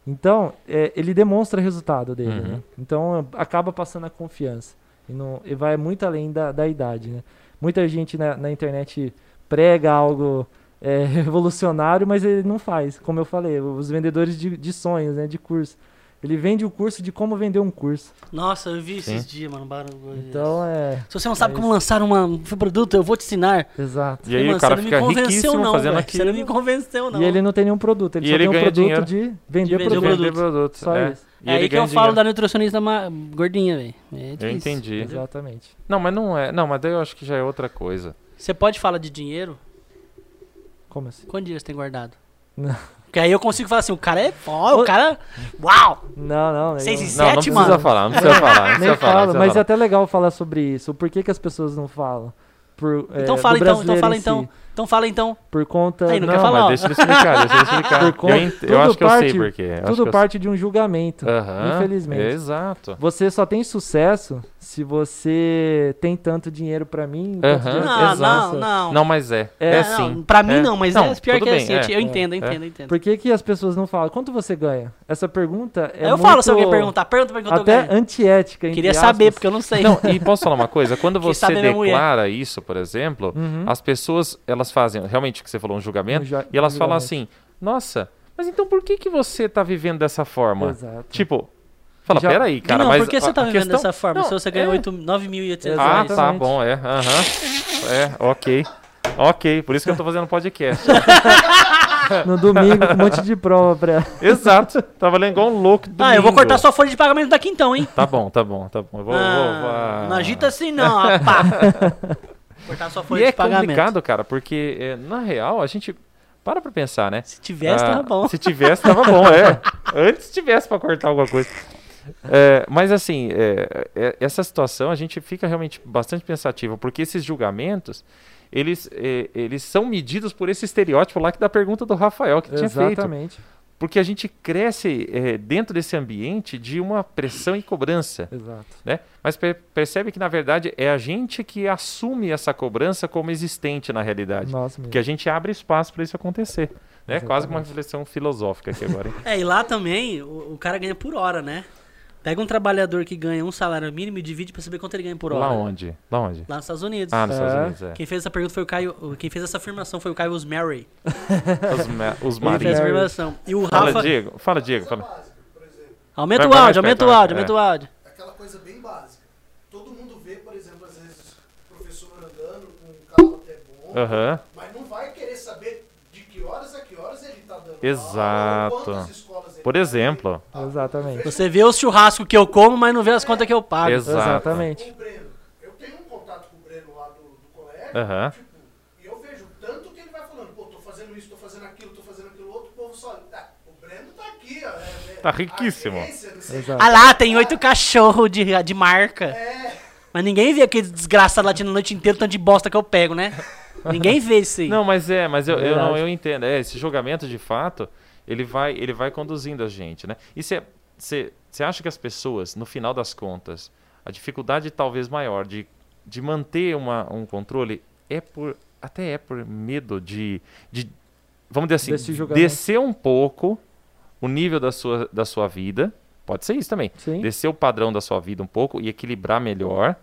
Então, é, ele demonstra resultado dele, Uhum. né? Então, acaba passando a confiança. E, não, e vai muito além da, da idade, né? Muita gente na, na internet prega algo é, revolucionário, mas ele não faz. Como eu falei, os vendedores de, de sonhos, né? De curso. Ele vende o curso de como vender um curso. Nossa, eu vi esses Sim. dias, mano. Barulho. Então, é... Se você não sabe como lançar uma- um produto, eu vou te ensinar. Exato. E aí Mano, o cara você não fica me convenceu riquíssimo não, fazendo velho. Você não aquilo. me convenceu, não. E ele não tem nenhum produto, ele E só ele tem um ganha produto dinheiro. de vender vender produto. produto. Vender produto. Só é. isso. E É aí ele que eu ganha falo dinheiro. da nutricionista ma- gordinha, velho. É Eu difícil. entendi. entendeu? Exatamente. Não, mas não é. Não, mas daí eu acho que já é outra coisa. Você pode falar de dinheiro? Como assim? Quanto dinheiro você tem guardado? Não. Porque aí eu consigo falar assim, o cara é foda, Ô- o cara... Uau! Não, não. eu- Seis e Não, não Sete, precisa mano. falar, não precisa falar. Não precisa Nem falar, falo, não precisa mas é falar. até legal falar sobre isso. Por que, que as pessoas não falam? Por, é, Então do fala então, então brasileiro fala em si. então. Então fala então. Por conta. Aí, não quer Não, falar, mas ó. deixa ele explicar, deixa ele explicar. Por Eu conta- ent- eu, tudo acho que eu parte- sei porquê. eu acho que Tudo eu É. parte de um julgamento. sei. Aham, infelizmente. Exato. Você só tem sucesso se você tem tanto dinheiro pra mim. tanto Aham. dinheiro pra Não, você. Ah, não, não. Não, mas é. É, Não, sim. não, pra mim É. não, mas Não, é pior tudo que é bem, assim. é. eu te- eu É. entendo, eu entendo, eu entendo. Por que, que as pessoas não falam? Quanto você ganha? Essa pergunta é. Aí eu falo se muito- alguém perguntar. Pergunta pra mim quanto eu Até ganho. antiética. Queria saber, porque eu não sei. Não, e posso falar uma coisa? Quando Quem você sabe é minha mulher. declara isso, por exemplo, Uhum. as pessoas, elas fazem realmente o que você falou, um julgamento, Um ju- e elas um falam julgamento. assim, nossa, mas então por que, que você tá vivendo dessa forma? Exato. Tipo, fala, Já- peraí, cara, não, mas por que você a- tá a vivendo questão- dessa forma? Não, se você ganha é. 8 9.800 Ah, reais. tá Exatamente. bom, é, aham, é, ok, ok, por isso que eu tô fazendo podcast. Tipo- No domingo, com um monte de prova pra. Exato, tava lendo igual um louco Ah, eu vou domingo. cortar sua folha de pagamento daqui então, hein? Tá bom, tá bom, tá bom, eu vou... vou- vou- Ah, Não agita assim não, rapá. cortar sua folha E é de pagamento. complicado, cara, porque é, na real a gente para pra pensar, né? Se tivesse, Ah, tava bom. Se tivesse, tava bom, é. Antes tivesse pra cortar alguma coisa. É, mas assim, é, é, essa situação a gente fica realmente bastante pensativo, porque esses julgamentos, eles, é, eles são medidos por esse estereótipo lá que da pergunta do Rafael que tinha feito. Exatamente. Porque a gente cresce é, dentro desse ambiente de uma pressão e cobrança Exato. né? Mas per- percebe que na verdade é a gente que assume essa cobrança como existente na realidade, Nossa, mesmo. porque a gente abre espaço para isso acontecer, né? Quase Exatamente. uma reflexão filosófica aqui agora. hein? É, e lá também o, o cara ganha por hora, né? Pega um trabalhador que ganha um salário mínimo e divide pra saber quanto ele ganha por hora. Lá onde? Lá onde? Lá nos Estados Unidos. Ah, nos É. Estados Unidos, é. Quem fez essa pergunta foi o Caio. Quem fez essa afirmação foi o Caio Osmary. Os, ma- Ele os fez marinhos. a Mary. afirmação. E o Fala, Rafa. Diego. Fala, Diego. Fala. Básica, por exemplo. Aumenta Vai, tá? o vai, áudio, vai, aumenta o vai, áudio, vai. aumenta o áudio. aquela coisa bem básica. Todo mundo vê, por exemplo, às vezes, o professor andando com um carro até bom, Aham. mas não vai querer saber de que horas a que horas ele tá dando. aula, Exato. quantas escolas ele Por tá exemplo. É. Exatamente. Você vê o churrasco que eu como, mas não vê as contas que eu pago. Exato. dando. Exatamente. O Breno, eu tenho um contato com o Breno lá do, do colégio, Aham. tipo, e eu vejo o tanto que ele vai falando, pô, tô fazendo isso, tô fazendo aquilo, tô fazendo aquilo, outro o povo só, olha, tá, o Breno tá aqui, ó. é- é- Tá riquíssimo. agência, não sei o Exato. Ah lá, tem oito cachorros de, de marca. É. Mas ninguém vê aquele desgraçado latindo a noite inteira, tanto de bosta que eu pego, né? Ninguém vê isso aí. Não, mas é, mas eu, eu, não, Verdade. eu entendo. É, esse julgamento de fato, ele vai, ele vai conduzindo a gente, né? E você acha que as pessoas, no final das contas, a dificuldade talvez maior de, de manter uma, um controle é por. Até é por medo de. de vamos dizer Desse assim, julgamento. descer um pouco o nível da sua, da sua vida. Pode ser isso também Sim. descer o padrão da sua vida um pouco e equilibrar melhor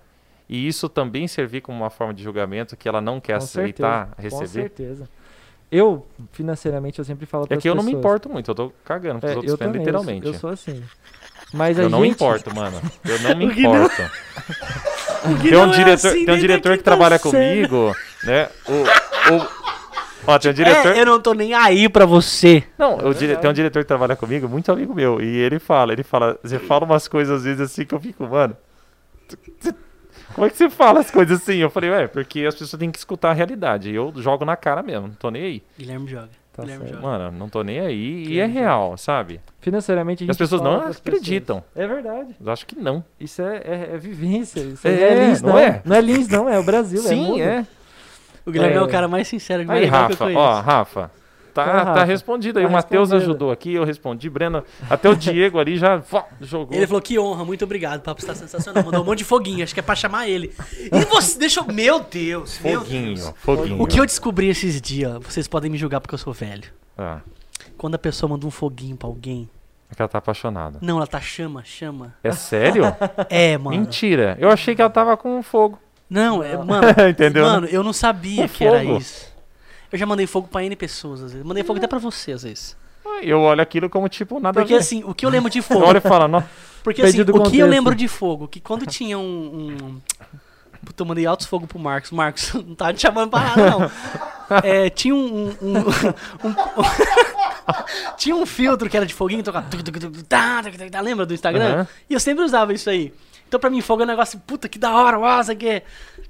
E isso também servir como uma forma de julgamento que ela não quer Com aceitar, certeza, Com receber. certeza. Eu, financeiramente, eu sempre falo É para que eu não me importo muito, eu tô cagando pros É, outros eu fãs, também, eu sou- literalmente. Eu sou assim. Mas a Eu não me gente- importo, mano. Eu não me O Gui não- importo. Tem é é um diretor, assim, assim, tem um diretor que trabalha tá comigo, né? O, o- Ó, tem um Tipo, diretor. É, eu não tô nem aí pra você. Não, o dire- tem um diretor que trabalha comigo, muito amigo meu, e ele fala, ele fala, você fala umas coisas às vezes assim que eu fico, mano. tu- tu- Como é que você fala as coisas assim? Eu falei, ué, porque as pessoas têm que escutar a realidade. E eu jogo na cara mesmo, não tô nem aí. Guilherme joga. Tá Guilherme certo. joga. Mano, não tô nem aí e é real, sabe? Financeiramente, a E gente as pessoas fala não pras acreditam. pessoas. É verdade. Eu acho que não. Isso é, é- é vivência. Isso não É, é Lins, não não. é? Não é Lins, não. É o Brasil. é Sim, mundo. é. O Guilherme é, o É. cara mais sincero mais Aí, legal Rafa, que eu ó, conheço. Rafa. Tá, Tá, tá Rafa. respondido aí. Tá o Matheus respondido. ajudou aqui, eu respondi. Breno, até o Diego ali já fó, jogou. Ele falou que honra, muito obrigado. O papo está sensacional. Mandou um monte de foguinho, acho que é pra chamar ele. E você deixou. Meu Deus, meu foguinho, Deus. foguinho. O que eu descobri esses dias, vocês podem me julgar porque eu sou velho. Ah, Quando a pessoa manda um foguinho pra alguém. é que ela tá apaixonada. Não, ela tá chama, chama. É sério? É, mano. Mentira. Eu achei que ela tava com fogo. Não, é, mano. Entendeu, Mano, eu não sabia Um que era fogo. isso. Eu já mandei fogo pra N pessoas, às vezes. Mandei fogo até pra você, às vezes. Eu olho aquilo como tipo nada Porque a ver. assim, o que eu lembro de eu fogo. olho e falo, "Nó, Porque assim, Perdi o do que eu contexto. lembro de fogo? Que quando tinha um. um... Puta, eu mandei altos fogo pro Marcos. Marcos, não tá te chamando pra nada, não. É, tinha um. um- um- um- tinha um filtro que era de foguinho, tocava. tuc, tuc, tuc, tuc, tá, tuc, tuc, tá, Lembra do Instagram? Aham. E eu sempre usava isso aí. Então pra mim, fogo é um negócio, puta, que da hora, uau, isso aqui é.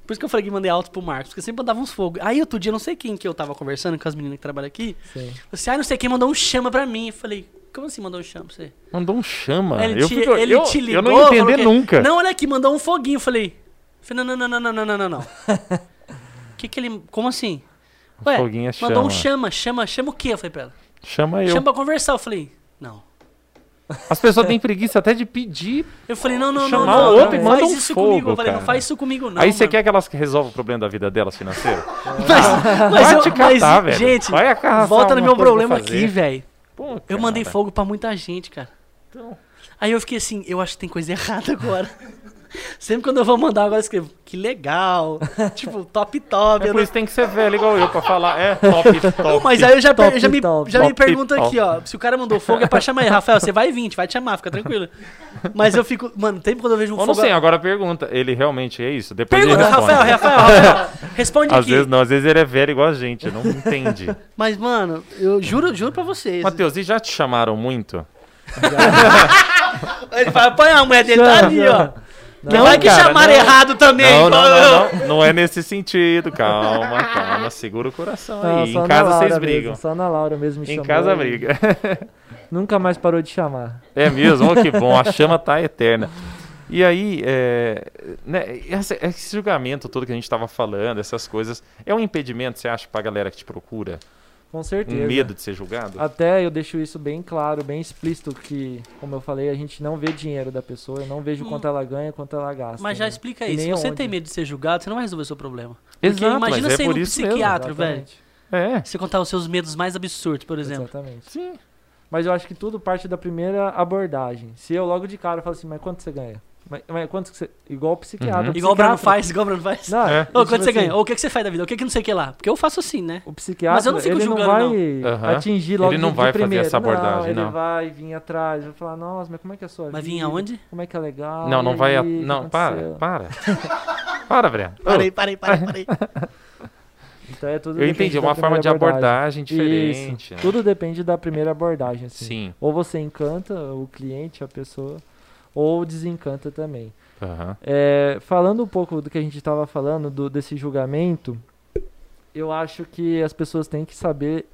Por isso que eu falei que mandei alto pro Marcos, porque eu sempre mandava uns fogos. Aí outro dia, não sei quem que eu tava conversando com as meninas que trabalham aqui, Sim. falou assim, ah, não sei quem mandou um chama pra mim. Eu falei, como assim mandou um chama pra você? mandou um chama. Ele, eu, te, fico- ele eu- te ligou. eu não ia falou entender que- nunca. Não, olha aqui, mandou um foguinho. Eu falei. falei, Não, não, não, não, não, não, não, não. que que ele. Como assim? Ué, foguinho é mandou um chama, chama. chama, chama o quê? Eu falei pra ela. Chama eu. Chama pra conversar. Eu falei, não. As pessoas têm preguiça até de pedir. Eu falei, não, não, Chamar não. não, o outro não, e faz manda um isso fogo, comigo. Eu falei, cara. não faz isso comigo, não. aí você mano. quer que elas resolvam o problema da vida delas financeira? Mas, mas, Vai eu- te mas, catar, velho. gente, Vai acarraçar volta no meu alguma coisa pra problema fazer. aqui, velho. Pô, Eu mandei cara. fogo pra muita gente, cara. Então. Aí eu fiquei assim, eu acho que tem coisa errada agora. Sempre quando eu vou mandar, agora eu escrevo, que legal, tipo, top, top. É eu por não- isso que tem que ser velho igual eu pra falar, é top, top. Mas aí eu já, per- Top, eu já, me, top, já me top, pergunto top. aqui, ó, se o cara mandou fogo é pra chamar ele. Rafael, você vai vir, te vai te chamar, fica tranquilo. Mas eu fico, mano, tempo quando eu vejo um Ou fogo... não sei, agora pergunta. Ele realmente é isso? Depois ele Pergunta, responde. Rafael, Rafael, Rafael, responde Às aqui. vezes não, às vezes ele é velho igual a gente, não entende. Mas, mano, eu juro, juro pra vocês. Matheus, e já te chamaram muito? Ele vai apanhar a mulher dele, tá Já, ali, já. ó. Não, Não, vai que cara, chamaram não. errado também. Não, não, igual eu. não, não, não é nesse sentido. Calma, calma, segura o coração Não, aí. só Em na casa Laura vocês brigam. mesmo, só na Laura mesmo me Em chamou casa e briga. Nunca mais parou de chamar. É mesmo, ó, que bom, a chama tá eterna. E aí, é, né, essa- esse julgamento todo que a gente tava falando, essas coisas, é um impedimento, você acha, pra galera que te procura? Com Um certeza. medo de ser julgado? Até eu deixo isso bem claro, bem explícito, que, como eu falei, a gente não vê dinheiro da pessoa, eu não vejo Hum. quanto ela ganha, quanto ela gasta. Mas já é né? explica E aí, se nem você onde. tem medo de ser julgado, você não vai resolver seu problema. Exato, mas imagina é você ir por num isso mesmo, psiquiatra, velho. Exatamente, É. Você contar os seus medos mais absurdos, por exemplo. Exatamente. Sim. Mas eu acho que tudo parte da primeira abordagem. Se eu logo de cara falo assim, mas quanto você ganha? Mas, mas quanto que você... Igual o psiquiatra. Uhum. o Igual o Bruno psiquiatra- faz, igual o Bruno faz. Não, É. ele, Ô, tipo quanto você assim, ganha? Ou o que, que você faz da vida? O que, que não sei o que lá? Porque eu faço assim, né? O psiquiatra, Mas eu não fico ele julgando, não vai Aham. atingir logo Ele não de, vai de fazer primeira. essa abordagem, ele não. vai vir atrás, vai falar, nossa, mas como é que é a sua Mas vida? vim aonde? Como é que é legal? Não, não E vai. a- aí, o que Não, para, aconteceu?" para. Para, Breno. Parei, parei, parei, parei. Então é tudo Eu depende entendi, é da uma forma de primeira abordagem Isso. diferente. né? Tudo depende da primeira abordagem, assim. Sim. Ou você encanta o cliente, a pessoa, ou desencanta também. Aham. É, falando um pouco do que a gente estava falando, do, desse julgamento, eu acho que as pessoas têm que saber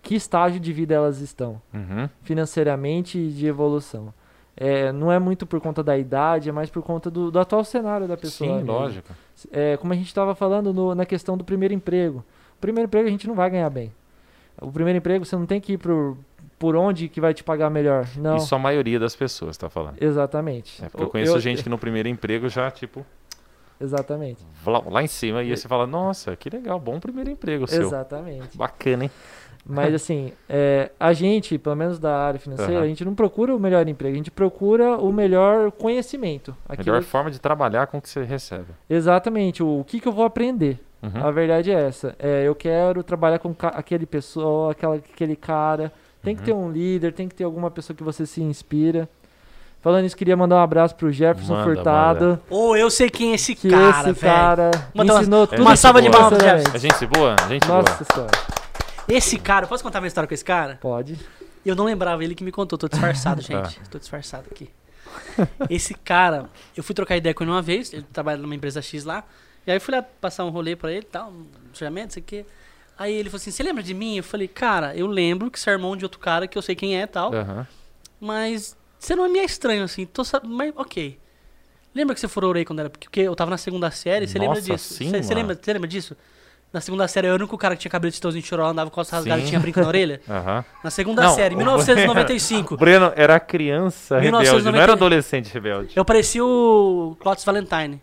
que estágio de vida elas estão, Uhum. financeiramente e de evolução. É, não é muito por conta da idade, é mais por conta do, do atual cenário da pessoa. Sim, mesmo. lógico. É, como a gente estava falando no- na questão do primeiro emprego. O primeiro emprego a gente não vai ganhar bem. O primeiro emprego você não tem que ir por, por onde que vai te pagar melhor. Não. Isso a maioria das pessoas tá falando. Exatamente. É, porque eu conheço gente que no primeiro emprego já, tipo. Exatamente. Lá, lá em cima, e aí você fala, nossa, que legal, bom primeiro emprego seu. Exatamente. Bacana, hein? Mas assim, é, a gente, pelo menos da área financeira, Aham. a gente não procura o melhor emprego, a gente procura o melhor conhecimento. Melhor Aquilo- forma de trabalhar com o que você recebe. Exatamente, o, o que, que eu vou aprender. Uhum. A verdade é essa. É, eu quero trabalhar com ca- aquele pessoa, aquela, aquele cara. Tem Uhum. que ter um líder, tem que ter alguma pessoa que você se inspira. Falando isso, queria mandar um abraço pro Jefferson Manda, Furtado. Ô, eu sei quem é esse Que cara, esse velho. cara Manda uma- ensinou tudo. Uma É gente salva de boa. palmas pro Sinceramente. Jefferson. É gente boa? Gente boa. Nossa senhora. Esse cara, posso contar minha história com esse cara? Pode. Eu não lembrava, ele que me contou, tô disfarçado, gente. Tá. Tô disfarçado aqui. Esse cara, eu fui trocar ideia com ele uma vez, ele trabalha numa empresa X lá, e aí eu fui lá passar um rolê pra ele e tal, um treinamento, sei o quê. Aí ele falou assim, você lembra de mim? Eu falei, cara, eu lembro que você é irmão de outro cara que eu sei quem é e tal, Aham. mas você não é meio estranho assim, tô sab... mas ok. Lembra que você furou orei quando era porque eu tava na segunda série, você lembra Nossa, disso? sim, você, você mano. lembra, você lembra disso? Na segunda série eu era o único cara que tinha cabelo de tãozinho de choró, andava com calça rasgada e Sim. tinha brinco na orelha. Aham. Na segunda Não, série, o- 1995. Breno era criança rebelde, não 1990. era adolescente rebelde. Eu parecia o Clotus Valentine.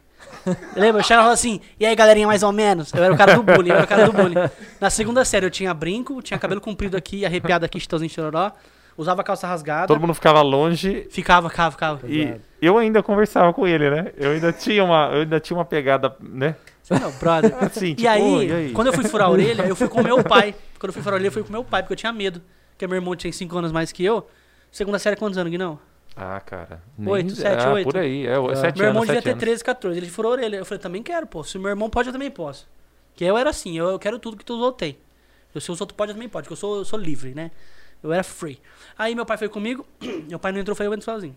Lembra? Eu chegava e falava assim, e aí galerinha, mais ou menos? Eu era o cara do bullying, eu era o cara do bullying. Na segunda série eu tinha brinco, tinha cabelo comprido aqui, arrepiado aqui, chitãozinho chororó, usava calça rasgada, Todo mundo ficava longe ficava, ficava, ficava. e Exato. eu ainda conversava com ele, né? Eu ainda tinha uma, eu ainda tinha uma pegada, né? Você não, é brother. Assim, E tipo, aí, "Oi, e aí?" quando eu fui furar a orelha, eu fui com meu pai. Quando eu fui furar a orelha, eu fui com meu pai, porque eu tinha medo. Porque meu irmão tinha 5 anos mais que eu. Segunda série, quantos anos, Guinão? Ah, cara. Oito, sete, ah, oito. por aí. É, o- Ah. sete Meu irmão anos, devia sete ter anos. 13, 14. Ele furou a orelha. Eu falei, também quero, pô. Se meu irmão pode, eu também posso. Que eu era assim, eu, eu quero tudo que todos outros têm. Eu, se os outros podem, eu também pode, porque eu sou, eu sou livre, né? Eu era free. Aí meu pai foi comigo, meu pai não entrou, foi eu entro sozinho.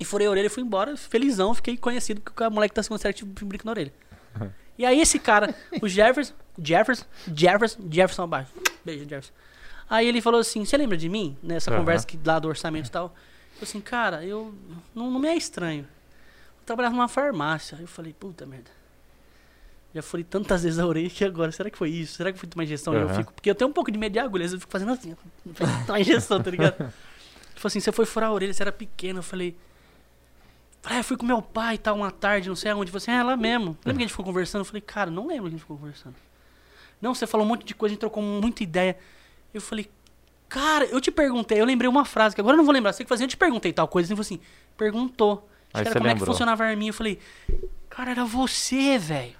E furei a orelha e fui embora, felizão, fiquei conhecido porque o moleque da segunda série tinha um brinco na orelha. E aí esse cara, o Jefferson, Jefferson, Jefferson, Jefferson abaixo. Beijo, Jefferson. Aí ele falou assim, você lembra de mim? Nessa Aham. conversa que, lá do orçamento e tal. Eu falei assim, cara, eu não, não me é estranho. Eu trabalhava numa farmácia. Aí eu falei, puta merda. Já furei tantas vezes a orelha que agora, será que foi isso? Será que foi uma injeção? E Eu Aham. fico, porque eu tenho um pouco de medo de agulha, às vezes eu fico fazendo assim, ó, fazendo uma injeção, tá ligado? Ele falou assim, você foi furar a orelha, você era pequeno. Eu falei, falei, ah, eu fui com meu pai e tal, uma tarde, não sei aonde. Você, ah, é lá mesmo. Lembra que a gente ficou conversando? Eu falei, cara, não lembro que a gente ficou conversando. Não, você falou um monte de coisa, a gente trocou muita ideia. Eu falei, cara, eu te perguntei, eu lembrei uma frase que agora eu não vou lembrar. Você que fazia, eu te perguntei tal coisa. Ele falou assim, perguntou. Aí Acho que você era como é que lembrou. funcionava a arminha. Eu falei, cara, era você, velho.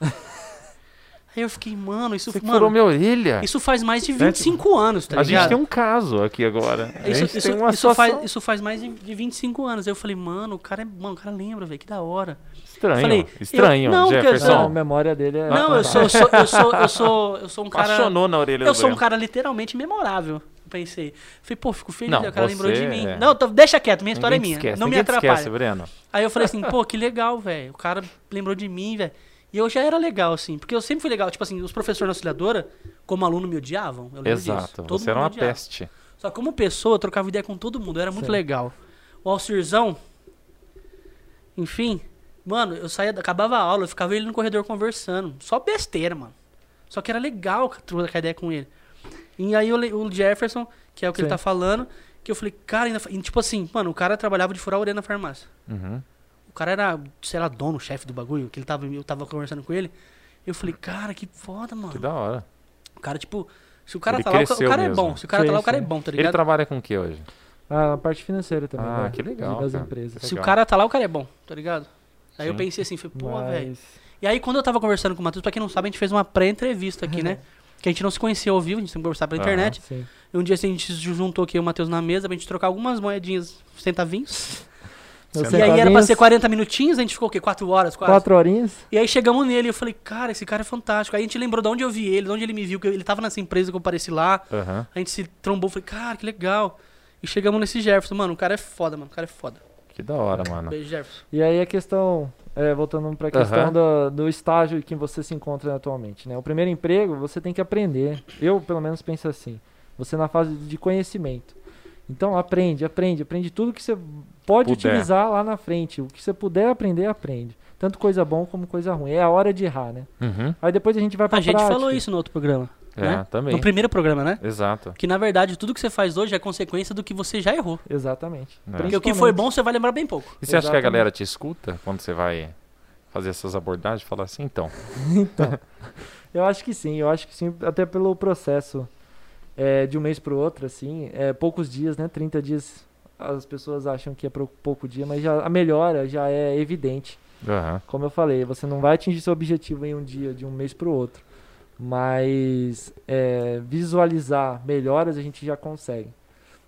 Aí eu fiquei, mano, isso, Você furou mano, minha orelha. isso faz mais de 25 anos, tá a ligado? gente tem um caso aqui agora. a Isso, gente isso- tem um uma isso faz, situação isso faz mais de- de 25 anos. Aí eu falei, mano, o cara é. Mano, o cara lembra, velho, que da hora. estranha. falei, estranho, eu- não, porque- Jefferson. Não, a memória dele é. Não, eu sou, eu sou, eu sou, eu sou, eu sou um cara. Apaixonou na orelha Eu do sou um Breno. cara literalmente memorável. eu Pensei. Falei, pô, fico feliz, Não, o cara lembrou de você mim. é- Não, tô- deixa quieto, minha história Ninguém é te minha. esquece, não me ninguém te atrapalha. Esquece, Breno. Aí eu falei assim, pô, que legal, velho. O cara lembrou de mim, velho. E eu já era legal, assim, porque eu sempre fui legal. Tipo assim, os professores na auxiliadora, como aluno, me odiavam. Eu lembro disso. Exato. Todo Você era mundo uma me odiava. peste. Só que como pessoa, eu trocava ideia com todo mundo, eu era muito Sim. legal. O Alcirzão, enfim, mano, eu saía, da- acabava a aula, eu ficava ele no corredor conversando. Só besteira, mano. Só que era legal ca- trocar ideia com ele. E aí eu le- o Jefferson, que é o que ele Sim. tá falando, que eu falei, cara, ainda. fa- e tipo assim, mano, o cara trabalhava de furar a orelha na farmácia. Uhum. O cara era, sei lá, dono, chefe do bagulho, que ele tava, eu tava conversando com ele. Eu falei, cara, que foda, mano. Que da hora. O cara, tipo, se o cara Ele tá lá, o ca- o cresceu cara é mesmo. bom. Se o cara Sim, tá lá, o cara é sim. bom, tá ligado? Ele trabalha com o que hoje? A parte financeira também. Ah, né? que legal, Das cara. empresas. Se o Legal. cara tá lá, o cara é bom, tá ligado? Aí eu Sim. pensei assim, falei, pô, Mas- velho. E aí quando eu tava conversando com o Matheus, pra quem não sabe, a gente fez uma pré-entrevista aqui, né? Que a gente não se conhecia ao vivo, a gente tem que conversar pela Aham. internet. Sim. E um dia assim, a gente se juntou aqui, eu e o Matheus na mesa, pra gente trocar algumas moedinhas, centavinhos. Meus E E aí era pra sentadinhos, ser 40 minutinhos, a gente ficou o quê? 4 horas quase? tá Quatro horinhas? E aí chegamos nele, eu falei, cara, esse cara é fantástico. Aí a gente lembrou de onde eu vi ele, de onde ele me viu, que ele tava nessa empresa que eu pareci lá. Aham. A gente se trombou, falei, cara, que legal. E chegamos nesse Jefferson, mano, o cara é foda, mano, o cara é foda. Que da hora, mano. Beijo, Jefferson. E aí a questão, é, voltando para a questão Aham. do, do estágio que você se encontra atualmente, né? O primeiro emprego você tem que aprender. Eu, pelo menos, penso assim. Você na fase de conhecimento. Então aprende, aprende, aprende tudo que você pode Puder. utilizar lá na frente. O que você puder aprender, aprende. Tanto coisa bom como coisa ruim. É a hora de errar, né? Uhum. Aí depois a gente vai pra A gente prática. falou isso no outro programa. É, né? também. No primeiro programa, né? Exato. Que na verdade tudo que você faz hoje é consequência do que você já errou. Exatamente. É. Porque o que foi bom você vai lembrar bem pouco. E você acha que a Exatamente. galera te escuta quando você vai fazer essas abordagens e falar assim, então. Eu acho que sim, eu acho que sim, até pelo processo é, de um mês para o outro, assim, é, poucos dias, né? 30 dias as pessoas acham que é pro- pouco dia, mas já, a melhora já é evidente. Aham. Como eu falei, você não vai atingir seu objetivo em um dia, de um mês para o outro, mas é, visualizar melhoras a gente já consegue.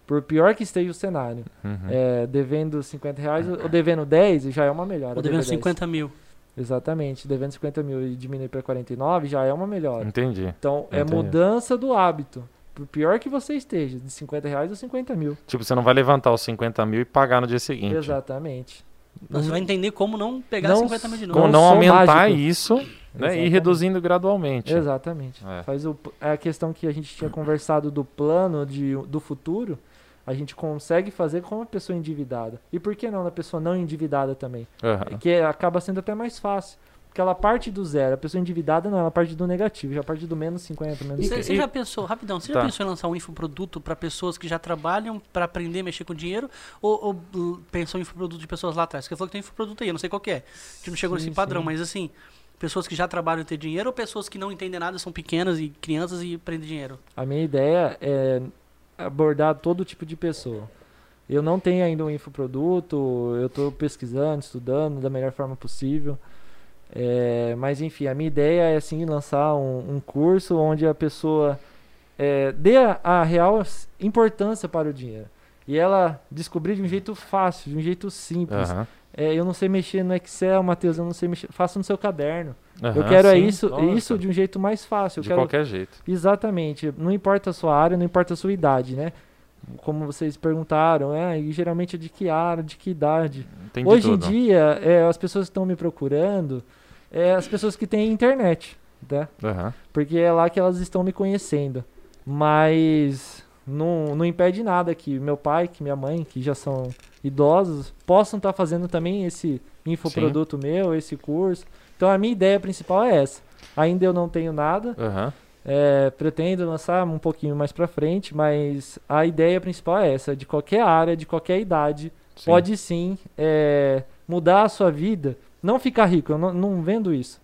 Por pior que esteja o cenário, Uhum. é, devendo 50 reais ou devendo 10 já é uma melhora. Uhum. Ou devendo dever 10. 50 mil. Exatamente, devendo 50 mil e diminuir para 49 já é uma melhora. Entendi. Então é Entendi. mudança do hábito. Por pior que você esteja, de 50 reais ou 50 mil. Tipo, você não vai levantar os 50 mil e pagar no dia seguinte. Exatamente. Então, Você vai entender como não pegar Não- 50 mil de Como novo. Não sou não aumentar mágico. isso né, e ir Exatamente. reduzindo gradualmente. Exatamente. É. Faz o, é a questão que a gente tinha conversado do plano de, do futuro. A gente consegue fazer com a pessoa endividada. E por que não na pessoa não endividada também? Aham. Que acaba sendo até mais fácil. Porque ela parte do zero. A pessoa endividada não, ela parte do negativo. Já parte do menos 50, menos Você, 50. você já pensou, rapidão, você Tá. já pensou em lançar um infoproduto para pessoas que já trabalham para aprender a mexer com dinheiro? Ou, ou, uh, pensou em infoproduto de pessoas lá atrás? Porque falou que tem infoproduto aí, eu não sei qual que é. A gente não chegou Sim, nesse padrão, sim. mas assim, pessoas que já trabalham e têm dinheiro ou pessoas que não entendem nada, são pequenas e crianças e aprendem dinheiro? A minha ideia é abordar todo tipo de pessoa. Eu não tenho ainda um infoproduto, eu estou pesquisando, estudando da melhor forma possível. É, mas enfim, a minha ideia é assim lançar um, um curso onde a pessoa é, dê a, a real s- importância para o dinheiro. E ela descobrir de um jeito fácil, de um jeito simples. Aham. É, eu não sei mexer no Excel, Matheus, eu não sei mexer. Faça no seu caderno. eu Aham, quero é sim. isso, Nossa, isso de um jeito mais fácil. Eu de quero qualquer jeito. Exatamente. Não importa a sua área, não importa a sua idade, né? Como vocês perguntaram, é, e geralmente é de que área, de que idade. Tem de Hoje tudo. em dia, é, as pessoas que estão me procurando é as pessoas que têm internet, né? Aham. Porque é lá que elas estão me conhecendo. Mas não, não impede nada que meu pai, que minha mãe, que já são idosos, possam estar fazendo também esse infoproduto meu, esse curso. Então a minha ideia principal é essa. Ainda eu não tenho nada, Aham. é, pretendo lançar um pouquinho mais pra frente, mas a ideia principal é essa: de qualquer área, de qualquer idade, Sim. pode sim é, mudar a sua vida. Não ficar rico, eu não, não vendo isso,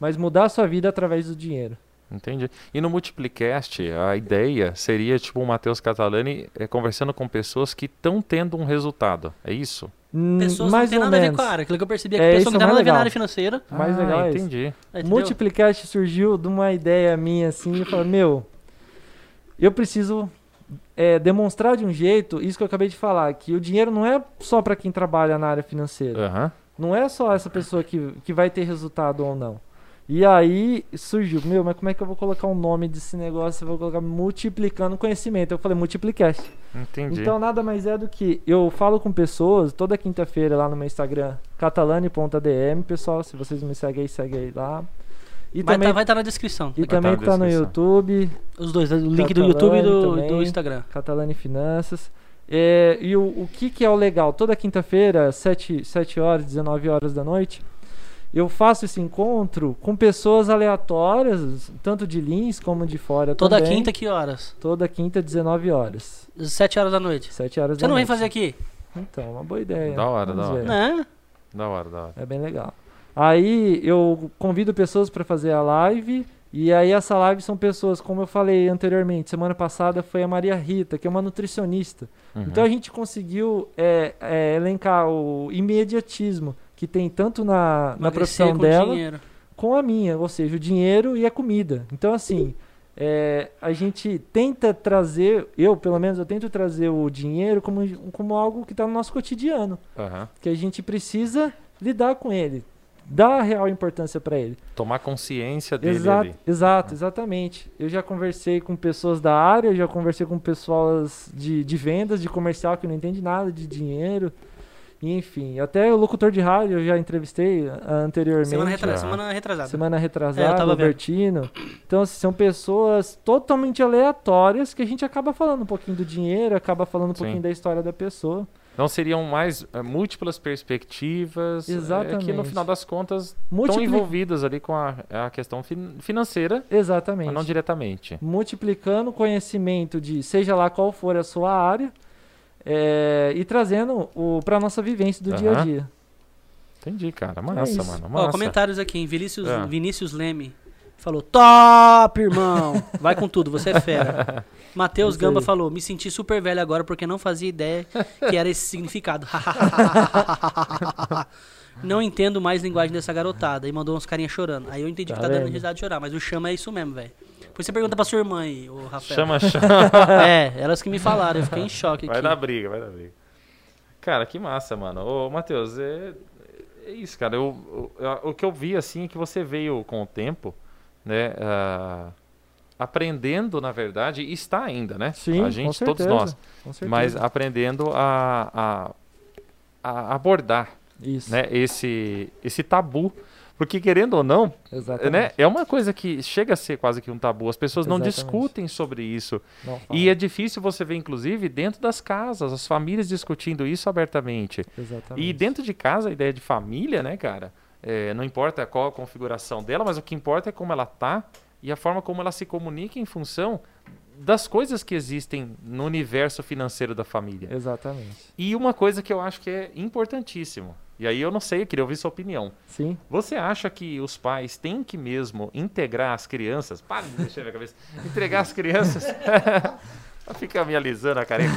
mas mudar a sua vida através do dinheiro. Entendi. E no Multiplicast, a ideia seria tipo o Matheus Catalani eh, conversando com pessoas que estão tendo um resultado. É isso? Hum, Pessoas mais que não têm ou nada a ver menos. com a área. Aquilo que eu percebi é que É, pessoas isso que é não mais nada a ver na legal. área financeira. né, Mais ah, legal é isso. entendi. entendeu? Multiplicast surgiu de uma ideia minha assim, eu falei, meu, eu preciso é, demonstrar de um jeito isso que eu acabei de falar, que o dinheiro não é só pra quem trabalha na área financeira. Aham. Não é só essa pessoa que, que vai ter resultado ou não. E aí surgiu, meu, mas como é que eu vou colocar o nome desse negócio? Eu vou colocar multiplicando conhecimento. Eu falei multiplicast. Entendi. Então nada mais é do que eu falo com pessoas toda quinta-feira lá no meu Instagram, catalane.adm, pessoal, se vocês não me seguem aí, segue aí lá. E Vai também estar na descrição. e Vai tá também na tá no descrição. YouTube, Os dois, o link do YouTube e do, Catalani do também. Instagram. Catalane Finanças. É, e o, o que, que é o legal? Toda quinta-feira, 7, 7 horas, 19 horas da noite, eu faço esse encontro com pessoas aleatórias, tanto de Lins como de fora Toda também. quinta, que horas? Toda quinta, 19 horas. 7 horas da noite. 7 horas Você da não vem noite. fazer aqui? Então, uma boa ideia. Da hora, da hora. É. Não. Da hora, da hora. É bem legal. Aí eu convido pessoas para fazer a live. E aí essa live são pessoas, como eu falei anteriormente, semana passada foi a Maria Rita, que é uma nutricionista. Uhum. Então a gente conseguiu é, é, elencar o imediatismo que tem tanto na, na Emagrecer profissão com dela dinheiro. com a minha, ou seja, o dinheiro e a comida. Então, assim, é, a gente tenta trazer, eu pelo menos, eu tento trazer o dinheiro como, como algo que está no nosso cotidiano, Aham. que a gente precisa lidar com ele, dar a real importância para ele. Tomar consciência dele exato, ali. Ah. exato, exatamente. Eu já conversei com pessoas da área, eu já conversei com pessoas de, de vendas, de comercial que não entende nada de dinheiro. E, Enfim, até o locutor de rádio eu já entrevistei ah, anteriormente. Semana, retra... Aham. semana retrasada. Semana É, eu retrasada, tava vendo. Albertino. Então, assim, são pessoas totalmente aleatórias que a gente acaba falando um pouquinho do dinheiro, acaba falando um Sim. pouquinho da história da pessoa. Então seriam mais eh, múltiplas perspectivas. eh, que no Exatamente. final das contas estão Multipli- envolvidas ali com a, a questão fin- financeira, mas Exatamente. não diretamente. Multiplicando o conhecimento de seja lá qual for a sua área é, e trazendo o para nossa vivência do dia a Aham. dia. Entendi, cara. Massa, isso. mano. Massa. Ó, comentários aqui, hein? Vinícius, Ah. Vinícius Leme falou: top, irmão! Vai com tudo, você é fera. Matheus Isso aí. Gamba falou: me senti super velho agora porque não fazia ideia que era esse significado. não entendo mais linguagem dessa garotada. E mandou uns carinhas chorando. Aí eu entendi Tá que tá dando vendo? risada de chorar, mas o chama é isso mesmo, velho. Depois você pergunta pra sua irmã aí, ô Rafael. Chama, chama. É, elas que me falaram, eu fiquei em choque Vai aqui. dar briga, vai dar briga. Cara, que massa, mano. Ô, Matheus, é, é isso, cara. Eu, eu- eu- o que eu vi, assim, é que você veio com o tempo, né? ah, aprendendo, na verdade, e está ainda, né? Sim, a gente, com certeza, todos nós. Com certeza. Mas aprendendo a, a, a abordar Isso, né, esse, esse tabu. Porque, querendo ou não, exatamente. né, é uma coisa que chega a ser quase que um tabu. As pessoas não Exatamente. discutem sobre isso. Não E fala. é difícil você ver, inclusive, dentro das casas, as famílias discutindo isso abertamente. Exatamente. E dentro de casa, a ideia de família, né, cara? É, não importa qual a configuração dela, mas o que importa é como ela tá e a forma como ela se comunica em função das coisas que existem no universo financeiro da família. Exatamente. E uma coisa que eu acho que é importantíssimo, e aí eu não sei, eu queria ouvir sua opinião. Sim, Você acha que os pais têm que mesmo integrar as crianças? Para de mexer minha cabeça. Entregar as crianças. Fica me alisando a careca.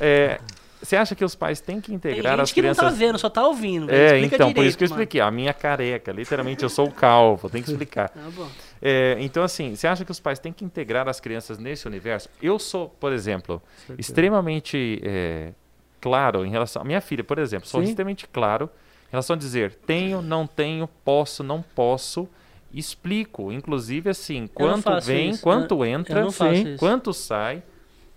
É, você acha que os pais têm que Tem integrar as gente que não tá crianças? vendo, só tá ouvindo. velho. é, Explica então, por direito, isso que eu mano. expliquei. A minha careca, literalmente, eu sou o calvo, tem que explicar. Tá bom. É, então, assim, você acha que os pais têm que integrar as crianças nesse universo? Eu sou, por exemplo, certeza. extremamente é, claro em relação. Minha filha, por exemplo, sou Sim. extremamente claro em relação a dizer tenho, não tenho, posso, não posso. Explico, inclusive assim, quanto faço vem, isso. quanto entra, Eu não faço sim, isso. quanto sai.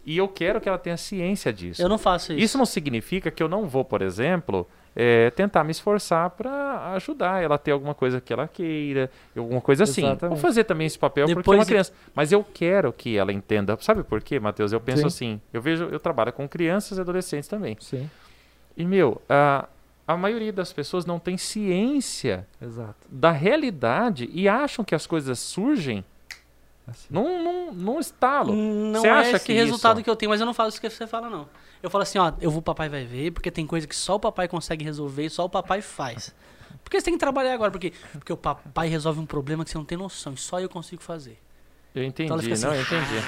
E eu quero que ela tenha ciência disso. Eu não faço isso. Isso não significa que eu não vou, por exemplo, eh, tentar me esforçar para ajudar ela a ter alguma coisa que ela queira, alguma coisa assim. Exatamente. Vou fazer também esse papel porque é Depois uma de- criança. Mas eu quero que ela entenda. Sabe por quê, Matheus? Eu penso Sim. assim. Eu vejo, eu trabalho com crianças e adolescentes também. Sim, E meu, a, a maioria das pessoas não tem ciência exato. da realidade e acham que as coisas surgem Assim. num, num, num estalo. Não Você é acha esse que resultado isso- que eu tenho, mas eu não faço isso que você fala, não. Eu falo assim, ó, eu vou, o papai vai ver, porque tem coisa que só o papai consegue resolver e só o papai faz. Por que você tem que trabalhar agora? Porque, porque o papai resolve um problema que você não tem noção, e só eu consigo fazer. Eu entendi, ela fica assim, não, eu entendi.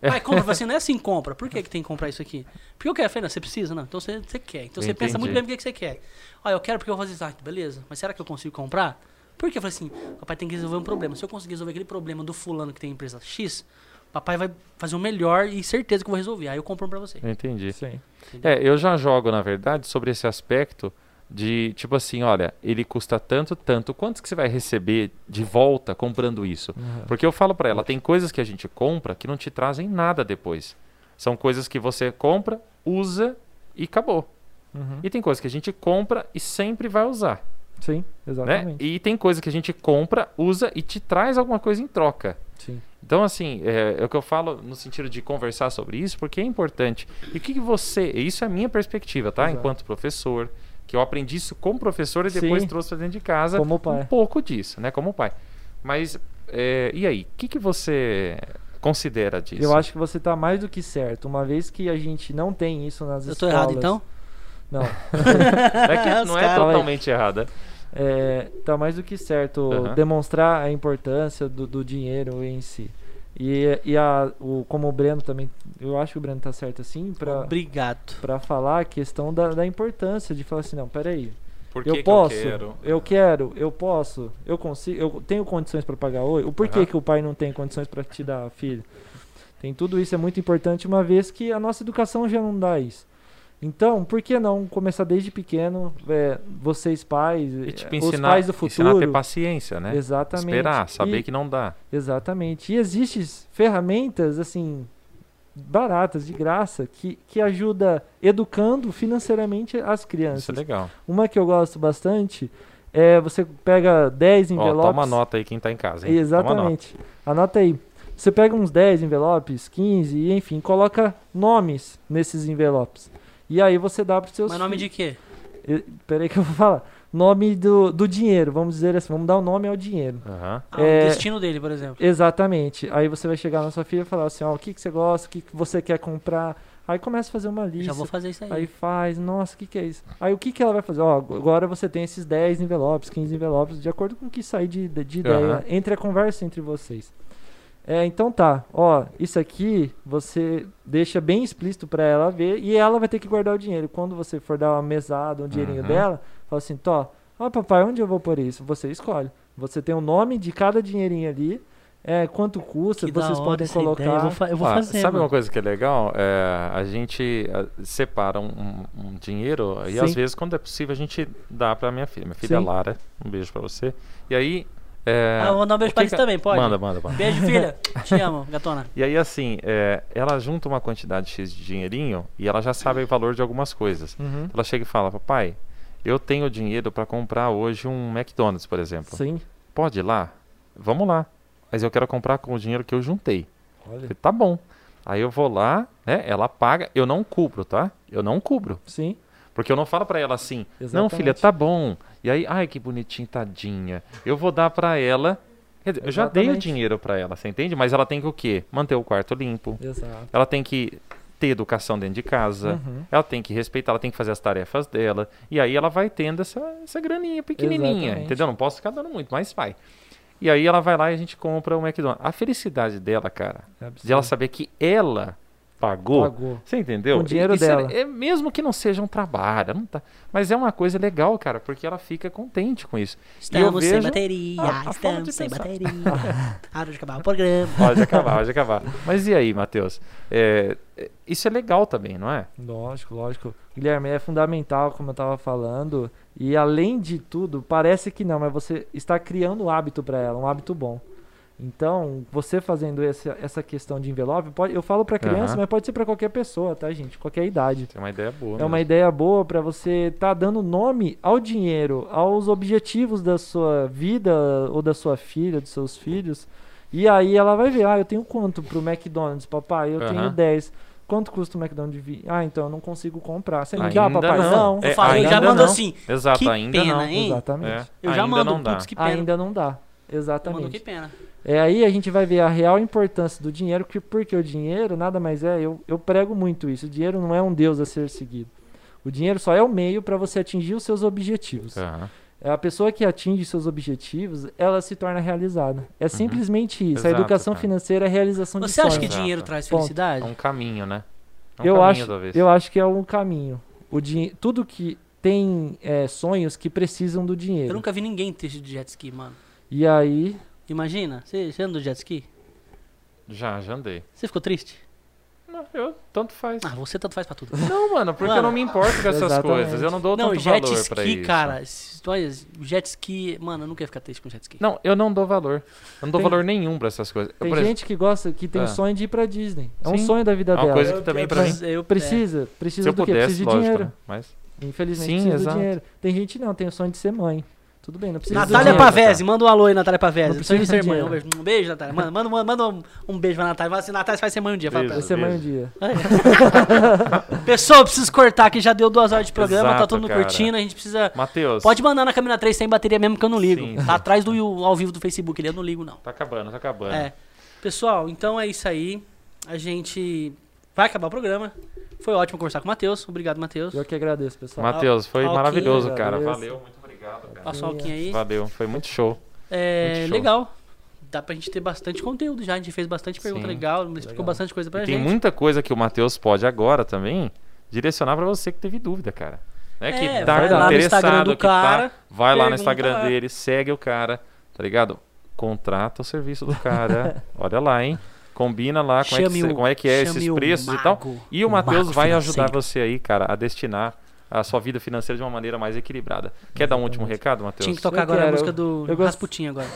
Pai, compra, Eu falo assim, não é assim, compra. Por que, que tem que comprar isso aqui? Porque eu quero. Eu Falei, não, você precisa, não. Então você, você quer. Então você pensa Entendi. muito bem o que que você quer. Ah, eu quero porque eu vou fazer isso. Ah, beleza. Mas será que eu consigo comprar? Porque eu falei assim, papai tem que resolver um problema. Se eu conseguir resolver aquele problema do fulano que tem empresa X, papai vai fazer o melhor e certeza que eu vou resolver. Aí eu compro um pra você. Eu entendi. Sim, É, eu já jogo, na verdade, sobre esse aspecto de, tipo assim, olha, ele custa tanto, tanto, quanto que você vai receber de volta comprando isso? Aham. Porque eu falo pra ela, tem coisas que a gente compra que não te trazem nada depois. São coisas que você compra, usa e acabou. Uhum. E tem coisas que a gente compra e sempre vai usar, Sim, né? exatamente. E tem coisas que a gente compra, usa e te traz alguma coisa em troca. Sim, Então, assim, é, é o que eu falo no sentido de conversar sobre isso, porque é importante. E o que, que você. Isso é a minha perspectiva, tá? Exato. Enquanto professor, que eu aprendi isso com o professor e depois Sim. trouxe pra dentro de casa Como um pai. pouco disso, né? Como pai. Mas, é, e aí? O que, que você considera disso? Eu acho que você tá mais do que certo. Uma vez que a gente não tem isso nas Eu tô escolas. errado, então? Não. é que Os não é caras- totalmente errada. É, tá mais do que certo Aham. demonstrar a importância do, do dinheiro em si. E, e a, o, como o Breno também, eu acho que o Breno tá certo assim, pra, Obrigado. pra falar a questão da, da importância de falar assim, não, peraí, Por eu posso, eu quero. eu posso, eu consigo, eu tenho condições para pagar hoje. O porquê Aham. que o pai não tem condições para te dar filho? Tem tudo isso é muito importante uma vez que a nossa educação já não dá isso. Então, por que não começar desde pequeno, é, vocês pais, E, eh, tipo, os ensinar, pais do ensinar a ter futuro, paciência, né? exatamente, Esperar, saber E- que não dá. Exatamente. E existem ferramentas assim baratas, de graça, que, que ajuda educando financeiramente as Isso é crianças. legal. Uma que eu gosto bastante é você pega 10 Ó, envelopes. toma nota aí quem tá em casa, hein? Toma nota. Exatamente. Anota aí. Você pega uns 10 envelopes, 15, e enfim, coloca nomes nesses envelopes. E aí você dá para seus Mas nome filhos. de quê? Eh, Peraí que eu vou falar. Nome do, do dinheiro, vamos dizer assim, vamos dar o nome ao dinheiro. Aham. Ah, o É- destino dele, por exemplo. Exatamente. Aí você vai chegar na sua filha e falar assim, ó, o que, que você gosta, o que, que você quer comprar. Aí começa a fazer uma lista. Já vou fazer isso aí. Aí faz, nossa, o que, que é isso? Aí o que, que ela vai fazer? Ó, agora você tem esses 10 envelopes, 15 envelopes, de acordo com o que sair de, de- de ideia, Aham. entre a conversa entre vocês. É, então tá, ó, isso aqui você deixa bem explícito pra ela ver e ela vai ter que guardar o dinheiro. Quando você for dar uma mesada, um dinheirinho Uhum. dela, fala assim, Tó, ó papai, onde eu vou pôr isso? Você escolhe. Você tem o nome de cada dinheirinho ali, é, quanto custa, Que da vocês hora podem essa ideia, Eu vou, colocar. fa- eu vou Ah, fazer. sabe mano. uma coisa que é legal? É, a gente ah, separa um, um- um dinheiro e às Sim. vezes, quando é possível, a gente dá pra minha filha. Minha filha Sim. Lara, um beijo pra você. E aí. É, Ah, eu vou mandar um o beijo que pra que eles a- também, pode? Manda, manda, manda. Beijo, filha. Te amo, gatona. E aí, assim, é, ela junta uma quantidade X de dinheirinho e ela já sabe o valor de algumas coisas. Uhum. Ela chega e fala: Papai, eu tenho dinheiro pra comprar hoje um McDonald's, por exemplo. Sim. Pode ir lá? Vamos lá. Mas eu quero comprar com o dinheiro que eu juntei. Olha. Falei, tá bom. Aí eu vou lá, né? Ela paga, eu não cubro, tá? Eu não cubro. Sim. Porque eu não falo pra ela assim, não, Exatamente. filha, tá bom. E aí, ai, que bonitinha, tadinha. Eu vou dar pra ela. Quer dizer, eu já dei o Exatamente. dinheiro pra ela, você entende? Mas ela tem que o quê? Manter o quarto limpo. Exato. Ela tem que ter educação dentro de casa. Uhum. Ela tem que respeitar, ela tem que fazer as tarefas dela. E aí ela vai tendo essa, essa graninha pequenininha, Exatamente. entendeu? Não posso ficar dando muito, mas vai. E aí ela vai lá e a gente compra o McDonald's. A felicidade dela, cara, É de ela absurdo. saber que ela pagou. Pagou. Você entendeu? Com o dinheiro Isso é- dela. É, mesmo que não seja um trabalho, não tá, mas é uma coisa legal, cara, porque ela fica contente com isso. Estamos sem vejo bateria, a- a forma de estamos sem pensar. bateria. A hora de acabar o programa. Pode acabar, pode acabar. Mas e aí, Matheus? É, é, isso é legal também, não é? Lógico, lógico. Guilherme, é fundamental, como eu tava falando. E além de tudo, parece que não, mas você está criando um hábito para ela, um hábito bom. Então, você fazendo essa, essa questão de envelope, pode, eu falo para criança, Aham. mas pode ser para qualquer pessoa, tá, gente? Qualquer idade. Tem uma ideia boa. É uma mesmo. ideia boa para você estar dando nome ao dinheiro, aos objetivos da sua vida ou da sua filha, dos seus filhos. E aí ela vai ver, ah, eu tenho quanto pro McDonald's, papai? Eu tenho Aham. 10. Quanto custa o McDonald's? de vi- Ah, então eu não consigo comprar. Você me dá, Ainda papai? não. É, Eu falo, ele já ainda mandou não. assim. Exato, que ainda pena, não. hein? É, Exatamente. Eu já ainda mando, não dá. putz, que pena. Ainda não dá. Eu mando, que Exatamente. pena. É aí a gente vai ver a real importância do dinheiro, que, porque o dinheiro nada mais é, eu, eu prego muito isso, o dinheiro não é um deus a ser seguido. O dinheiro só é o meio para você atingir os seus objetivos. Aham. A pessoa que atinge seus objetivos, ela se torna realizada. É simplesmente isso. a Uhum. Exato, educação cara. financeira é a realização de Você acha que sonhos. Exato. dinheiro traz Ponto. É felicidade? um caminho, né? É um eu, caminho, acho, talvez. eu acho que é um caminho. O dinhe- Tudo que tem é, sonhos que precisam do dinheiro. Eu nunca vi ninguém ter de jet ski, mano. E aí, Imagina, você você anda de jet ski? Já, já andei. Você ficou triste? Não, eu, tanto faz. Ah, você tanto faz pra tudo. Não, mano, porque eu Mano. não me importo com essas Exatamente. coisas. Eu não dou Não, tanto jet valor pra ski, isso. cara. s- Olha, jet ski. Mano, eu nunca ia ficar triste com jet ski. Não, eu não dou valor. Eu não dou Tem- valor nenhum pra essas coisas. Eu, tem por exemplo, gente que gosta, que tem Ah. sonho de ir pra Disney. É um Sim. sonho da vida é uma dela. coisa que também pra mim. Mas eu- é, Precisa, precisa Se eu do quê? pudesse, Precisa de lógico, dinheiro. né? Mas. Infelizmente Sim, precisa exato. do dinheiro. Tem gente que não, tem o sonho de ser mãe. Tudo bem, não precisa Natália do dinheiro. Pavese, manda um alô aí, Natália Pavese. Não Sonho de precisa ser mãe. de Um beijo, um beijo Natália. Manda, manda, manda, manda um, um beijo pra Natália. Fala assim, Natália, você vai ser mãe um dia. Fala pra ela. Você Beijo. é mãe um dia. Pessoal, eu preciso cortar que já deu duas horas de programa, tá Exato, todo mundo cara. curtindo, a gente precisa. Matheus. Pode mandar na câmera 3 sem bateria mesmo que eu não ligo. Sim, tá sim. atrás do Yu- ao vivo do Facebook, ele eu não ligo, não. Tá acabando, tá acabando. É. Pessoal, então é isso aí. A gente vai acabar o programa. Foi ótimo conversar com o Matheus. Obrigado, Matheus. Eu que agradeço, pessoal. Matheus, foi Alquinha, maravilhoso, cara. agradeço. Valeu, muito obrigado, cara. Passou alguém aí. Valeu, foi muito show. É Muito show. legal. Dá pra gente ter bastante conteúdo já. A gente fez bastante pergunta Sim. legal, ele explicou Legal. bastante coisa pra E tem gente. muita coisa que o Matheus pode agora também direcionar pra você que teve dúvida, cara. Né? Que É, tá vai lá no Instagram do interessado, que tá- cara, vai lá no pergunta Instagram lá. dele, segue o cara, tá ligado? Contrata o serviço do cara. Olha lá, hein? Combina lá como, Chame é, que, o- cê- como é que é chame esses o preços e tal. mago, E o o Matheus mago vai ajudar financeiro. você aí, cara, a destinar a sua vida financeira de uma maneira mais equilibrada. Quer dar um último recado, Tinha Matheus? que tocar Eu agora a quero, música eu- do eu gosto- Rasputin agora.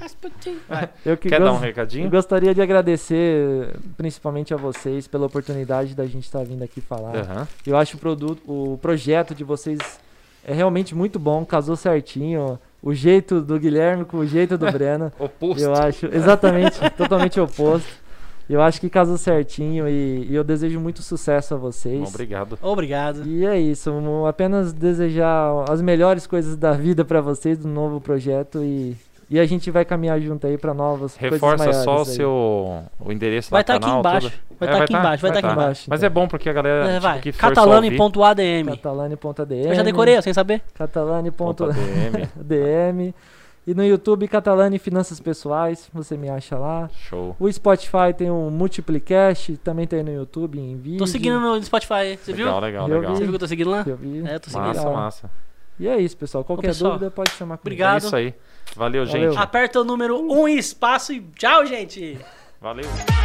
Rasputin. Vai. Eu que Quer dar um gosto- recadinho? Eu gostaria de agradecer principalmente a vocês pela oportunidade da gente estar vindo aqui falar. Aham. Eu acho o produto, o projeto de vocês é realmente muito bom, casou certinho. O jeito do Guilherme com o jeito do Breno. Oposto. Eu acho, exatamente, totalmente oposto. Eu acho que casou certinho e, e eu desejo muito sucesso a é vocês. Obrigado. Obrigado. E é isso, um- apenas desejar as melhores coisas da vida pra vocês do novo projeto e E a gente vai caminhar junto aí pra novas coisas Reforça maiores só o aí. seu o endereço Vai lá do estar aqui canal, embaixo. tudo. Vai É, estar aqui tá, embaixo, vai estar tá. aqui embaixo. embaixo, Mas então. é bom porque a galera É, tipo, vai. que for só ouvir- Catalane.adm. Catalane.dm. Eu já decorei, ó, sem saber. ponto Catalane.dm. ADM. E no YouTube, Catalane Finanças Pessoais, você me acha lá. Show. O Spotify tem o Multiplicast, também tem no YouTube, em vídeo. Tô seguindo no Spotify, você viu? né? Legal, legal, Eu legal. Você viu que eu tô seguindo lá? Eu vi. É, eu tô seguindo Massa, lá. Legal. massa. E é isso, pessoal. Qualquer pessoal, dúvida, pode chamar comigo. obrigado. É isso aí. Valeu, Valeu. gente. Aperta o número 1 um e espaço e tchau, gente! Valeu.